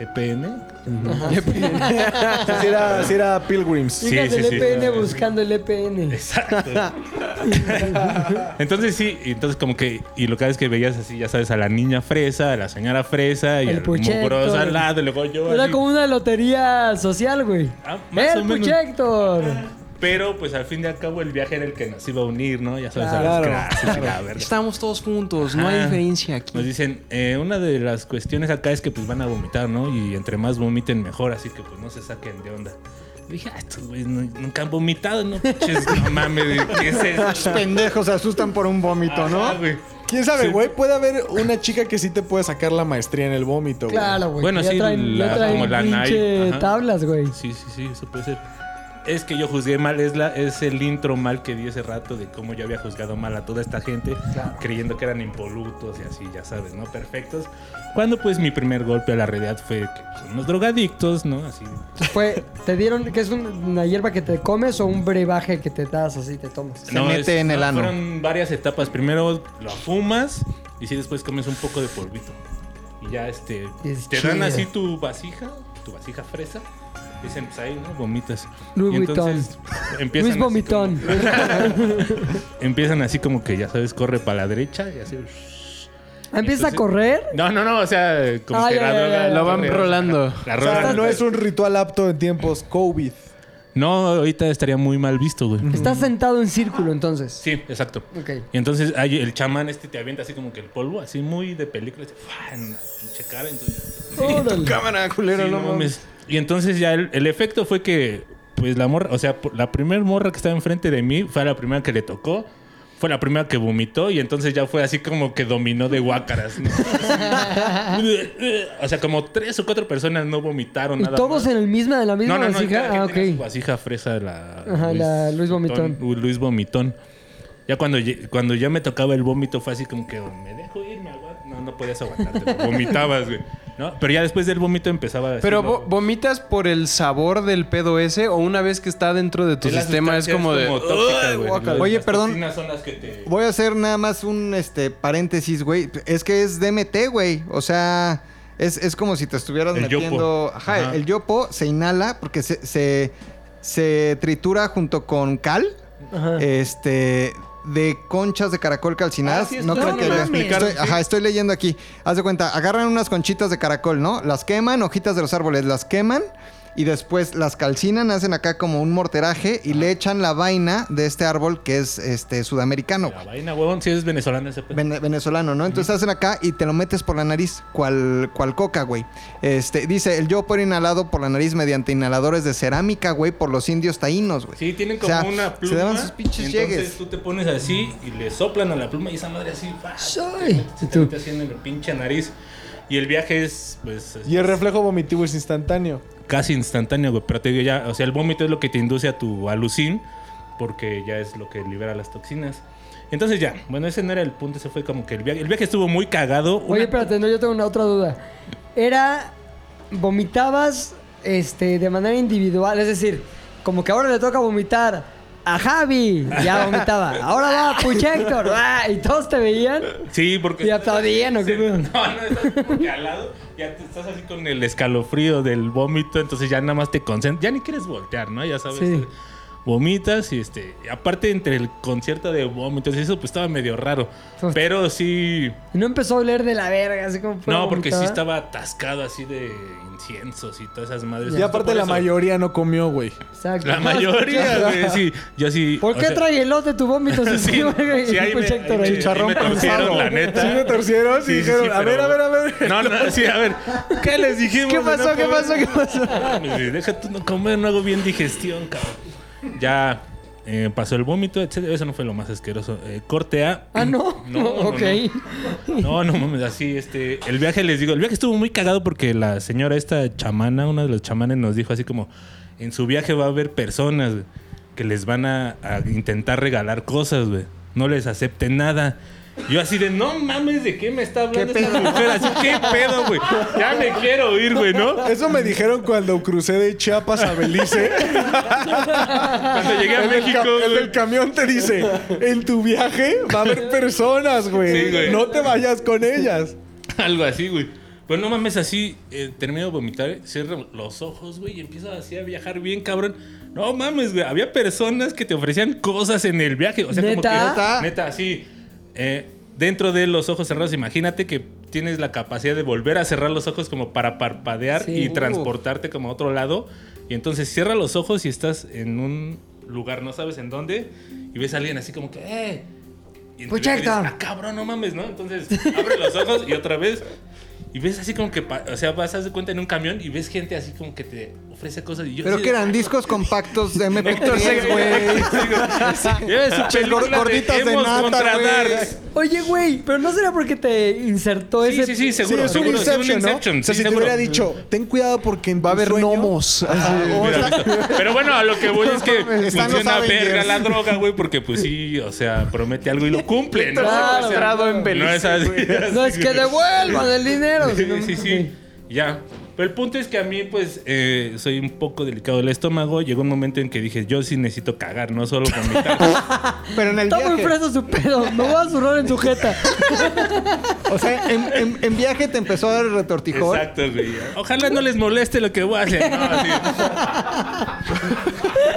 S6: E EPN.
S7: Sí era, sí era Pilgrims.
S6: Sí,
S4: Hijas
S6: sí,
S4: del
S6: sí.
S4: EPN E buscando el EPN.
S6: Exacto. (laughs) entonces sí, entonces como que, y lo que es que veías así, ya sabes, a la niña fresa, a la señora fresa, y
S4: El
S6: al
S4: Puchector.
S6: mugroso al lado, y luego yo.
S4: Era
S6: así.
S4: como una lotería social, güey.
S6: Ah, más o
S4: ¡El
S6: menos.
S4: Puchector!
S6: Pero pues al fin y al cabo el viaje era el que nos iba a unir, ¿no? Ya sabes, a
S7: Claro,
S6: las clases y la verga.
S5: Estamos todos juntos, no hay
S6: Ajá.
S5: diferencia aquí.
S6: Ah. Nos dicen, eh, una de las cuestiones acá es que pues van a vomitar, ¿no? Y entre más vomiten mejor, así que pues no se saquen de onda. Yo Dije, ah, estos güeyes nu- nunca han vomitado, no pinches, no mames, ¿qué es
S2: Los
S6: eso?
S2: pendejos se asustan por un vómito, ¿no?
S6: Ajá, güey.
S7: ¿Quién sabe,
S6: Sí.
S7: güey? Puede haber una chica que sí te puede sacar la maestría en el vómito, güey.
S4: Claro, güey.
S6: Bueno,
S4: ya
S6: sí,
S4: traen,
S6: la-
S4: ya traen
S6: como la
S4: pinche
S6: Nike, ajá.
S4: tablas, güey.
S6: Sí, sí, sí, eso puede ser. Es que yo juzgué mal, es, la, es el intro mal que di ese rato de cómo yo había juzgado mal a toda esta gente, creyendo que eran impolutos y así, ya sabes, ¿no? Perfectos. Cuando pues mi primer golpe a la realidad fue que son unos drogadictos, ¿no? Así.
S4: Fue, te dieron, que es un- una hierba que te comes o un brebaje que te das así, te tomas.
S2: Se mete en el ano.
S6: Fueron varias etapas. Primero lo fumas y sí después comes un poco de polvito. Y ya este.
S4: Es
S6: te dan
S4: chido.
S6: así tu vasija, tu vasija fresa. Dicen, pues ahí, ¿no? Vomitas.
S4: Louis
S6: y entonces empiezan
S4: Luis
S6: así (laughs)
S4: Vomitón.
S6: como- empiezan así como que, ya sabes, corre para la derecha y así.
S4: Ah, ¿Empiezas a
S6: Entonces-
S4: correr?
S6: No, no, no, o sea, como
S4: Ah,
S6: que
S4: ya,
S6: la
S4: ya,
S6: droga.
S4: ya, ya.
S5: Lo van
S6: corre, (laughs)
S5: rolando.
S6: La
S7: O sea,
S6: rola.
S7: no es un ritual apto en tiempos COVID.
S6: No, ahorita estaría muy mal visto, güey.
S4: Estás sentado en círculo, entonces.
S6: Sí, exacto.
S4: Ok.
S6: Y entonces ahí el chamán este te avienta así como que el polvo, así muy de película, así, ¡fua! en la pinche cara. Entonces,
S4: Órale.
S2: Cámara, culero,
S6: Sí,
S2: no
S6: no
S2: mames.
S6: mames. Y entonces ya el, el efecto fue que, pues la morra, o sea, por- la primera morra que estaba enfrente de mí fue la primera que le tocó. Fue la primera que vomitó y entonces ya fue así como que dominó de guácaras.
S4: (laughs)
S6: ¿no? (laughs) o sea, como tres o cuatro personas no vomitaron
S4: ¿Y
S6: nada.
S4: todos
S6: más.
S4: en el misma, en la misma
S6: No, no, no. y cada
S4: vasija?
S6: quien
S4: Ah,
S6: tiene su
S4: ok.
S6: Vasija fresa de la.
S4: Ajá, la Luis Vomitón.
S6: Lu- Luis Vomitón. Ya cuando, lle- cuando ya me tocaba el vómito fue así como que "Oh, me dejo ir, me aguanto. No, no podías aguantarte. vomitabas, güey. ¿No? Pero ya después del vómito empezaba a
S5: Pero vo-
S6: decirlo.
S5: vomitas por el sabor del pedo ese o una vez que está dentro de tu
S6: Sí, las
S5: sistema es
S6: sustancias
S5: como de...
S6: tóxicas, güey. Las-
S2: Oye,
S6: las
S2: perdón.
S6: toxinas son las que te-
S2: Voy a hacer nada más un este paréntesis, güey. Es que es DMT, güey. O sea, es, es como si te estuvieras
S6: El yopo.
S2: metiendo. Ajá,
S6: Ajá.
S2: el yopo se inhala porque se, se, se tritura junto con cal. Este. De conchas de caracol calcinadas.
S6: Ah, sí,
S2: no
S6: esto-
S2: creo
S6: no
S2: que lo
S6: mames.
S2: explicaron. Estoy- ajá, estoy leyendo aquí. Haz de cuenta, agarran unas conchitas de caracol, ¿no? Las queman, hojitas de los árboles, las queman y después las calcinan, hacen acá como un morteraje y le echan la vaina de este árbol que es este sudamericano.
S6: La vaina, huevón, si es venezolano ese pedo.
S2: Vene- venezolano, ¿no? Entonces hacen acá y te lo metes por la nariz, cual, cual coca, güey. Este, dice, el yopo era inhalado por la nariz mediante inhaladores de cerámica, güey, por los indios taínos, güey.
S6: Sí, tienen como
S2: O sea,
S6: una pluma.
S2: Se daban sus
S6: y
S2: pinches
S6: entonces
S2: llegues.
S6: tú te pones así y le soplan a la pluma y esa madre así. ¡fa!
S4: Soy.
S6: Se te mete así en el pinche nariz. Y el viaje es, pues.
S7: Y el reflejo vomitivo es instantáneo.
S6: casi instantáneo, güey. Pero te digo ya, o sea, el vómito es lo que te induce a tu alucin, porque ya es lo que libera las toxinas. Entonces ya, bueno, ese no era el punto, ese fue como que el viaje, el viaje estuvo muy cagado.
S4: Oye,
S6: Una-
S4: espérate, no, yo tengo una otra duda. Era, vomitabas este, de manera individual, es decir, como que ahora le toca vomitar a Javi, ya vomitaba. Ahora va a Puchector, va, y todos te veían.
S6: Sí, porque...
S4: ¿Y aplaudían o qué
S6: Sí, (laughs) No,
S4: pedo?
S6: no, estás como que al lado, ya te estás así con el escalofrío del vómito, entonces ya nada más te concentras, ya ni quieres voltear, ¿no? Ya sabes...
S4: Sí.
S6: Vomitas y este... Aparte entre el concierto de vómitos y eso, pues estaba medio raro.
S4: Uf.
S6: Pero sí...
S4: Y no empezó a oler de la verga, así como... pura
S6: No, porque sí
S4: vomitada.
S6: estaba atascado así de inciensos y todas esas madres.
S7: Y aparte
S6: Por
S7: la
S6: eso,
S7: mayoría no comió, güey.
S4: Exacto.
S6: La
S4: No,
S6: mayoría, güey, sí. Yo sí.
S4: (laughs) ¿Por
S6: o
S4: qué
S6: sea, (laughs)
S4: trae elote tu vómito si
S6: Sí,
S4: sí, güey?
S6: sí,
S4: y
S6: ahí me-
S4: Puchector
S6: ahí
S4: ahí?
S6: me- Chicharrón ahí me torcieron,
S7: Claro.
S6: la neta.
S7: Sí me torcieron y
S6: Sí, sí, sí,
S7: dijeron, a ver,
S6: pero-
S7: a ver, a ver.
S6: No, no, sí, a ver. ¿Qué les dijimos?
S2: ¿Qué
S6: de
S2: pasó?
S6: no
S2: ¿Qué
S6: comer?
S2: pasó? ¿Qué
S6: (laughs)
S2: pasó?
S6: Mames, güey, Deja tú no comer, no hago bien digestión, cabrón. Ya eh, pasó el vómito, etcétera. Eso no fue lo más asqueroso. Eh, corte A.
S4: Ah, ¿no?
S6: (laughs) No, no, no.
S4: ok.
S6: No, no mames, así, este, el viaje les digo, el viaje estuvo muy cagado porque la señora esta chamana, una de los chamanes nos dijo así como, en su viaje va a haber personas güey, que les van a, a intentar regalar cosas, güey, no les acepten nada. Yo así de, no mames, ¿de qué me está hablando esta mujer? Así, ¿qué pedo, güey? Ya me quiero ir, güey, ¿no?
S7: Eso me dijeron cuando crucé de Chiapas
S6: (laughs)
S7: a Belice.
S6: Cuando llegué a
S7: el,
S6: México,
S7: ca- el
S6: güey.
S7: del camión te dice, en tu viaje va a haber personas, güey.
S6: Sí, güey.
S7: No te vayas con ellas.
S6: (laughs) Algo así, güey. Pues no mames, así eh, termino de vomitar, cierro los ojos, güey, y empiezo así a viajar bien, cabrón. No mames, güey. Había personas que te ofrecían cosas en el viaje. O sea,
S4: ¿Neta?
S6: como que. Neta, así. eh, dentro de los ojos cerrados, imagínate que tienes la capacidad de volver a cerrar los ojos como para parpadear
S4: Sí.
S6: y
S4: Uh.
S6: transportarte como a otro lado. Y entonces cierra los ojos y estás en un lugar, no sabes en dónde, y ves a alguien así como que, ¡eh! Y entre
S4: Puchector.
S6: que dices, "Ah, cabrón, no mames, ¿no? Entonces, abre los ojos y otra vez. Y ves así como que, pa- o sea, vas a de cuenta en un camión y ves gente así como que te ofrece cosas. Y yo
S2: Pero
S6: así
S2: que
S6: de- (laughs)
S2: eran discos compactos de MP3,
S6: Héctor Sega, (laughs)
S2: güey.
S6: Héctor Sega. Lleva su
S2: Che,
S6: película de
S2: gorditas de
S6: Emos
S2: nata,
S6: contra
S2: güey.
S6: Darks.
S4: Oye, güey, pero no será porque te insertó
S6: Sí,
S4: ese.
S6: sí, sí,
S7: Sí,
S6: seguro,
S7: es un
S6: seguro. sí,
S7: Inception, ¿no?
S6: Inception,
S7: o sea,
S6: sí,
S7: si te
S6: seguro. (laughs)
S7: hubiera dicho, ten cuidado porque va a haber gnomos. Ajá, o
S6: Mira,
S7: sea,
S6: Víctor. Pero bueno, a lo que voy es que
S2: mames, están los
S6: funciona
S2: Avengers.
S6: verga la droga, güey, porque pues sí, o sea, promete algo y lo cumple, ¿no?
S4: Claro,
S6: O sea,
S5: Entrado en
S6: no es
S5: Belice,
S6: (laughs) así.
S5: güey.
S4: (laughs) No es que devuelvan el dinero.
S6: Sí,
S4: sino-
S6: sí, sí. Ya. Pero el punto es que a mí, pues, eh, soy un poco delicado del estómago. Llegó un momento en que dije, yo sí necesito cagar, no solo vomitar.
S2: Pero en el
S4: Está muy
S2: viaje.
S4: preso su pedo. Me voy a zurrar en
S6: (laughs)
S4: su jeta.
S2: O sea, en, en- en viaje te empezó a dar el retortijón.
S6: Exacto, güey. Ojalá no les moleste lo que voy a hacer. No, así.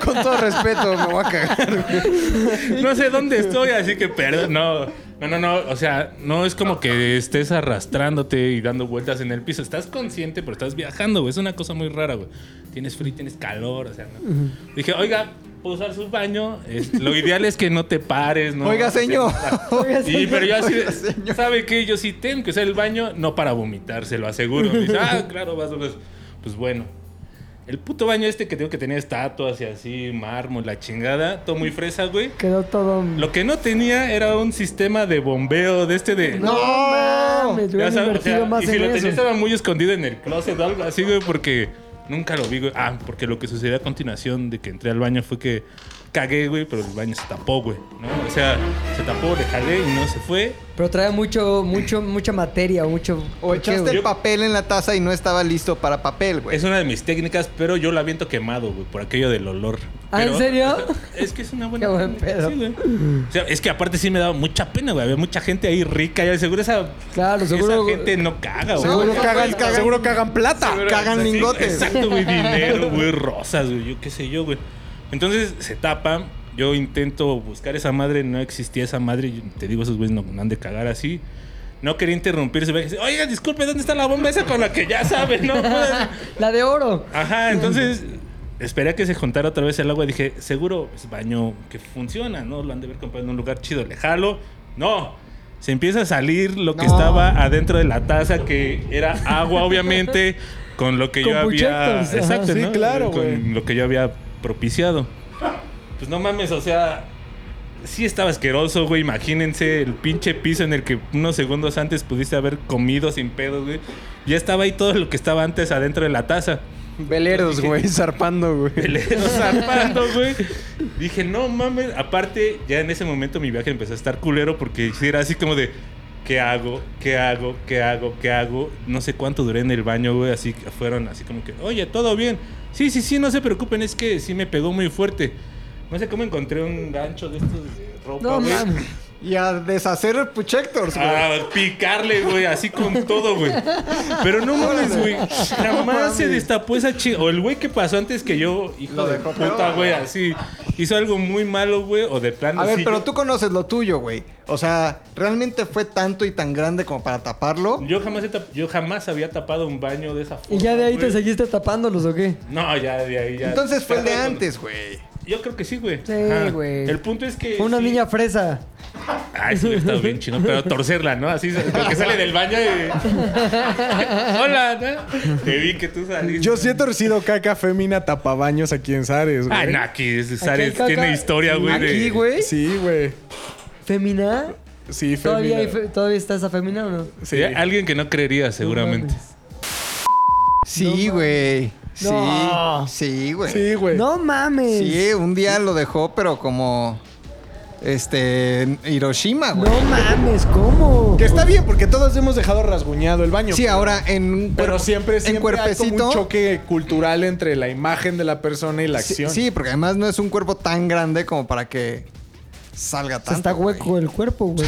S2: Con todo respeto, me voy a cagar.
S6: (laughs) No sé dónde estoy, así que perdón. No, no, no, no. O sea, no es como que estés arrastrándote y dando vueltas en el piso. Estás consciente, pero estás viajando, güey. Es una cosa muy rara, güey. Tienes frío, tienes calor, o sea, ¿no? Dije, oiga, puedo usar su baño. Es- lo ideal es que no te pares, ¿no?
S2: Oiga,
S6: O sea, (laughs)
S2: señor.
S4: Oiga,
S6: Y pero yo así, de,
S2: Oiga, señor.
S6: ¿sabe qué? Yo sí tengo que usar el baño, no para vomitar, se lo aseguro. Me dice,
S2: (laughs)
S6: ah, claro, vas, vas. Pues bueno. El puto baño este que tengo que tenía estatuas y así, mármol, la chingada, todo muy fresa, güey.
S4: Quedó todo.
S6: Lo que no tenía era un sistema de bombeo de este de...
S2: ¡No!
S4: mames, yo
S6: Ya
S4: hubiera
S6: sabes,
S4: invertido
S6: o sea,
S4: más
S6: y si
S4: en
S6: lo
S4: eso.
S6: tenía estaba muy escondido en el closet o algo así, güey, porque nunca lo vi, güey. Ah, porque lo que sucedió a continuación de que entré al baño fue que cagué, güey, pero el baño se tapó, güey, ¿no? O sea, se tapó, le jalé y no se fue.
S4: Pero trae mucho, mucho, mucha materia, mucho.
S2: O
S4: ¿Por qué,
S2: echaste
S4: güey?
S2: el papel en la taza y no estaba listo para papel, güey.
S6: Es una de mis técnicas, pero yo la aviento quemado, güey, por aquello del olor.
S4: Ah, ¿en
S6: Pero-
S4: serio?
S6: (laughs) Es que es una buena.
S4: Qué buen
S6: técnica,
S4: pedo.
S6: sí, güey. O sea, es que aparte sí me daba mucha pena, güey. Había mucha gente ahí rica. Y seguro esa,
S4: Claro, seguro-
S6: esa gente no caga, güey.
S2: Seguro cagan, cagan,
S7: seguro cagan plata.
S2: cagan
S6: Sí,
S2: lingotes. (laughs)
S6: Exacto, güey. Dinero, güey. Rosas, güey. Yo qué sé yo, güey. Entonces se tapa. Yo intento buscar esa madre. No existía esa madre. Yo te digo, esos güeyes no, no han de cagar así. No quería interrumpirse. güey. Dice, Oiga, disculpe, ¿dónde está la bomba esa con la que ya saben? (laughs) No pues, pueden-
S4: La de oro.
S6: Ajá, entonces esperé a que se juntara otra vez el agua. y Dije, seguro es baño que funciona, ¿no? Lo han de ver comprado en un lugar chido. Le jalo. No. Se empieza a salir lo que
S2: No.
S6: estaba adentro de la taza, que era agua, obviamente, con lo que
S4: Con
S6: yo había.
S4: puchectos, ajá.
S6: Exacto,
S7: Sí,
S6: ¿no?
S7: claro,
S6: Con
S7: güey.
S6: lo que yo había propiciado. Pues no mames, o sea. Sí estaba asqueroso, güey. Imagínense el pinche piso en el que unos segundos antes pudiste haber comido sin pedos, güey. Ya estaba ahí todo lo que estaba antes adentro de la taza.
S7: Veleros, güey, zarpando, güey.
S6: (laughs) Peleros zarpando, güey. Dije, no mames. Aparte, ya en ese momento mi viaje empezó a estar culero porque sí era así como de, ¿qué hago? ¿Qué hago? ¿Qué hago? ¿Qué hago? No sé cuánto duré en el baño, güey. Así que fueron así como que, oye, todo bien. Sí, sí, sí, no se preocupen, es que sí me pegó muy fuerte. No sé cómo encontré un gancho de estos de ropa,
S4: No
S6: güey.
S4: mames.
S2: Y a deshacer puchectors, güey.
S6: Ah, A picarle, güey, así con todo, güey. Pero no mames, güey. Jamás se destapó esa chica. O el güey que pasó antes que yo, hijo
S2: Lo
S6: de
S2: dejó
S6: puta,
S2: peor.
S6: güey, así. Hizo algo muy malo, güey, o de plano.
S2: A ver,
S6: sí,
S2: pero
S6: yo-
S2: tú conoces lo tuyo, güey. O sea, ¿realmente fue tanto y tan grande como para taparlo?
S6: Yo jamás, he tap- yo jamás había tapado un baño de esa forma.
S4: ¿Y ya de ahí
S6: güey.
S4: te seguiste tapándolos o qué?
S6: No, ya de ahí ya.
S2: Entonces fue el de
S6: Pero-
S2: antes, güey.
S6: Yo creo que sí, güey.
S4: Sí,
S6: Ajá.
S4: güey.
S6: El punto es que.
S4: Fue una
S6: sí.
S4: niña fresa.
S6: Ay, sí, hubiera estado bien chino,
S4: (laughs)
S6: pero torcerla, ¿no? Así, porque sale del baño y. Hola, ¿no? Te vi que tú saliste.
S7: Yo sí he torcido caca fémina tapabaños aquí en Zares, güey.
S6: Ay, no, aquí es- Zares
S4: caca-
S6: tiene historia, güey. de-
S4: ¿Aquí, güey?
S7: Sí, güey.
S4: ¿Femina?
S7: Sí,
S4: ¿Todavía,
S7: fémina.
S4: hay fe- ¿Todavía está esa femina o no?
S6: Sí, alguien que no creería, seguramente.
S2: Sí, güey. Sí.
S4: No.
S2: Sí, güey.
S7: Sí, güey.
S4: No mames.
S2: Sí, un día lo dejó, pero como. Este. en Hiroshima, güey.
S4: No mames, ¿cómo?
S7: Que está bien, porque todos hemos dejado rasguñado el baño.
S2: Sí, ahora en un
S7: Pero
S2: cuerpo-
S7: siempre,
S2: en
S7: siempre hay como
S2: cuerpecito.
S7: un choque cultural entre la imagen de la persona y la
S2: Sí,
S7: acción.
S2: sí, porque además no es un cuerpo tan grande como para que salga
S4: O sea,
S2: tanto. (laughs)
S4: está
S2: güey.
S4: hueco el cuerpo, güey.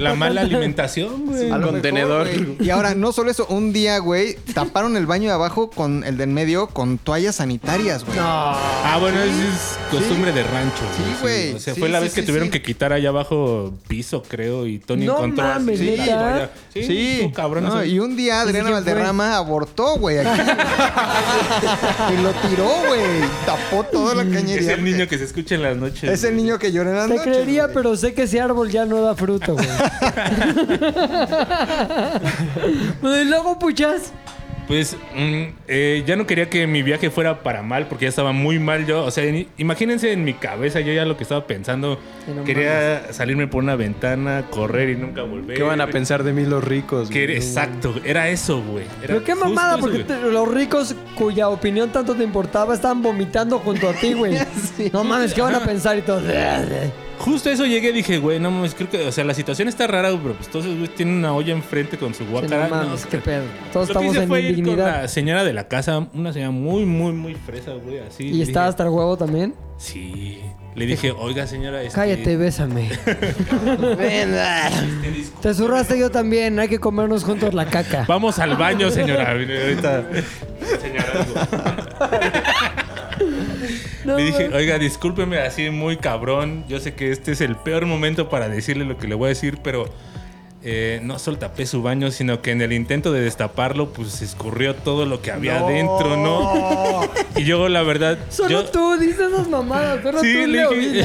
S6: La mala alimentación, güey.
S2: A lo mejor,
S5: contenedor.
S2: güey. y ahora, no solo eso, un día, güey, taparon el baño de abajo con el de en medio con toallas sanitarias, güey.
S6: Ah, bueno, eso es costumbre de rancho.
S2: Sí, güey.
S6: O sea,
S2: Sí,
S6: fue la
S2: sí,
S6: vez que
S2: sí,
S6: tuvieron
S2: sí.
S6: que quitar allá abajo piso, creo, y Tony
S4: No
S6: encontró así
S4: mames,
S6: la
S4: ¿neta?
S6: toalla. Sí,
S2: Sí,
S6: tú, cabrón.
S2: No,
S6: eso-
S2: y un día Adriana
S4: quién fue?
S2: Valderrama abortó, güey, aquí. y lo tiró, güey. Tapó toda la
S6: es
S2: cañería.
S6: el niño que se escucha en las noches.
S2: Es el niño que llora en las
S4: Te
S2: noches,
S4: creería,
S2: güey.
S4: pero sé que ese árbol ya no da
S2: (laughs)
S4: fruto, güey. Bueno, y luego, puchas.
S6: Pues mm, eh, ya no quería que mi viaje fuera para mal porque ya estaba muy mal yo. O sea, ni- imagínense en mi cabeza yo ya lo que estaba pensando.
S4: no
S6: quería salirme por una ventana, correr y nunca volver.
S5: ¿Qué van a pensar de mí los ricos?
S6: Que
S5: güey?
S6: era- exacto, era eso, güey. Era
S4: Pero qué
S6: justo
S4: mamada,
S6: eso,
S4: porque
S6: güey.
S4: te- los ricos cuya opinión tanto te importaba estaban vomitando junto a
S2: (laughs)
S4: ti, güey. No mames, ¿qué van a pensar y todo?
S6: Justo eso llegué y dije, güey, no mames, creo que, o sea, la situación está rara, güey, pero pues todos esos güeyes tienen una olla enfrente con su guacara.
S4: no mames,
S6: o
S4: qué
S6: sea,
S4: pedo. Todos
S6: lo que
S4: estamos
S6: hice
S4: en
S6: fue ir con
S4: indignidad.
S6: la señora de la casa, una señora muy, muy, muy fresa, güey, así.
S4: ¿Y
S6: le
S4: está
S6: dije,
S4: hasta el huevo también?
S6: Sí. Le dije, oiga, señora, este,
S4: Cállate, bésame. Te zurraste yo también, hay que comernos juntos la caca.
S6: Vamos al baño, (laughs) señora. Vine Ahorita enseñar algo.
S4: No,
S6: Le dije,
S4: mames.
S6: oiga, discúlpeme así muy cabrón. Yo sé que este es el peor momento para decirle lo que le voy a decir, pero eh, no solo tapé su baño, sino que en el intento de destaparlo, pues se escurrió todo lo que había adentro, ¿no? Y yo, la verdad.
S4: Solo
S6: yo,
S4: tú dices esas mamadas, solo
S6: Sí,
S4: tú
S6: le
S4: le,
S6: dije-
S4: le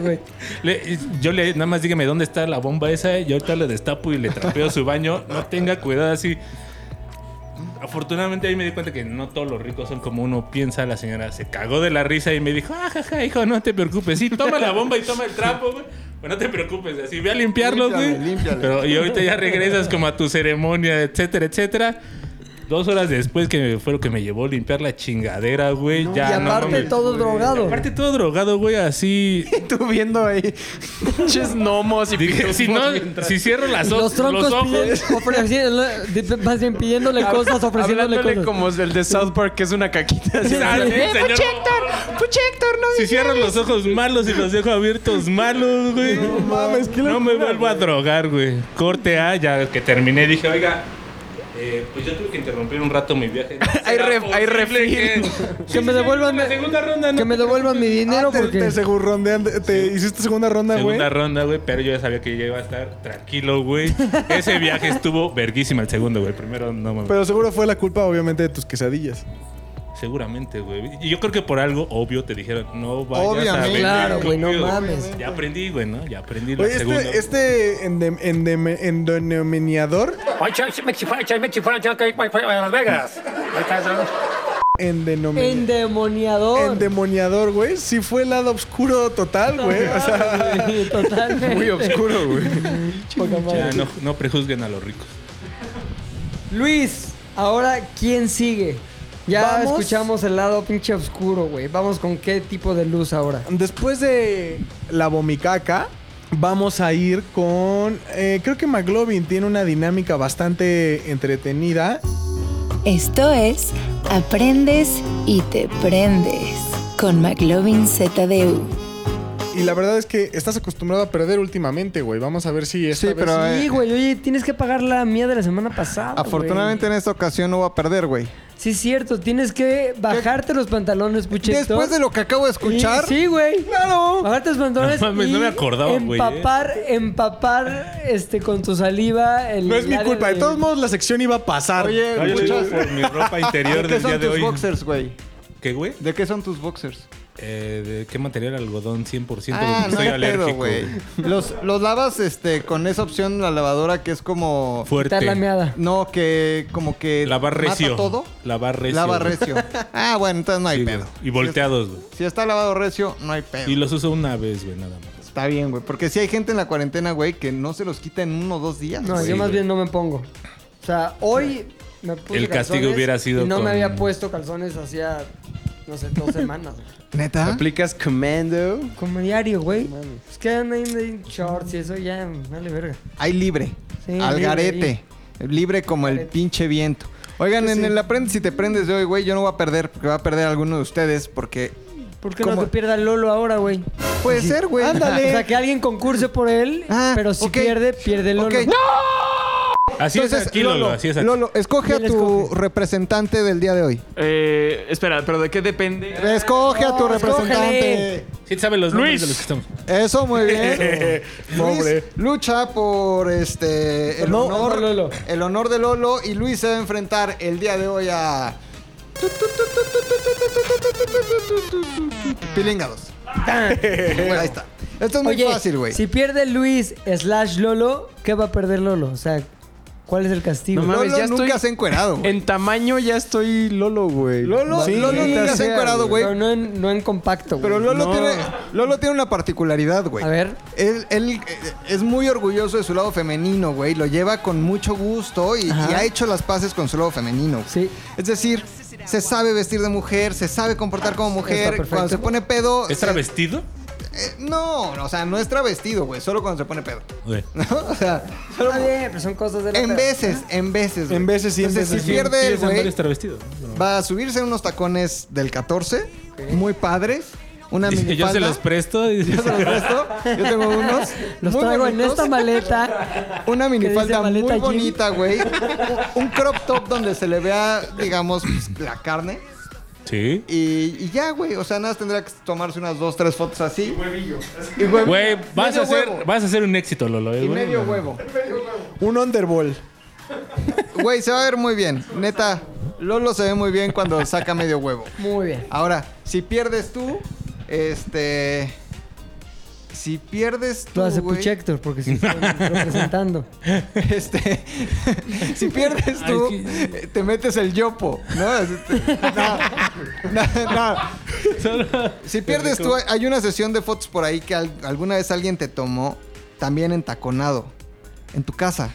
S6: (laughs)
S4: güey.
S6: Le- yo le, nada más dígame dónde está la bomba esa. Yo ahorita le destapo y le trapeo su baño. No tenga cuidado así. Afortunadamente ahí me di cuenta que no todos los ricos son como uno piensa. La señora se cagó de la risa y me dijo, ah, jaja, hijo, no te preocupes. Sí, toma la bomba y toma el trapo, güey. Pero no te preocupes, así ve a limpiarlo,
S2: Límpiale,
S6: güey.
S2: límpiale.
S6: Pero y ahorita ya regresas como a tu ceremonia, etcétera, etcétera. Dos horas después que fue lo que me llevó a limpiar la chingadera, güey. ya,
S4: y
S6: Ah, no
S4: aparte
S6: mames.
S4: todo drogado.
S6: Aparte todo drogado, güey, así.
S5: Tú viendo ahí pinches gnomos y
S6: Dije,
S5: pitufos
S6: si no,
S5: mientras-
S6: si cierro las o-
S4: los troncos
S6: los (laughs) ojos,
S4: piden- ofreciendo, di- más bien pidiéndole cosas, ofreciéndole
S5: Hablándole
S4: cosas.
S5: como el de South Park, que es una caquita. así.
S6: Sale, señor. si cierro los ojos malos y los dejo abiertos malos, güey. No mames, No me vuelvo a drogar, güey. Corte A, ya que terminé, dije, oiga. eh, pues yo tuve que interrumpir un rato mi viaje.
S5: Hay ref- hay refil.
S4: Que me devuelvan-
S6: la segunda ronda, ¿no?
S4: Que me devuelvan mi dinero
S7: Ah, te,
S4: porque...
S7: te segurrondean- te hiciste segunda ronda, güey.
S6: Segunda ronda, güey, pero yo ya sabía que ya iba a estar tranquilo, güey. Ese viaje estuvo verguísima el segundo, güey. El primero no mames.
S7: Pero seguro fue la culpa, obviamente, de tus quesadillas.
S6: Seguramente, güey. Y yo creo que por algo obvio te dijeron, no vayas a
S2: Obviamente.
S6: venir
S4: Claro, güey, no
S6: conmigo".
S4: mames.
S6: Ya aprendí, güey, ¿no? Ya aprendí la
S7: Oye,
S6: segunda.
S7: este, este endem- endem- endemoniador. Endenomen-
S4: Endemoniador.
S7: Endemoniador, güey. Sí fue el lado oscuro total, güey. O sea,
S4: Güey, Totalmente.
S5: Muy oscuro, güey.
S4: Poca madre.
S6: Ya, no, no prejuzguen a los ricos.
S4: Luis, ahora, ¿quién sigue? Ya
S7: Vamos.
S4: escuchamos el lado pinche oscuro, güey. Vamos con qué tipo de luz ahora.
S7: después de la bomicaca, vamos a ir con. eh, creo que McLovin tiene una dinámica bastante entretenida.
S11: Esto es Aprendes y te prendes con McLovin ZDU.
S7: Y la verdad es que estás acostumbrado a perder últimamente, güey. Vamos a ver si esta
S2: Sí,
S7: vez-
S2: pero eh,
S4: Sí, güey, oye, tienes que pagar la mía de la semana pasada. güey.
S2: afortunadamente en esta ocasión no va a perder, güey.
S4: Sí, es cierto, tienes que bajarte los pantalones, puchito.
S2: Después de lo que acabo de escuchar,
S4: Y- Sí, güey. Claro. Bajarte los pantalones.
S6: No mames, no me
S4: y
S6: acordaba, güey, ¿eh?
S4: Empapar, empapar este, con tu saliva. El
S7: No es mi
S4: área
S7: culpa. De
S4: del-
S7: todos modos, la sección iba a pasar.
S2: Oye,
S6: No, yo le digo
S2: muchas-
S6: por mi ropa
S2: ¿de (laughs)
S6: interior
S2: qué
S6: del
S2: son
S6: día de
S2: tus
S6: hoy.
S2: boxers, güey?
S6: ¿Qué, güey?
S2: ¿De qué son tus boxers?
S6: Eh, ¿De qué material algodón 100%?
S2: Ah,
S6: porque
S2: no
S6: soy
S2: hay
S6: alérgico.
S2: pedo, güey. Los, los lavas este, con esa opción en la lavadora que es como...
S4: Quitar la
S6: Fuerte.
S4: meada.
S2: No, que como que...
S6: Lavar
S2: mata
S6: recio.
S2: todo.
S6: Lavar recio.
S2: Lava
S6: güey.
S2: recio. Ah, bueno, entonces no hay
S6: Sí, güey.
S2: pedo.
S6: Y volteados, güey.
S2: Si está lavado recio, no hay pedo.
S6: Y los uso una vez, güey, nada más.
S2: Está bien, güey. Porque si hay gente en la cuarentena, güey, que no se los quita en uno o dos días.
S4: No,
S2: güey.
S4: yo más
S6: güey.
S4: bien no me pongo. O sea, hoy me puse
S6: El castigo
S4: calzones
S6: hubiera sido
S4: y no
S6: con-
S4: me había puesto calzones hacía, no sé, dos semanas. güey.
S2: ¿Neta?
S5: ¿Aplicas Commando?
S4: Como diario, güey. Es que andan ahí en shorts y eso ya, vale verga.
S2: Hay libre.
S4: Sí,
S2: al
S4: libre,
S2: garete. Libre como el
S4: Garete.
S2: pinche viento. Oigan, en el Aprendes y Te Prendes de hoy, güey, yo no voy a perder, porque va a perder alguno de ustedes, porque
S4: ¿Por qué no que pierda Lolo ahora, güey?
S2: Puede ser, güey. (laughs) Ah,
S4: Ándale. O (laughs) sea, que alguien concurse por él, pero si
S2: ok.
S4: pierde, pierde Lolo.
S2: Ok.
S6: Así es aquí, Lolo, así es aquí.
S2: Lolo, escoge a
S4: ¿Quién
S2: tu representante del día de hoy.
S12: Eh, espera, pero ¿de qué depende?
S2: Escoge a tu representante.
S6: Sí, te saben los
S12: Luis.
S6: nombres de los que estamos.
S2: Eso, muy
S6: (laughs)
S2: bien. Luis
S7: Pobre.
S2: lucha por este el
S4: No,
S2: honor,
S4: no, Lolo.
S2: el honor de Lolo y Luis se va a enfrentar el día de hoy a
S6: (laughs)
S2: Pilingados. Ahí está. Esto es muy
S4: Oye,
S2: fácil, güey.
S4: Si pierde Luis slash Lolo, ¿qué va a perder Lolo? O sea, ¿cuál es el castigo?
S5: No mames,
S2: Lolo
S5: ya
S2: nunca
S5: estoy-
S2: se ha encuerado, güey.
S5: En tamaño ya estoy Lolo, güey.
S2: Lolo,
S5: Sí,
S2: Lolo
S5: neta
S2: nunca se ha
S5: sea,
S2: encuerado, güey.
S4: Pero no en, no en compacto, güey.
S2: Pero Lolo,
S5: No.
S2: tiene, Lolo tiene una particularidad, güey.
S4: A ver.
S2: Él, él, eh, es muy orgulloso de su lado femenino, güey. Lo lleva con mucho gusto y, y
S4: Ajá.
S2: ha hecho las paces con su lado femenino. güey.
S4: Sí.
S2: Es decir, se sabe vestir de mujer, se sabe comportar como
S4: Está
S2: mujer.
S4: perfecto.
S2: Cuando se pone pedo.
S6: ¿Es
S2: eh,
S6: travestido?
S2: eh, no, no, o sea, no es travestido, güey. Solo cuando se pone pedo. (laughs)
S6: Güey.
S2: ¿No? O sea, solo-
S4: Está bien, pero son cosas de la
S2: en
S4: peda.
S2: veces, en veces. güey.
S7: En veces sí, en
S2: Entonces,
S7: veces
S2: si
S7: sí. este-
S2: pierde el
S6: ¿Quieres andar
S2: güey,
S6: es travestido?
S2: va a subirse unos tacones del 14, muy padres. Una
S6: Dice, yo se
S2: minifalda.
S6: los presto. y-
S2: Yo se los presto. Yo tengo unos.
S4: Los
S2: muy
S4: traigo en
S2: bonitos.
S4: esta maleta.
S2: Una minifalda
S4: dice maleta
S2: muy
S4: jean.
S2: bonita, güey. Un crop top donde se le vea, digamos, pues, la carne.
S6: Sí.
S2: Y, y ya, güey. O sea, nada más tendría que tomarse unas dos, tres fotos así. Y
S6: Güey, vas
S2: medio
S6: a hacer,
S2: huevo.
S6: vas a hacer un éxito, Lolo. eh,
S2: Y
S6: güey.
S2: medio huevo.
S7: Un underball.
S2: Güey, se va a ver muy bien. Neta, Lolo se ve muy bien cuando saca medio huevo.
S4: Muy bien.
S2: Ahora, si pierdes tú, este. Si pierdes tú.
S4: Lo hace
S2: güey,
S4: Puchector, porque se están
S2: (laughs)
S4: representando.
S2: Este, (laughs) si pierdes
S6: Ay,
S2: tú,
S6: qué-
S2: eh, te metes el yopo, ¿no? Así te- no, no, no. Si pierdes tú, hay- hay una sesión de fotos por ahí que al- alguna vez alguien te tomó, también entaconado, en tu casa.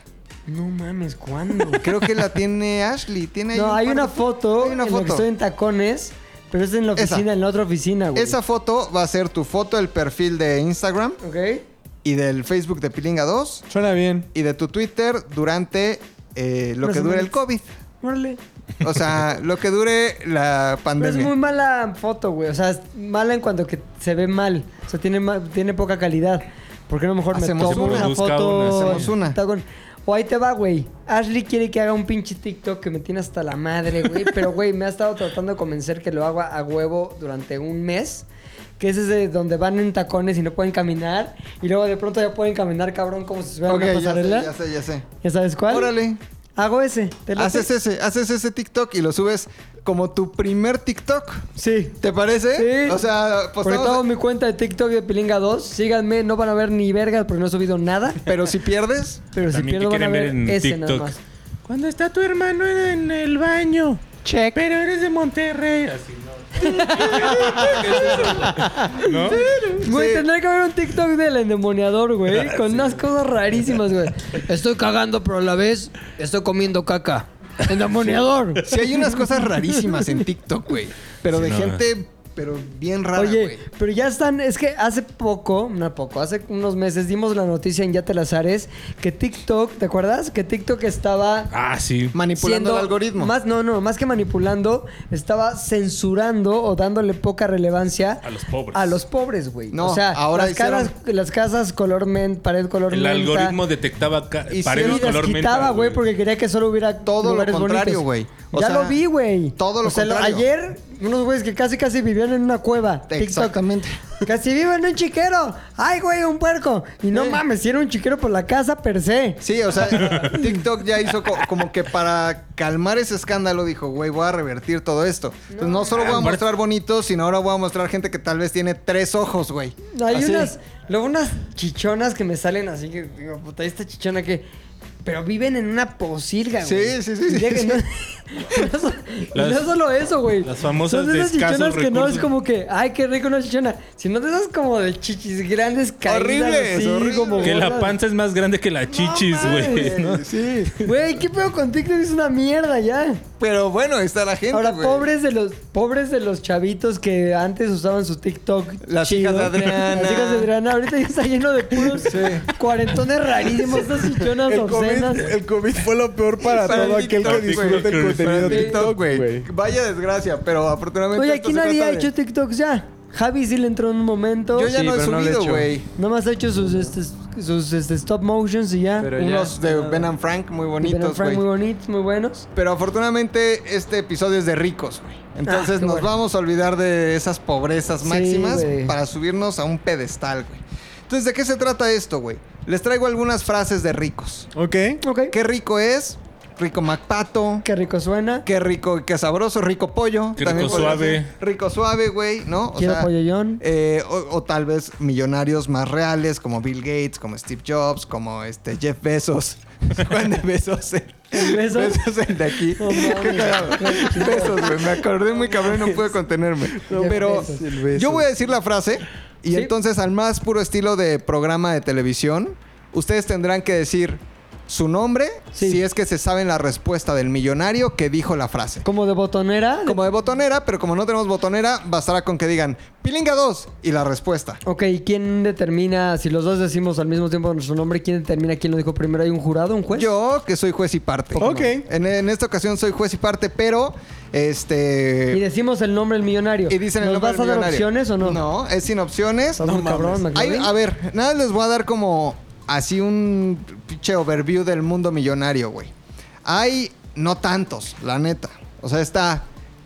S4: No mames, ¿cuándo?
S2: (laughs) Creo que la tiene Ashley. Tiene ahí
S4: No,
S2: un
S4: hay
S2: par
S4: una
S2: de-
S4: foto
S2: Hay una
S4: en la que estoy
S2: foto.
S4: en tacones, pero es en la
S2: Esa.
S4: oficina, en la otra oficina, güey.
S2: Esa foto va a ser tu foto, el perfil de Instagram
S4: ¿Ok?
S2: y del Facebook de Pilinga 2
S7: Suena bien.
S2: y de tu Twitter durante eh, lo
S4: Una
S2: que dure
S4: semana.
S2: el COVID.
S4: Órale.
S2: O sea, lo que dure la
S4: Pero es
S2: pandemia.
S4: muy mala foto, güey. O sea, es mala en cuanto que se ve mal. O sea, tiene, ma- tiene poca calidad. ¿Por qué no mejor
S2: Hacemos
S4: me tomo
S2: una.
S4: una,
S6: Busca
S4: foto?
S6: una,
S2: hacemos una.
S4: Está con- O ahí te va, güey. Ashley quiere que haga un pinche TikTok que me tiene hasta la madre,
S2: (laughs)
S4: güey. Pero, güey, me ha estado tratando de convencer que lo haga a huevo durante un mes. Que es ese donde van en tacones y no pueden caminar. Y luego de pronto ya pueden caminar, cabrón, como si se fueran
S2: Ok,
S4: una
S2: ya sé,
S4: pasarela.
S2: ya sé, ya sé.
S4: ¿Ya sabes cuál?
S2: Órale.
S4: Hago ese. ¿Te late?
S2: Haces ese, haces ese TikTok y lo subes como tu primer TikTok.
S4: Sí.
S2: ¿Te parece?
S4: Sí.
S2: O sea, pues
S4: Por todo
S2: postamos.
S4: mi cuenta de TikTok de Pilinga 2. Síganme, no van a ver ni vergas porque no he subido
S6: (laughs)
S4: nada.
S2: Pero si pierdes,
S4: Pero si
S6: También que
S4: pierdo van
S6: quieren
S4: a
S6: ver
S4: ver
S6: en
S4: ese nada
S6: TikTok.
S4: más.
S6: Cuando está tu hermano en el baño. Check. Pero eres de Monterrey. Así (laughs) no. ¿Qué es eso, güey?
S4: Güey, tendré que ver un TikTok del
S6: (laughs)
S4: endemoniador, güey. Con unas cosas rarísimas, güey. Estoy cagando, pero a la vez estoy comiendo caca. Endemoniador.
S2: si hay unas cosas rarísimas en TikTok, güey. Pero
S6: Sí,
S2: de
S6: no,
S2: gente, pero bien rara,
S4: Oye,
S2: güey.
S4: pero ya están, es que hace poco, no poco, hace unos meses dimos la noticia en Ya te las Ares que TikTok, ¿te acuerdas? Que TikTok estaba
S6: No. Ah, sí.
S2: Manipulando
S4: siendo
S2: el algoritmo.
S4: Más, no, no, más que manipulando, estaba censurando o dándole poca relevancia
S6: A los pobres.
S4: A los pobres, güey.
S2: No,
S4: o sea,
S2: ahora
S4: las,
S2: hicieron-
S4: caras- las casas color men, pared color
S6: El
S4: menta.
S6: algoritmo detectaba ca-
S2: Y sí,
S4: Y
S6: paredes
S4: las
S6: color menta,
S4: quitaba, güey, porque quería que solo hubiera
S2: Todo lo
S4: lugares
S2: contrario,
S4: bonitos.
S2: güey. O
S4: Ya
S2: sea,
S4: lo vi, güey.
S2: todo lo
S4: O sea,
S2: contrario.
S4: Ayer, unos güeyes que casi casi vivían en una cueva. TikTok.
S2: Exactamente.
S4: Casi vivo en un chiquero. Ay, güey, un puerco. Y no
S2: Sí.
S4: mames, si era un chiquero por la casa per se.
S2: Sí, o sea, TikTok ya hizo co- como que para calmar ese escándalo dijo, güey, voy a revertir todo esto. Entonces, no solo voy a mostrar bonitos, sino ahora voy a mostrar gente que tal vez tiene tres ojos, güey.
S4: Hay
S2: Así.
S4: unas, luego unas chichonas que me salen así que digo, puta, esta chichona que. Pero viven en una posilga,
S2: Sí,
S4: güey.
S2: sí, sí, sí,
S4: Y llegan-
S2: sí. (laughs)
S4: No, no so-
S6: Las-
S4: no solo eso, güey.
S6: las famosas
S4: Son de esas
S6: de escasos
S4: chichonas que no es
S6: recursos.
S4: como que, ay, qué rico una chichona. Sino de esas como de chichis grandes caídas.
S2: Horribles,
S4: así,
S2: horribles.
S4: como
S6: Que la
S4: gordas.
S6: panza es más grande que la chichis, güey. (laughs) ¿no?
S2: Sí.
S4: Güey, ¿qué pedo con TikTok? Es una mierda ya.
S2: Pero bueno, ahí está la gente,
S4: Ahora,
S2: güey.
S4: pobres de los pobres de los chavitos que antes usaban su TikTok.
S2: Las hijas de Adriana.
S4: Las hijas de Adriana. Ahorita ya está lleno de puros cuarentones rarísimos, estas chichonas
S7: El COVID,
S4: obscenas.
S7: el COVID fue lo peor para,
S2: Para
S7: todo
S2: el
S7: aquel que
S2: TikTok,
S7: disfruta
S6: güey.
S7: el contenido
S2: Para
S7: de
S2: TikTok,
S7: TikTok, güey.
S2: Vaya desgracia, pero afortunadamente...
S4: Oye,
S2: esto
S4: aquí
S2: se
S4: nadie
S2: trata
S4: ha
S2: de-
S4: hecho TikToks ya. Javi sí le entró en un momento.
S2: Yo ya Sí, no he pero no le subido, echo. güey.
S4: Nomás ha hecho sus, este, sus este, stop motions y ya.
S2: Unos de Ben and Frank muy bonitos,
S4: Ben and Frank
S2: güey.
S4: muy bonitos, muy buenos.
S2: Pero afortunadamente este episodio es de ricos, güey. Entonces
S4: Ah, qué
S2: nos
S4: bueno.
S2: vamos a olvidar de esas pobrezas
S4: Sí,
S2: máximas
S4: güey.
S2: para subirnos a un pedestal, güey. Entonces, ¿de qué se trata esto, güey? Les traigo algunas frases de ricos.
S7: Ok.
S2: Qué rico es. Rico Macpato.
S4: Qué rico suena.
S2: Qué rico y qué sabroso. Rico pollo.
S6: Qué
S2: También
S6: rico
S2: podría
S6: suave.
S2: ser Rico suave, güey, ¿no? O
S4: Quiero
S2: sea,
S4: pollollón.
S2: eh, o, o tal vez millonarios más reales como Bill Gates, como Steve Jobs, como este Jeff Bezos. (laughs) Juan de Bezos. eh.
S4: Besos. Oh,
S2: Bezos el de aquí.
S4: No mames.
S2: (laughs) Qué cagado. Bezos, güey. Me acordé muy cabrón y no pude contenerme. Pero
S4: Bezos.
S2: yo voy a decir la frase y
S4: Sí.
S2: entonces al más puro estilo de programa de televisión, ustedes tendrán que decir su nombre si es que se saben la respuesta del millonario que dijo la frase.
S4: Como de botonera.
S2: Como de botonera, pero como no tenemos botonera, bastará con que digan Pilinga 2 y la respuesta.
S4: Ok, ¿y ¿quién determina, si los dos decimos al mismo tiempo nuestro nombre, quién determina quién lo dijo primero? ¿Hay un jurado, un juez?
S2: Yo, que soy juez y parte.
S4: Pues. Ok.
S2: En, en esta ocasión soy juez y parte, pero este
S4: Y decimos el nombre del millonario.
S2: Y dicen el
S4: ¿Nos
S2: nombre
S4: vas
S2: del
S4: a dar
S2: millonario.
S4: opciones o no?
S2: No, es sin opciones.
S4: Está
S2: No
S4: muy cabrón,
S2: mames.
S4: McLovin.
S2: Hay- a ver, nada, les voy a dar como así un pinche overview del mundo millonario, güey. Hay no tantos, la neta. O sea, está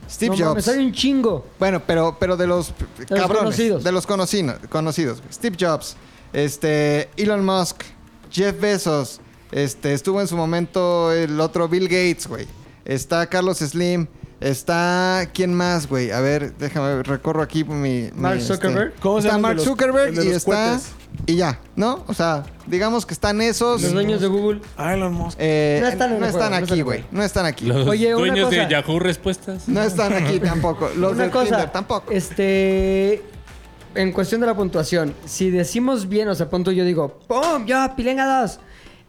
S2: Steve
S4: No
S2: Jobs.
S4: mames, hay un chingo.
S2: Bueno, pero, pero de los p-
S4: los
S2: cabrones.
S4: conocidos.
S2: De los conocino- conocidos. güey. Steve Jobs, este, Elon Musk, Jeff Bezos, este, estuvo en su momento el otro Bill Gates, güey. Está Carlos Slim, está. ¿Quién más, güey? A ver, déjame, recorro aquí mi. mi,
S7: Mark
S2: este,
S7: Zuckerberg. ¿Cómo se
S2: está
S7: llama
S2: Mark
S7: el de los-
S2: Zuckerberg
S7: el de
S2: y
S7: los
S2: está.
S7: cohetes?
S2: Y ya, ¿no? O sea, digamos que están esos.
S4: Los dueños de Google.
S7: Ah, Elon Musk.
S2: Eh,
S4: No están en el juego, no están en
S2: aquí,
S4: el
S2: güey.
S4: juego.
S2: No están aquí.
S6: Los
S4: Oye, una
S6: dueños de
S4: cosa.
S6: Yahoo Respuestas.
S2: No están
S7: (laughs)
S2: aquí tampoco. Los
S4: Una
S2: del
S4: cosa,
S2: Tinder tampoco.
S4: Este. En cuestión de la puntuación, si decimos bien, o sea, punto yo digo, ¡pum! ¡Ya, pilenga 2!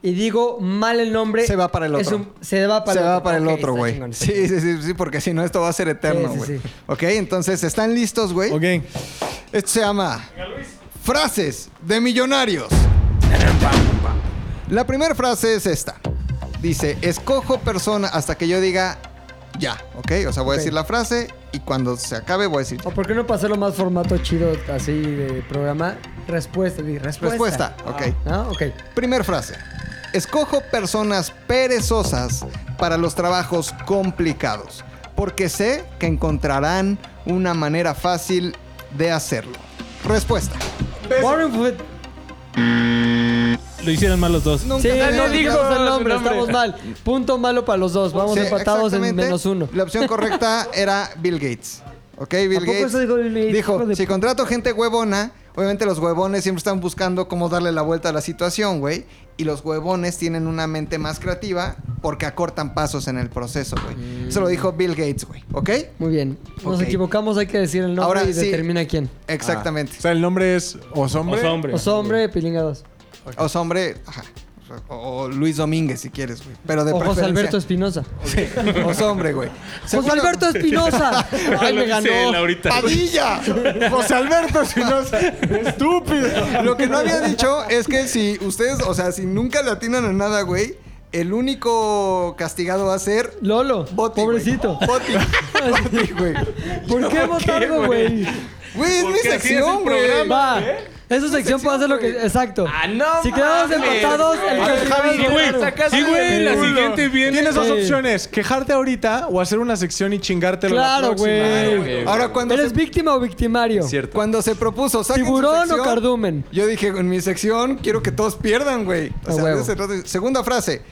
S4: Y digo mal el nombre.
S2: Se va para el
S4: es
S2: otro.
S4: un- se va para
S2: se
S4: el otro.
S2: va para el
S4: Ok,
S2: otro,
S4: está
S2: güey.
S4: chingón, está
S2: Sí,
S4: chingón.
S2: sí, sí, sí, porque si no, esto va a ser eterno,
S4: Sí, sí,
S2: güey.
S4: sí.
S2: Ok, entonces, ¿están listos, güey?
S7: Ok.
S2: Esto se llama Frases de Millonarios. La primera frase es esta. Dice, escojo persona hasta que yo diga ya, ¿ok? O sea, voy a decir la frase y cuando se acabe voy a decir
S4: ¿O por qué no pasarlo más formato chido así de programa? Respuesta, di, respuesta. Ah.
S2: respuesta, ok.
S4: ¿No? Ok.
S2: Primer frase. Escojo personas perezosas para los trabajos complicados, porque sé que encontrarán una manera fácil de hacerlo. Respuesta.
S4: Warren Buffett.
S6: Lo hicieron mal los dos.
S2: Nunca
S4: Sí,
S2: se
S4: no
S2: había
S4: dijo
S2: escuchado
S4: el nombre,
S2: su nombre.
S4: estamos mal. Punto malo para los dos. Vamos
S2: Sí,
S4: empatados en
S2: exactamente.
S4: menos uno.
S2: La opción correcta era Bill Gates. ¿Ok?
S4: ¿A
S2: Bill
S4: poco
S2: Gates
S4: eso dijo Bill Gates?
S2: dijo,
S4: Hijo de
S2: si
S4: pu-
S2: contrato gente huevona, obviamente los huevones siempre están buscando cómo darle la vuelta a la situación, güey. Y los huevones tienen una mente más creativa porque acortan pasos en el proceso, güey. Eso lo dijo Bill Gates, güey. ¿Ok?
S4: Muy bien. Nos
S2: Ok.
S4: equivocamos, hay que decir el nombre
S2: Ahora
S4: y
S2: sí.
S4: determina quién.
S2: Exactamente.
S7: O sea, el nombre es Osombre.
S6: Los hombres. (laughs)
S4: Os hombre, pilinga 2.
S2: O sea, hombre, ajá. O o Luis Domínguez, si quieres, güey. Pero de
S4: O José
S2: preferencia-
S4: Alberto Espinosa.
S2: O sea, hombre, güey.
S4: ¡José
S2: Segundo-
S4: Alberto Espinosa! ¡Ay,
S6: Lo
S4: me
S6: dice él
S4: ganó!
S6: ahorita.
S2: ¡Padilla!
S7: José Alberto Espinosa. Estúpido.
S2: Lo que no había dicho es que si ustedes, o sea, si nunca le atinan a nada, güey, el único castigado va a ser
S4: Lolo,
S2: Boti. güey.
S4: pobrecito.
S2: Boti. Boti, güey.
S4: ¿Por qué votaron, güey?
S2: Güey, es mi
S6: Porque así es
S2: sección,
S6: el
S2: güey.
S6: programa.
S4: Va. Esa sección puede hacer lo que. Exacto. Si quedamos
S12: mames,
S4: empatados, el
S12: güey.
S4: que
S7: Javi,
S4: gana-
S6: Sí, güey. Sí, güey. La siguiente viene.
S7: Tienes dos
S4: Sí.
S7: opciones: quejarte ahorita o hacer una sección y chingártelo la
S4: Claro,
S7: próxima.
S4: güey.
S12: güey.
S2: Ahora, cuando
S4: ¿Eres
S2: se,
S4: víctima o victimario?
S12: Cierto.
S2: cuando se propuso, saquen su
S4: ¿Tiburón o
S2: sección,
S4: cardumen?
S2: Yo dije, en mi sección quiero que todos pierdan, güey. O
S4: A
S2: sea, de
S4: huevo.
S2: eso se trata. Segunda frase.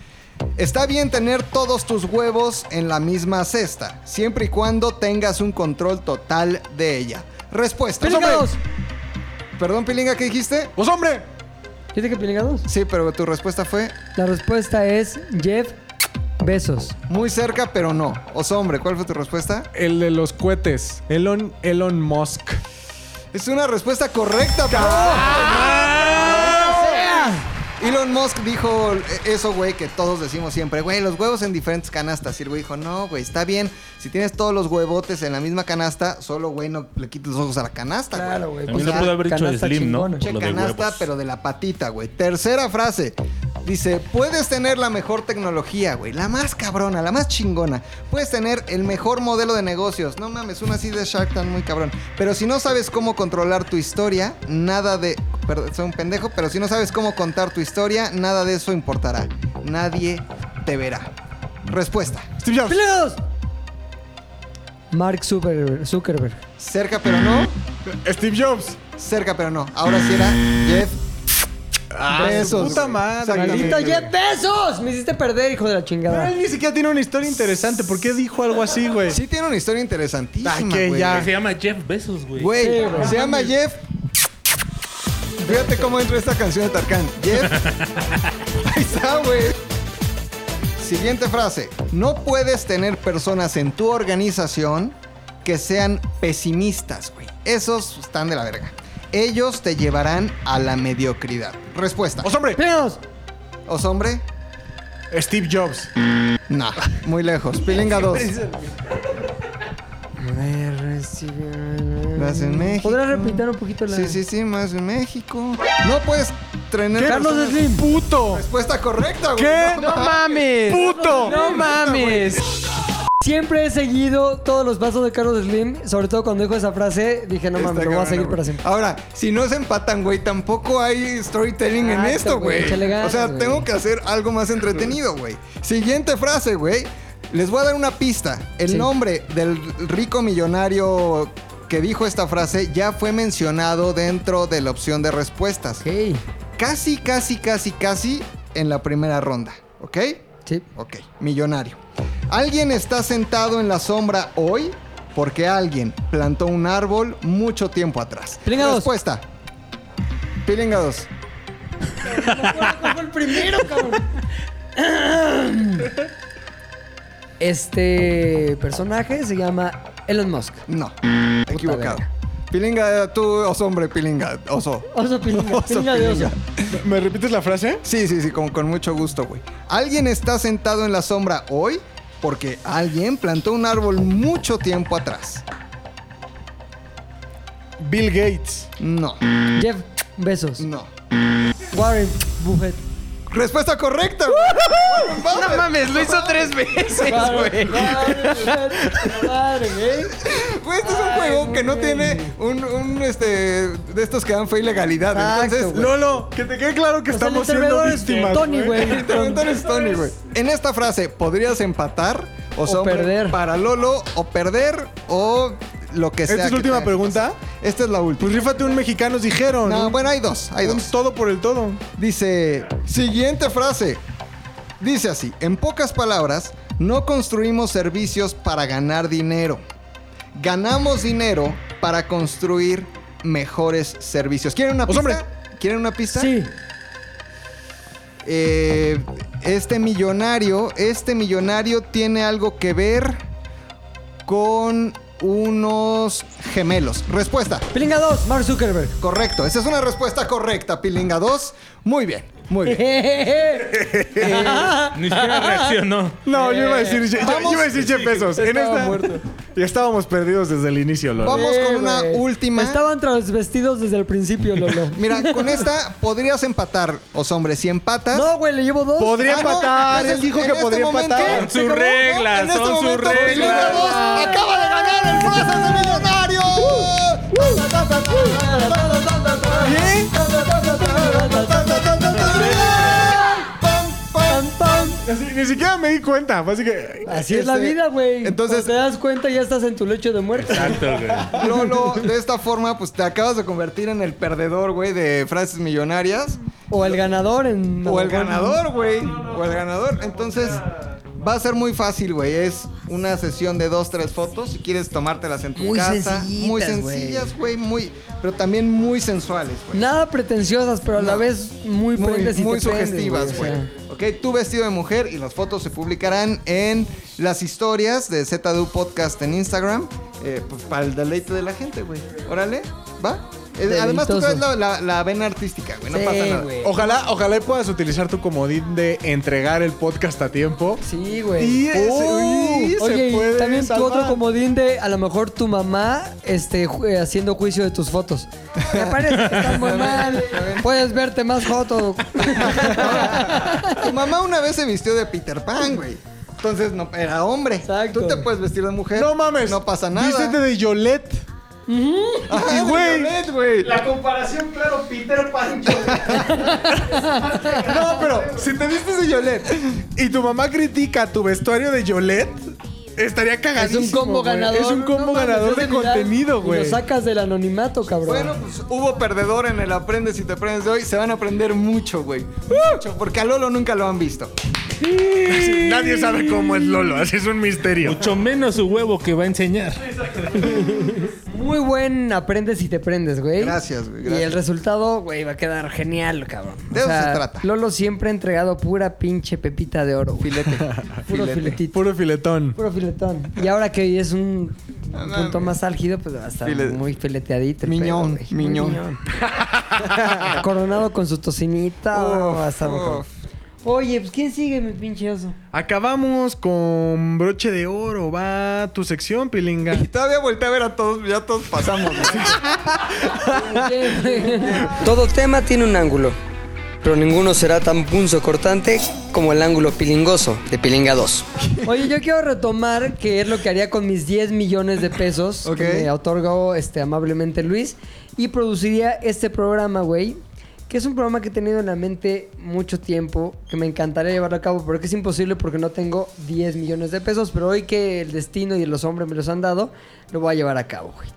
S2: Está bien tener todos tus huevos en la misma cesta, siempre y cuando tengas un control total de ella. Respuesta.
S4: ¡Pilinga
S2: Hombre.
S4: 2!
S2: Perdón, Pilinga, ¿qué dijiste?
S7: ¡Osombre!
S4: ¿Dice que Pilinga 2?
S2: Sí, pero tu respuesta fue
S4: La respuesta es Jeff Besos.
S2: muy cerca, pero no. Osombre, ¿cuál fue tu respuesta?
S7: El de los cohetes. Elon, Elon Musk.
S2: Es una respuesta correcta, bro. Elon Musk dijo eso, güey, que todos decimos siempre, güey, los huevos en diferentes canastas. Y el güey dijo, no, güey, está bien. Si tienes todos los huevotes en la misma canasta, solo, güey, no le quites los ojos a la canasta, güey.
S4: Claro, güey.
S2: O
S6: También lo
S2: sea,
S6: pudo haber dicho
S4: canasta
S6: Slim, ¿no?
S4: chingona.
S6: Por
S2: Che
S6: lo de
S2: canasta,
S6: huevos.
S2: pero de la patita, güey. Tercera frase. Dice, puedes tener la mejor tecnología, güey, la más cabrona, la más chingona. Puedes tener el mejor modelo de negocios. No mames, una así de Shark Tank muy cabrón. Pero si no sabes cómo controlar tu historia, nada de... Perdón, soy un pendejo, pero si no sabes cómo contar tu historia, nada de eso importará. Nadie te verá. Respuesta. Steve Jobs.
S4: Mark Zuckerberg. Zuckerberg.
S2: Cerca pero no. Steve Jobs. Cerca pero no. Ahora sí era Jeff.
S7: Ah,
S2: Bezos,
S7: su puta
S2: güey.
S7: madre.
S2: Exactamente.
S4: ¡Maldito Jeff Bezos! Me hiciste perder, hijo de la
S7: Pero
S4: chingada.
S7: él ni siquiera tiene una historia interesante. ¿Por qué dijo algo así, güey?
S2: Sí tiene una historia interesantísima,
S7: Ah, que
S2: güey.
S7: ya.
S6: Se llama Jeff Bezos, güey.
S2: Güey,
S6: Sí,
S2: se llama Jeff. Fíjate cómo entra esta canción de Tarkan. Jeff. Ahí está, güey. Siguiente frase. No puedes tener personas en tu organización que sean pesimistas, güey. Esos están de la verga. Ellos te llevarán a la mediocridad. Respuesta. ¡Os
S7: hombre!
S2: ¿Os hombre?
S7: Steve Jobs.
S2: No, muy lejos. Pilinga 2. Más en México.
S4: ¿Podrás repitar un poquito la.?
S2: Sí, sí, sí, más en México. No puedes tener
S4: ¿Qué? Carlos
S2: personas-
S4: Slim.
S7: ¡Puto!
S2: Respuesta correcta, güey.
S7: ¿Qué? ¡No mames! ¡Puto!
S4: ¡No mames! Siempre he seguido todos los pasos de Carlos Slim, sobre todo cuando dijo esa frase, dije, no
S2: Está
S4: mames, lo voy a
S2: cabrón,
S4: seguir
S2: güey.
S4: para
S2: (laughs)
S4: siempre.
S2: Ahora, si no se empatan, güey, tampoco hay storytelling en
S4: Exacto,
S2: esto,
S4: güey,
S2: güey.
S4: échale ganas,
S2: O sea,
S4: güey.
S2: tengo que hacer algo más entretenido, güey. Siguiente frase, güey. Les voy a dar una pista. El
S4: Sí.
S2: nombre del rico millonario que dijo esta frase ya fue mencionado dentro de la opción de respuestas.
S4: Ok.
S2: Casi, casi, casi, casi en la primera ronda, ¿ok?
S4: Sí.
S2: Ok, millonario. Alguien está sentado en la sombra hoy porque alguien plantó un árbol mucho tiempo atrás.
S4: Pilinga dos.
S2: Respuesta. Pilinga 2.
S4: el primero, cabrón. Este personaje se llama Elon Musk.
S2: No, equivocado.
S4: verga.
S2: Pilinga, tú, oso hombre, pilinga, oso.
S4: Oso (laughs) pilinga,
S2: Oso
S4: pilinga de
S2: pilinga.
S4: oso.
S7: ¿Me repites la frase?
S2: Sí, sí, sí, con, con mucho gusto, güey. Alguien está sentado en la sombra hoy porque alguien plantó un árbol mucho tiempo atrás.
S7: Bill Gates.
S2: No,
S4: Jeff Besos.
S2: no.
S4: Warren Buffett.
S2: Respuesta correcta. güey.
S12: No mames, lo hizo tres veces, güey.
S2: Güey, este es un juego que no tiene un, un, este de estos que dan fe y legalidad.
S4: Exacto,
S2: Entonces,
S4: güey.
S7: Lolo, que te quede claro que
S4: Pues el
S7: estamos siendo
S4: interventor es
S7: víctimas.
S4: Tony,
S2: (laughs)
S4: güey.
S7: (laughs)
S2: el interventor es Tony, güey. En esta frase, ¿podrías empatar o, hombre,
S4: perder.
S2: para Lolo o perder o lo que sea?
S7: ¿Esta es
S2: que
S7: la última
S2: tenga.
S7: pregunta?
S2: Esta es la última.
S7: Pues rífate un mexicano, dijeron.
S2: No,
S7: Un-
S2: bueno, hay dos, hay
S7: un
S2: dos.
S7: todo por el todo.
S2: Dice, siguiente frase. Dice así, en pocas palabras, no construimos servicios para ganar dinero. Ganamos dinero para construir mejores servicios. ¿Quieren una
S7: Pues,
S2: pista?
S7: hombre.
S2: ¿Quieren una pista?
S4: Sí.
S2: Eh, este millonario, este millonario tiene algo que ver con unos gemelos. Respuesta.
S4: Pilinga 2, Mark Zuckerberg. (laughs)
S2: Correcto, esa es una respuesta correcta, Pilinga 2. Muy bien, muy bien. (laughs)
S6: Ni siquiera reaccionó.
S7: No, yo iba a decir, yo, yo- yo
S2: Vamos.
S7: iba a decir Jeff Bezos. En
S2: estaba
S7: esta.
S2: muerto.
S7: Y estábamos perdidos desde el inicio, Lolo.
S2: Vamos
S4: Eh,
S2: con una
S4: güey.
S2: última.
S4: Estaban transvestidos desde el
S2: (laughs)
S4: principio, Lolo.
S2: Mira, con esta podrías empatar, os hombre. Si empatas.
S4: No, güey, le llevo dos.
S7: Podría
S2: Ah, no,
S7: empatar, él
S2: entonces,
S7: dijo
S2: en
S7: que
S2: este
S7: podría
S2: momento-
S7: empatar.
S6: Son sus reglas,
S2: En este
S6: son sus
S2: momento, Pilinga
S6: reglas.
S2: dos acaba de ganar el Frases de Millonario. Bien. Pam, pam, pam.
S7: Así, ni siquiera me di cuenta. Así que.
S4: Así es la
S2: Este,
S4: vida, güey.
S2: entonces-
S4: Entonces te das cuenta ya estás en tu lecho de muerte.
S6: Exacto, güey.
S2: Lolo, de esta forma, pues te acabas de convertir en el perdedor, güey, de frases millonarias.
S4: O el ganador en
S2: O el ganador, güey. O el ganador. Entonces, va a ser muy fácil, güey. Es una sesión de dos, tres fotos. Si quieres tomártelas en tu
S4: Muy
S2: casa. muy
S4: sencillitas, güey.
S2: sencillas, güey. Muy, pero también muy sensuales, güey.
S4: Nada pretenciosas, pero a la
S2: No.
S4: vez muy
S2: Muy,
S4: prendes y
S2: muy
S4: te prendes,
S2: sugestivas, güey.
S4: o sea.
S2: Ok, tú vestido de mujer y las fotos se publicarán en las historias de ZDU Podcast en Instagram. eh, pues para el deleite de la gente, güey. Órale, ¿va? Eh, Además, tú traes la, la- la vena artística, güey. No pasa nada.
S7: Ojalá, ojalá y puedas utilizar tu comodín de entregar el podcast a tiempo.
S4: Sí, güey. Oh.
S7: Y ese- y se
S4: oye,
S7: puede
S4: y también tu otro
S7: salvar.
S4: comodín de a lo mejor tu mamá este, ju- eh, haciendo juicio de tus fotos. Me parece que
S2: (laughs)
S4: están muy mal. Puedes verte más foto.
S2: (laughs) Tu mamá una vez se vistió de Peter Pan, güey. Entonces no era hombre. Tú te puedes vestir de mujer. No mames. No pasa nada.
S7: Vístete de Yolette.
S2: Ajá, de Yolette, güey.
S12: comparación, claro, Peter Pancho.
S7: No, pero si te vistes de Yolette y tu mamá critica tu vestuario de Yolette, estaría cagadísimo.
S4: es un combo
S7: güey.
S4: ganador.
S7: Es un combo
S4: no mames,
S7: ganador
S4: ese
S7: de
S4: viral.
S7: contenido,
S4: Y
S7: güey.
S4: Lo sacas del anonimato, cabrón.
S2: Bueno, pues hubo perdedor en el Aprendes y te aprendes de hoy. Se van a aprender mucho, güey. Mucho, porque a Lolo nunca lo han visto.
S7: Nadie sabe cómo es Lolo, así es un misterio.
S6: Mucho menos su huevo que va a enseñar.
S4: Muy buen aprendes y te prendes, güey.
S2: Gracias, güey,
S4: Y
S2: gracias.
S4: el resultado, güey, va a quedar genial, cabrón.
S2: De eso se trata.
S4: Lolo siempre ha entregado pura pinche pepita de oro. güey.
S2: Filete.
S4: (laughs) Puro
S2: Filete.
S4: filetito.
S7: Puro filetón.
S4: Puro filetón. Y ahora que es un punto más álgido, pues va a estar
S2: File-
S4: muy fileteadito. el
S2: Miñón,
S4: pedo, güey. Muy
S2: miñón.
S4: (laughs) Coronado con su tocinita.
S2: Uf,
S4: va a estar muy cabrón.
S2: uf.
S4: Oye, pues ¿quién sigue, mi pinche oso?
S7: Acabamos con broche de oro. Va tu sección, Pilinga.
S4: (laughs)
S2: Y todavía volteé a ver a todos, ya todos pasamos. güey.
S4: Pues,
S1: Todo tema tiene un ángulo, pero ninguno será tan punzo cortante como el ángulo pilingoso de Pilinga 2.
S4: (laughs) Oye, yo quiero retomar que es lo que haría con mis 10 millones de pesos
S2: Ok.
S4: que me otorgó este, amablemente Luis y produciría este programa, güey. Que es un programa que he tenido en la mente mucho tiempo, que me encantaría llevarlo a cabo, pero que es imposible porque no tengo 10 millones de pesos. Pero hoy que el destino y los hombres me los han dado, lo voy a llevar a cabo, güey.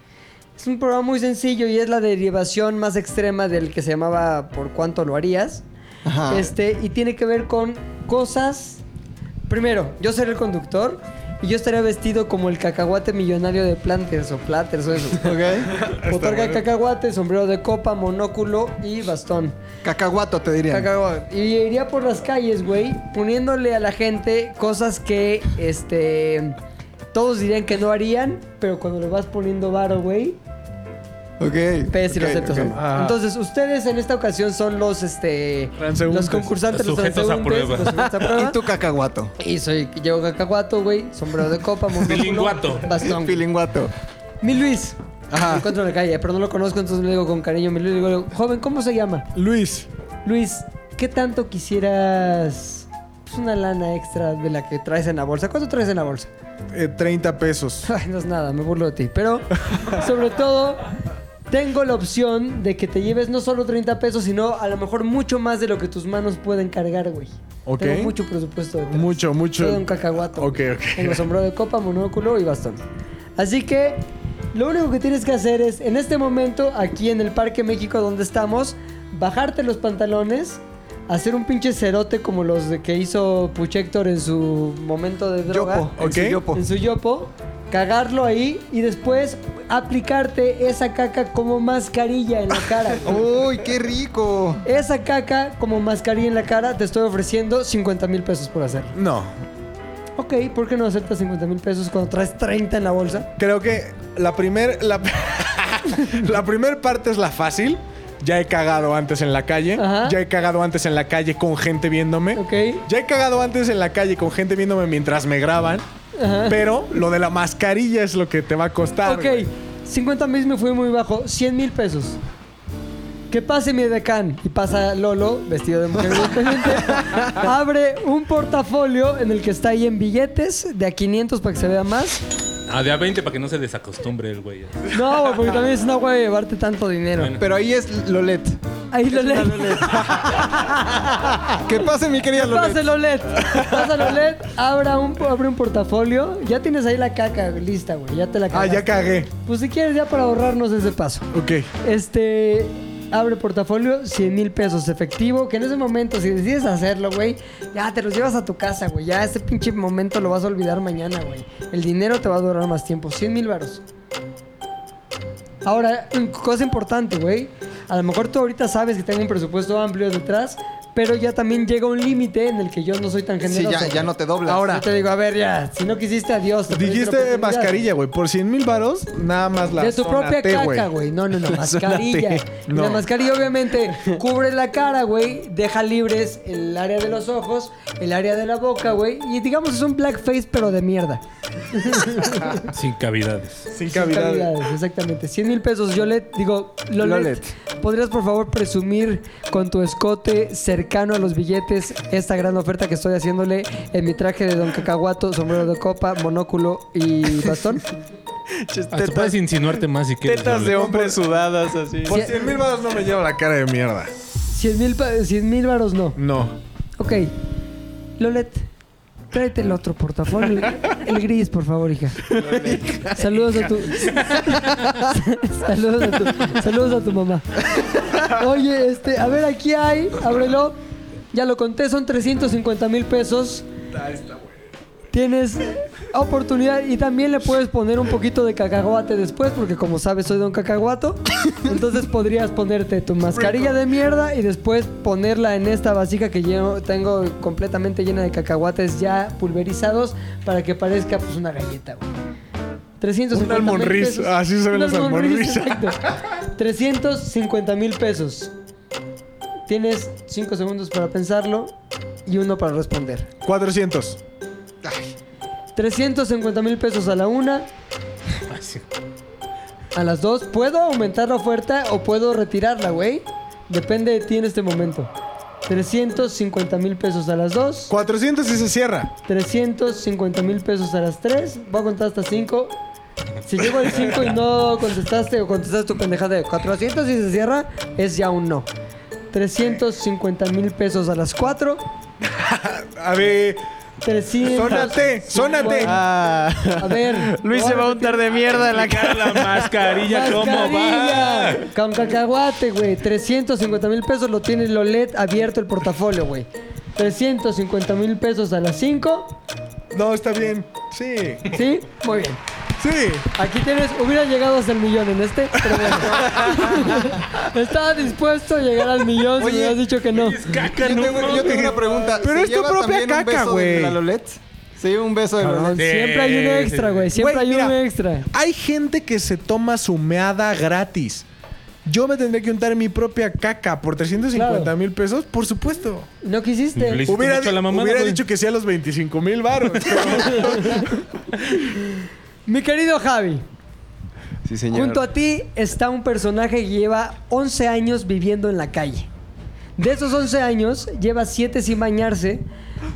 S4: Es un programa muy sencillo y es la derivación más extrema del que se llamaba ¿Por cuánto lo harías?
S2: Ajá.
S4: Este, y tiene que ver con cosas. Primero, yo seré el conductor y yo estaría vestido como el cacahuate millonario de Planters o Platters o eso.
S2: (laughs) Ok.
S4: Botarga de cacahuate, sombrero de copa, monóculo y bastón.
S2: Cacahuato, te diría.
S4: Cacahuate. Y iría por las calles, güey, poniéndole a la gente cosas que, este, todos dirían que no harían, pero cuando le vas poniendo varo, güey,
S2: Ok.
S4: Pes y
S2: ok,
S4: los acepto,
S2: ok. Ah.
S4: son. Entonces, ustedes en esta ocasión son los este
S7: Transeúntes.
S4: los concursantes, los
S6: Sujetos a
S4: transeúntes,
S6: prueba.
S4: los sujetos a
S2: (laughs)
S4: prueba.
S2: Y tu cacahuato.
S4: y soy llevo cacahuato, güey, sombrero de copa, monóculo,
S6: Pilinguato.
S4: bastón. güey.
S2: Pilinguato.
S4: Mi Luis.
S2: Ajá.
S4: Me encuentro en la calle, pero no lo conozco, entonces le digo con cariño, mi Luis, le digo, "Joven, ¿cómo se llama?"
S7: Luis,
S4: Luis, ¿qué tanto quisieras pues, una lana extra de la que traes en la bolsa? ¿Cuánto traes en la bolsa? (laughs)
S7: eh, 30 pesos.
S4: Ay, no es nada, me burlo de ti. Pero, sobre todo, tengo la opción de que te lleves no solo 30 pesos, sino a lo mejor mucho más de lo que tus manos pueden cargar, güey.
S7: Ok.
S4: Tengo mucho presupuesto detrás.
S7: Mucho, mucho.
S4: Soy un cacahuato.
S7: Ok,
S4: güey.
S7: ok.
S4: Tengo sombrero de copa, monóculo y bastón. Así que, lo único que tienes que hacer es, en este momento, aquí en el Parque México donde estamos, bajarte los pantalones... Hacer un pinche cerote como los de que hizo Puchector en su momento de droga
S2: Yopo. en
S7: Ok.
S2: su yopo.
S4: en su yopo, cagarlo ahí y después aplicarte esa caca como mascarilla en la
S7: (laughs)
S4: cara.
S2: Uy, qué rico.
S4: esa caca como mascarilla en la cara te estoy ofreciendo 50 mil pesos por hacerlo.
S7: No,
S4: Ok, ¿por qué no aceptas 50 mil pesos cuando traes 30 en la bolsa?
S7: creo que la primer la, (laughs) la primer parte es la fácil. Ya he cagado antes en la calle.
S4: Ajá.
S7: Ya he cagado antes en la calle con gente viéndome.
S4: Ok.
S7: Ya he cagado antes en la calle con gente viéndome mientras me graban. Pero lo de la mascarilla es lo que te va a costar.
S4: Ok,
S7: güey.
S4: 50 mil me fue muy bajo, 100 mil pesos. Que pase mi decán y pasa Lolo, vestido de mujer evidentemente, abre un portafolio en el que está ahí en billetes de a 500 para que se vea más.
S6: Ah, de a 20 para que no se desacostumbre el güey.
S4: No, güey, porque también es una hueva llevarte tanto dinero.
S2: Pero ahí es Lolet.
S4: Ahí lo led. (laughs)
S2: Que pase, mi querida Lolet.
S4: Pásalo led. Pásalo led. Abra un, abre un portafolio. Ya tienes ahí la caca lista, güey. Ya te la
S7: Ah,
S4: cagaste.
S7: ya cagué.
S4: Pues si quieres, ya para ahorrarnos ese paso.
S7: Ok.
S4: Este. Abre portafolio, 100 mil pesos efectivo. Que en ese momento, si decides hacerlo, güey, ya te los llevas a tu casa, güey. Ya ese pinche momento lo vas a olvidar mañana, güey. El dinero te va a durar más tiempo. 100 mil varos. Ahora, cosa importante, güey. A lo mejor tú ahorita sabes que tengo un presupuesto amplio detrás, pero ya también llega un límite en el que yo no soy tan generoso.
S2: ya- ya no te doblas.
S4: Ahora.
S2: Yo
S4: te digo, a ver, ya, si no quisiste, adiós. te perdiste la
S7: Dijiste
S4: oportunidad.
S7: mascarilla, güey. Por 100 mil varos, nada más la
S4: de tu propia
S7: zonaté,
S4: caca, güey. No, no, no,
S7: (laughs) La
S4: mascarilla.
S7: zonaté.
S4: Y
S7: No.
S4: La mascarilla obviamente cubre la cara, güey, deja libres el área de los ojos, el área de la boca, güey, y digamos es un blackface pero de mierda.
S6: Sin cavidades.
S7: Sin
S4: cavidades. exactamente. 100 mil pesos, Yolet. Digo, Lolet,
S6: Lolet.
S4: ¿podrías por favor presumir con tu escote cercano a los billetes esta gran oferta que estoy haciéndole en mi traje de don cacahuato, sombrero de copa, monóculo y bastón?
S6: Hasta Ah, puedes insinuarte más si quieres.
S4: Tetas de
S6: hombre
S5: sudadas así.
S7: Por 100 mil varos no me llevo la cara de mierda.
S4: 100 mil pa- 100 mil varos no.
S7: No.
S4: Ok. Lolet, tráete el otro portafolio. El gris, por favor, hija. Saludos a tu. saludos, a tu saludos a tu mamá. Oye, este, a ver, aquí hay. Ábrelo. Ya lo conté, son 350 mil pesos. Tienes oportunidad y también le puedes poner un poquito de cacahuate después, porque como sabes soy don
S7: (laughs)
S4: cacahuato. Entonces podrías ponerte tu mascarilla de mierda y después ponerla en esta vasija que yo tengo completamente llena de cacahuates ya pulverizados para que parezca pues una galleta, güey. 350
S7: Un almond
S4: mil
S7: Riz,
S4: pesos.
S7: así se ven
S4: Un
S7: los
S4: almond
S7: almond
S4: Riz,
S7: Riz.
S4: exacto. 350 mil pesos. Tienes 5 segundos para pensarlo y uno para responder.
S7: 400.
S4: 350 mil pesos a la una. A las dos. ¿Puedo aumentar la oferta o puedo retirarla, güey? Depende de ti en este momento. 350 mil pesos a las dos.
S7: 400 y se cierra.
S4: 350 mil pesos a las tres. Voy a contar hasta 5. Si llego al 5 y no contestaste o contestaste tu pendejada de 400 y se cierra, es ya un no. 350 mil pesos a las 4.
S7: A ver.
S4: 300.
S7: Sónate, sónate.
S2: Ah.
S4: A ver.
S5: Luis se va a untar de mierda en la cara.
S6: La mascarilla, ¿cómo va?
S4: Mascarilla, Con cacahuate, güey. 350 mil pesos lo tiene Lolet abierto el portafolio, güey. 350 mil pesos a las 5.
S7: No, está bien. Sí.
S4: ¿Sí? Muy bien.
S7: Sí.
S4: Aquí tienes, hubiera llegado hasta el millón en este, pero bueno. Estaba dispuesto a llegar al millón si me hubieras dicho que no.
S2: tengo, yo tengo una pregunta.
S4: Pero
S2: ¿Se
S4: es tu
S2: lleva
S4: propia
S2: también un
S4: caca,
S2: beso de
S4: güey. Ah,
S2: la Lolet? Sí, un beso de
S4: Cabrón,
S2: Lolet.
S4: siempre hay un extra, güey. Siempre
S7: Güey,
S4: hay
S7: mira,
S4: un extra.
S7: Hay gente que se toma su meada gratis. Yo me tendré que untar mi propia caca por 350 mil pesos, por supuesto.
S4: No quisiste.
S7: Hubiera, di- hubiera
S4: güey.
S7: dicho que sí a los 25 mil baros.
S4: Mi querido Javi,
S5: Sí, señor.
S4: junto a ti está un personaje que lleva 11 años viviendo en la calle. De esos 11 años, lleva 7 sin bañarse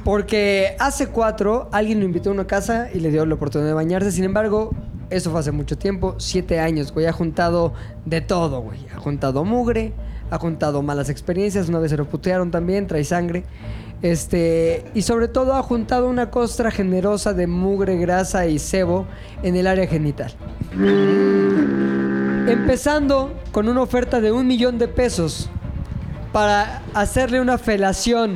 S4: porque hace 4 alguien lo invitó a una casa y le dio la oportunidad de bañarse. Sin embargo, eso fue hace mucho tiempo, 7 años, güey. Ha juntado de todo, güey. Ha juntado mugre, ha juntado malas experiencias. Una vez se lo putearon también, trae sangre. Este, y sobre todo ha juntado una costra generosa de mugre, grasa y sebo en el área genital. Empezando con una oferta de un millón de pesos para hacerle una felación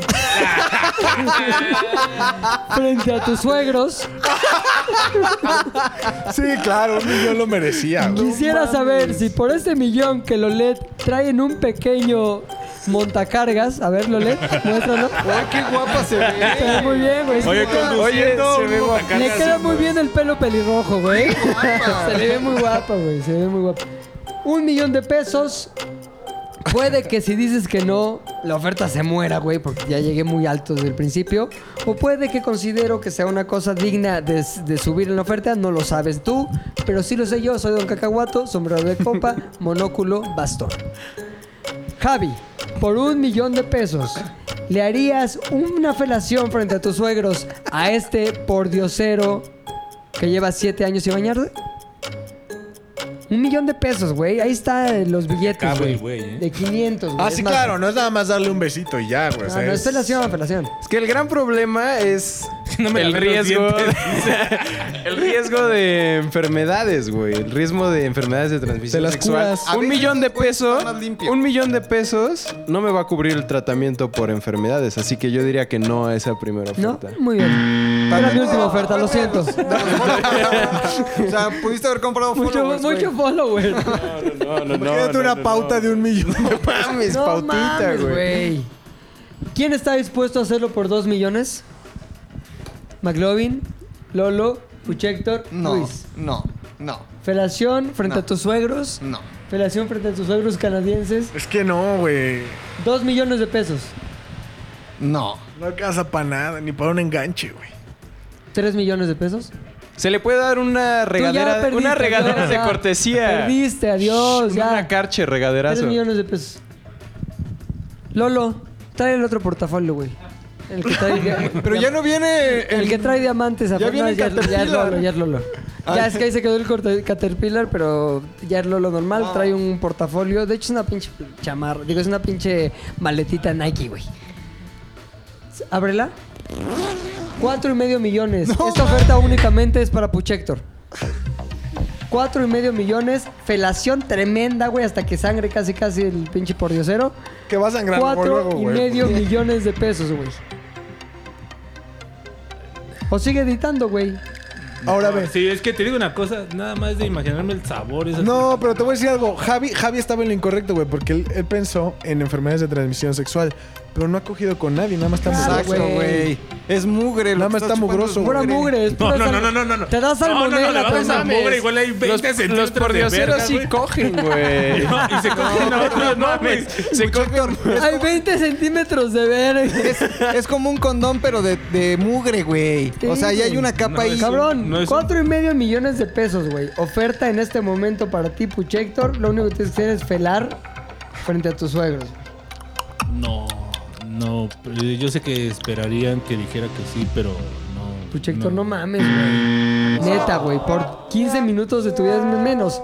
S4: (laughs) frente a tus suegros.
S7: (laughs) sí, claro, un millón lo merecía. güey.
S4: Quisiera saber si por este millón que Lolet trae en un pequeño montacargas. A ver, Lolet, muéstralo.
S2: Ah, qué guapa se ve.
S4: Se ve muy bien, güey.
S6: Oye, conduciendo
S5: se ve
S6: un
S5: guapa.
S4: Le
S6: montacargas.
S4: queda muy bien el pelo pelirrojo, güey. Se le ve muy guapa, güey. Se ve muy guapa. Un millón de pesos. Puede que si dices que no, la oferta se muera, güey, porque ya llegué muy alto desde el principio. O puede que considero que sea una cosa digna de, de subir en la oferta, no lo sabes tú, pero sí lo sé yo. Soy Don Cacahuato, sombrero de copa, monóculo, bastón. Javi, por un millón de pesos, ¿le harías una felación frente a tus suegros a este pordiosero que lleva siete años sin bañarse? Un millón de pesos, güey. Ahí están los billetes,
S6: acaba el
S4: güey.
S6: güey, ¿eh?
S4: De 500, güey.
S7: Ah,
S4: Es
S7: sí,
S4: más,
S7: claro, no es nada más darle un besito y ya, güey. o
S4: No,
S7: sea,
S4: no, es
S7: es-
S4: felación, felación.
S5: Es que el gran problema es
S6: (laughs) No me
S5: el
S6: lavé los
S5: riesgo.
S6: dientes.
S5: (laughs) el riesgo de enfermedades, güey. El riesgo de enfermedades de transmisión
S7: Te las
S5: sexual.
S7: curas.
S2: A
S5: Un
S2: veces
S5: millón de
S2: puede estar
S5: pesos.
S2: más limpio.
S5: Un millón de pesos no me va a cubrir el tratamiento por enfermedades. Así que yo diría que no a esa primera
S4: ¿No?
S5: oferta.
S4: Muy bien. Era mi última oferta, lo siento.
S2: o sea, pudiste haber comprado
S4: (laughs) Mucho,
S2: followers, güey.
S4: mucho follower.
S5: No, no, no.
S7: Imagínate una pauta de un millón de pesos.
S5: mames,
S4: No
S5: pautita,
S4: mames,
S5: güey.
S4: güey. ¿Quién está dispuesto a hacerlo por 2 millones? McLovin, Lolo, Puchector,
S2: No,
S4: Luis.
S2: no, no.
S4: Felación frente
S2: No.
S4: a tus suegros.
S2: No.
S4: Felación frente a tus suegros canadienses.
S7: Es que no, güey.
S4: 2 millones de pesos.
S2: No.
S7: No alcanza para nada, ni para un enganche, güey.
S4: 3 millones de pesos.
S5: Se le puede dar una regadera,
S4: ya perdiste,
S5: una regadera
S4: adiós,
S5: de
S4: ya.
S5: cortesía.
S4: Perdiste, adiós,
S5: Shh,
S4: ya.
S5: Una carche regaderazo.
S4: 3 millones de pesos. Lolo, trae el otro portafolio, güey. El que
S5: (laughs)
S4: trae.
S2: Pero ya no viene
S4: El, que trae diamantes a
S2: Ya viene el
S4: ya, ya es
S2: Caterpillar. Ah,
S4: Lolo, ya es Lolo. Ya es que ahí se quedó el corte- Caterpillar, pero ya es Lolo normal.
S2: Ah.
S4: Trae un portafolio. De hecho, es una pinche chamarra. Digo, es una pinche maletita Nike, güey. Ábrela. Cuatro y medio millones. Esta oferta únicamente es para Puchector. Cuatro y medio millones. Felación tremenda, güey. Hasta que sangre casi, casi el pinche pordiosero.
S7: Que va a sangrar luego,
S4: Cuatro
S7: luego,
S4: y
S7: güey.
S4: medio millones de pesos, güey. O sigue editando, güey.
S7: Ahora ve.
S6: Sí, es que te digo una cosa, nada más de imaginarme el sabor. Esas
S7: No, pero te voy a decir algo. Javi, Javi estaba en lo incorrecto, güey, porque él, él pensó en enfermedades de transmisión sexual, pero no ha cogido con nadie, nada más está
S2: Exacto,
S7: mugroso.
S2: güey. Es mugre. lo
S7: Nada
S2: que
S7: más
S2: estás
S7: está mugroso.
S2: chupando
S4: Pura
S2: es
S4: mugre. es
S6: No,
S4: pura
S6: no,
S4: sal-
S6: no, no, no, no.
S4: Te das
S6: No,
S4: salmonela,
S6: no, no, le vamos a
S4: también.
S6: mugre, igual hay 20
S5: Los,
S6: centímetros
S5: los
S6: de
S5: pordioseros
S6: verga,
S5: sí
S6: güey.
S5: cogen, güey.
S6: No, y se cogen a otros, no, güey.
S5: Se cogen.
S4: Hay 20 centímetros de ver.
S2: Es, es como un condón, pero de, de mugre, güey. O sea, ya hay una capa
S6: No,
S2: ahí.
S6: es
S4: Cabrón,
S6: No es un-
S4: cuatro y medio millones de pesos, güey. Oferta en este momento para ti, Puchector. Lo único que tienes que hacer es felar frente a tus suegros.
S6: No, no. pero Yo sé que esperarían que dijera que sí, pero no.
S4: Puchector, no, mames, güey. Neta, güey. Por 15 minutos de tu vida es menos.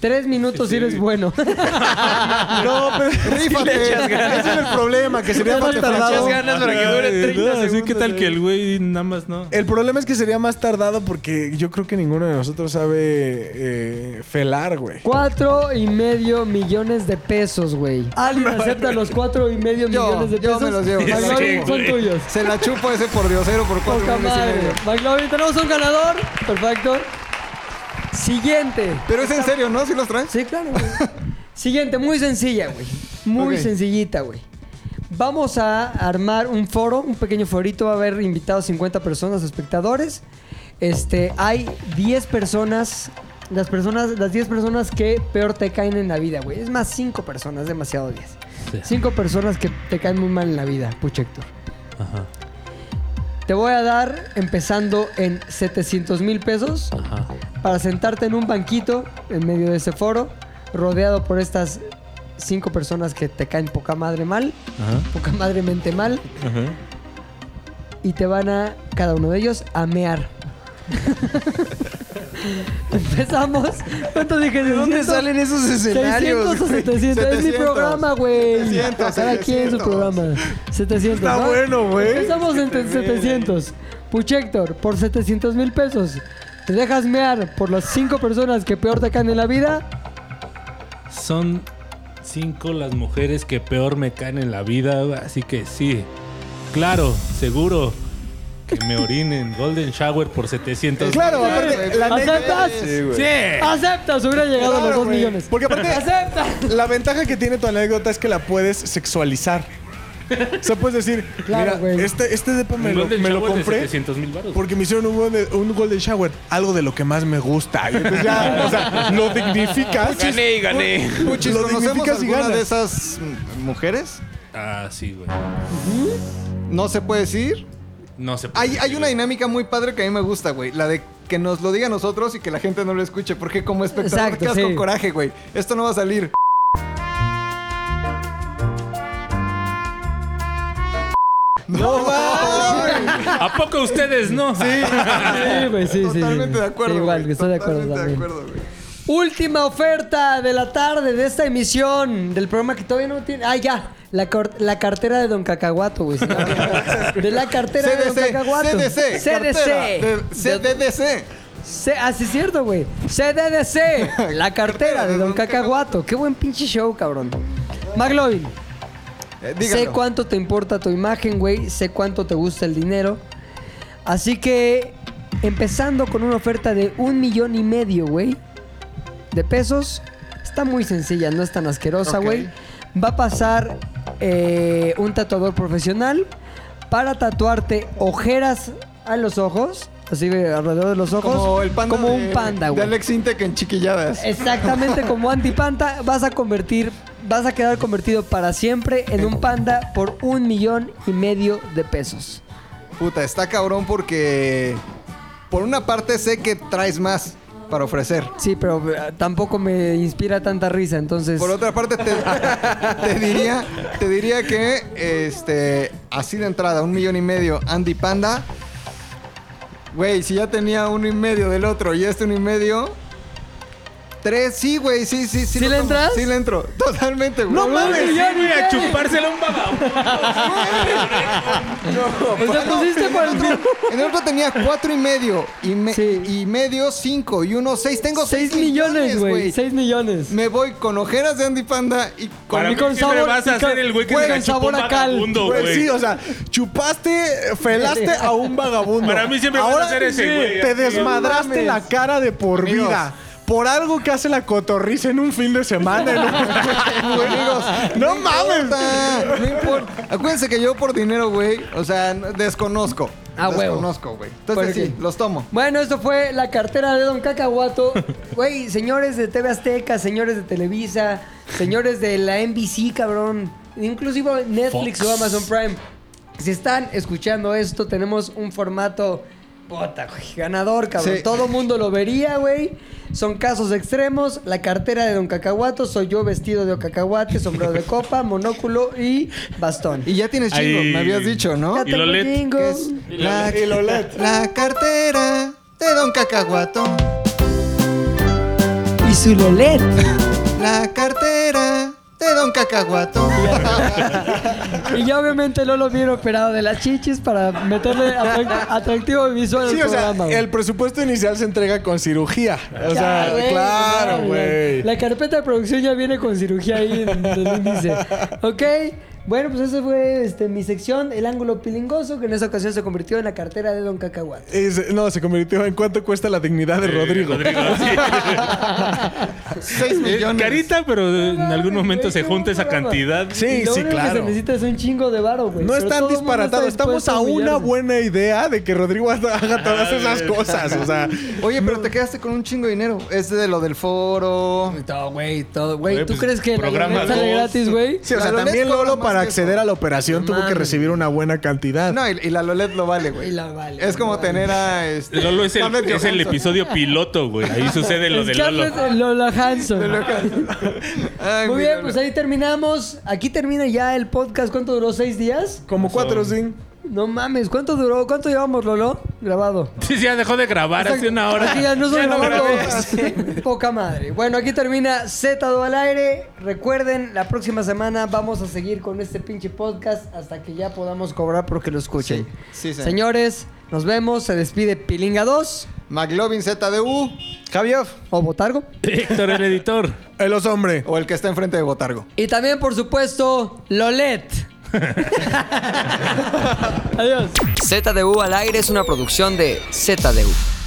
S4: Tres minutos si eres bueno. (laughs)
S7: No, pero
S2: Ah, Rífate. (laughs)
S7: ese es el problema, que sería
S4: Ya no
S7: más
S4: has tardado.
S7: tardado.
S4: Muchas
S5: ganas para que dure 30
S6: No, así que
S7: segundos,
S6: tal
S7: güey.
S6: que el güey nada más no.
S7: El problema es que sería más tardado porque yo creo que ninguno de nosotros sabe eh, felar, güey.
S4: Cuatro y medio millones de pesos, güey. ¿Alguien acepta los cuatro y medio
S2: Yo,
S4: millones de
S2: yo
S4: pesos?
S2: me los llevo.
S4: McLovin, son tuyos.
S2: Se la chupo ese por diosero por cuatro
S4: Poca
S2: millones y
S4: madre.
S2: medio.
S4: McLovin, tenemos un ganador. Perfecto. Siguiente.
S2: Pero es en serio, ¿no? ¿Sí los traes?
S4: Sí, claro, güey. Siguiente, muy sencilla, güey. Muy
S2: Ok.
S4: sencillita, güey. Vamos a armar un foro, un pequeño forito. Va a haber invitados 50 personas, espectadores. Este, hay 10 personas. Las personas, las 10 personas que peor te caen en la vida, güey. Es más, 5 personas, demasiado 10. 5 personas que te caen muy mal en la vida, Puchector.
S6: Ajá,
S4: Te voy a dar, empezando en 700 mil pesos,
S6: ajá.
S4: para sentarte en un banquito en medio de ese foro, rodeado por estas cinco personas que te caen poca madre mal,
S6: Ajá.
S4: poca madre mente mal,
S6: Ajá.
S4: y te van a, cada uno de ellos,
S6: (laughs)
S4: a mear. Empezamos. ¿Cuánto dije? ¿De
S2: dónde salen esos escenarios,
S4: 600 o
S2: güey?
S4: 700. Es mi
S2: 700.
S4: programa, güey.
S2: 700,
S4: Cada quien su
S2: 700.
S4: programa. 700.
S7: Está
S4: ¿va?
S7: bueno, güey.
S4: Empezamos en 700. Puchector, por 700 mil pesos. Te dejas mear por las cinco personas que peor te caen en la vida.
S6: Son cinco las mujeres que peor me caen en la vida, así que sí. Claro, seguro. Que me orinen. (laughs) Golden Shower por 700.
S7: Claro, Ah, aparte, la
S4: ¿Aceptas?
S6: Sí.
S4: ¡Aceptas! Hubiera llegado a los
S7: Claro,
S4: 2
S7: güey.
S4: millones.
S7: Porque
S2: (laughs)
S7: aparte-
S4: ¡Aceptas!
S7: La ventaja que tiene tu anécdota es que la puedes sexualizar. O sea, puedes decir,
S4: Claro,
S7: mira,
S4: güey.
S7: este, este depa me
S6: Un
S7: lo,
S6: Golden
S7: me lo
S6: Shower de
S7: compré
S6: 700 mil baros.
S7: porque me hicieron un, golden- un golden shower, algo de lo que más me gusta. Y entonces ya, o sea, lo dignificas.
S5: Gané y gané.
S2: Puchis,
S7: lo
S2: ¿conocemos
S7: dignificas y
S2: alguna
S7: ganas.
S2: de esas mm, mujeres?
S6: Ah, sí, güey.
S2: No se puede decir.
S6: No se puede
S2: Hay, hay
S6: decir.
S2: una dinámica muy padre que a mí me gusta, güey. La de que nos lo diga a nosotros y que la gente no lo escuche. Porque como espectador
S4: Exacto,
S2: quedas con
S4: sí.
S2: coraje, güey. Esto no va a salir. No, mames.
S6: ¿A poco ustedes no? (laughs) Sí.
S4: Sí, güey, sí, sí, sí.
S2: Totalmente de acuerdo.
S4: Igual,
S2: güey.
S4: estoy de acuerdo
S2: Totalmente de
S4: también.
S2: acuerdo, güey.
S4: Última oferta de la tarde de esta emisión del programa que todavía no tiene. Ah, ya. La, cor- la cartera de Don Cacahuato, güey. se llama. De la cartera de Don
S2: CDC,
S4: Cacahuato.
S2: CDC,
S4: CDC.
S2: cartera de- CDDC.
S4: C- ah, sí, es cierto, güey. (laughs) CDDC. La cartera de Don Cacahuato. Qué buen pinche show, cabrón. McLovin,
S2: Eh,
S4: sé
S2: díganlo.
S4: cuánto te importa tu imagen, güey. Sé cuánto te gusta el dinero. Así que, empezando con una oferta de un millón y medio, güey, de pesos, está muy sencilla, no es tan asquerosa,
S2: Ok.
S4: güey. Va a pasar eh, un tatuador profesional para tatuarte ojeras a los ojos, así de alrededor de los ojos,
S2: Como el panda
S4: como
S2: de-
S4: un panda,
S2: De
S4: güey.
S2: Alex Intec en chiquilladas.
S4: Exactamente como antipanta, vas a convertir, vas a quedar convertido para siempre en un panda por un millón y medio de pesos.
S2: Puta, está cabrón porque por una parte sé que traes más para ofrecer.
S4: Sí, pero eh, tampoco me inspira tanta risa, entonces.
S2: Por otra parte te, te diría, te diría que este así de entrada, un millón y medio, Andy Panda. Güey, si ya tenía uno y medio del otro y este uno y medio. Tres, sí, güey, sí, sí, sí.
S4: ¿Sí
S2: lo
S4: le
S2: tomo,
S4: entras?
S2: Sí le entro. Totalmente, güey.
S4: No mames,
S2: güey,
S4: ya ni
S2: güey,
S4: qué.
S6: un babao.
S2: No,
S4: O sea,
S2: no,
S4: pusiste
S2: en, el otro, en el otro tenía cuatro y medio. Y, me- y medio, (laughs) cinco. Y uno, seis. Tengo seis,
S4: Seis millones,
S2: (laughs)
S4: güey.
S2: güey.
S4: 6 millones.
S2: Me voy con ojeras de Andy Panda y con,
S6: Para
S2: y
S6: mí
S2: con
S6: siempre vas a
S2: y con-
S6: ser el güey que se la chupó un vagabundo,
S7: Güey,
S6: güey.
S7: sí, o sea, chupaste, felaste a un vagabundo.
S6: Para mí siempre vas a ser ese,
S7: sí,
S6: güey.
S7: Te
S6: Así.
S7: desmadraste
S6: No mames.
S7: la cara de por
S2: Amigos.
S7: vida. Por algo que hace la cotorriza en un (laughs) fin de semana. en un-
S2: Amigos,
S7: no mames.
S2: importa, no importa. Acuérdense que yo por dinero, güey, o sea, n- desconozco.
S4: Ah, huevo.
S2: Desconozco, güey. Entonces
S4: Porque-
S2: sí, los tomo.
S4: Bueno, esto fue la cartera de Don Cacahuato. Güey, señores de TV Azteca, señores de Televisa, señores de la NBC, cabrón. Inclusive Netflix
S6: Fox.
S4: o Amazon Prime. Si están escuchando esto, tenemos un formato bota, güey, ganador, cabrón.
S2: Sí.
S4: Todo mundo lo vería, güey. Son casos extremos. La cartera de Don Cacahuato soy yo vestido de cacahuate, sombrero de copa, monóculo y bastón.
S2: Y ya tienes chingo,
S6: Ay.
S2: me habías dicho, ¿no?
S4: Ya tengo
S6: Lolet,
S4: jingle.
S2: Que es
S6: Y lo
S2: la,
S7: Y lo let.
S2: la cartera de Don Cacahuato.
S4: Y su Lolet.
S2: La cartera de Don Cacahuato.
S4: Y ya obviamente Lolo viene operado de las chichis para meterle atract- atractivo visual
S7: Sí,
S4: al
S7: o sea,
S4: programa. güey.
S7: el presupuesto inicial se entrega con cirugía. O
S4: Ya,
S7: sea,
S4: güey,
S7: claro,
S4: ya,
S7: güey.
S4: La carpeta de producción ya viene con cirugía ahí en el índice. Ok. Bueno, pues esa fue este, mi sección, el ángulo pilingoso, que en esta ocasión se convirtió en la cartera de Don Cacahuate.
S7: Es- no, se convirtió en cuánto cuesta la dignidad de Rodrigo.
S2: Seis millones.
S6: Carita, pero en algún momento se junta esa
S4: Programa.
S6: cantidad.
S7: (laughs) Sí,
S4: Y lo
S7: sí,
S4: único
S7: claro.
S4: que se necesita es un chingo de varo, güey.
S7: No
S4: Pero
S7: es tan
S4: todo el mundo
S7: disparatado.
S4: está
S7: Estamos
S4: dispuesto
S7: a una
S4: humillarse.
S7: buena idea de que Rodrigo haga todas esas cosas. O sea,
S2: Oye, pero te quedaste con un chingo de dinero. Es de lo del foro.
S4: Todo, güey, todo, güey.
S6: Güey,
S4: ¿Tú
S6: pues,
S4: crees que la
S6: programa
S4: Lolet sale
S6: dos.
S4: gratis, güey?
S7: sí, o sea,
S2: La Lolet
S7: también
S2: cobra
S7: Lolo
S2: más
S7: para
S2: que eso.
S7: acceder a la operación tuvo que
S4: Mames.
S7: recibir una buena cantidad.
S2: No, y, y la Lolet lo vale, güey.
S4: Y la vale,
S2: Es como
S4: vale.
S2: tener a. Este,
S6: Lolo es el,
S2: Scarlett
S6: es el
S2: Johansson.
S6: episodio piloto, güey. Ahí sucede lo de Lolo.
S4: Scarlett eh, Lola Hanson.
S2: Ay,
S4: Muy
S2: mi
S4: bien,
S2: Lolo.
S4: pues ahí terminamos. Aquí termina ya el podcast. ¿Cuánto duró? ¿Seis días?
S7: Como cuatro, sí.
S4: No mames, ¿cuánto duró? ¿Cuánto llevamos, Lolo? Grabado.
S6: Sí, sí, ya dejó de grabar hace una hora.
S4: Aquí ya no son
S6: grabé.
S4: grabados.
S2: (laughs)
S4: Poca madre. Bueno, aquí termina Z2 al aire. Recuerden, la próxima semana vamos a seguir con este pinche podcast hasta que ya podamos cobrar porque lo escuchen.
S2: Sí, sí, señor.
S4: Señores, nos vemos. Se despide Pilinga 2
S2: McLovin ZDU.
S7: Javier,
S4: o Botargo.
S6: Héctor, el editor.
S7: el os hombre.
S2: O el que está enfrente de Botargo.
S4: Y también, por supuesto, (laughs) Lolet. Adiós.
S1: ZDU al aire es una producción de ZDU.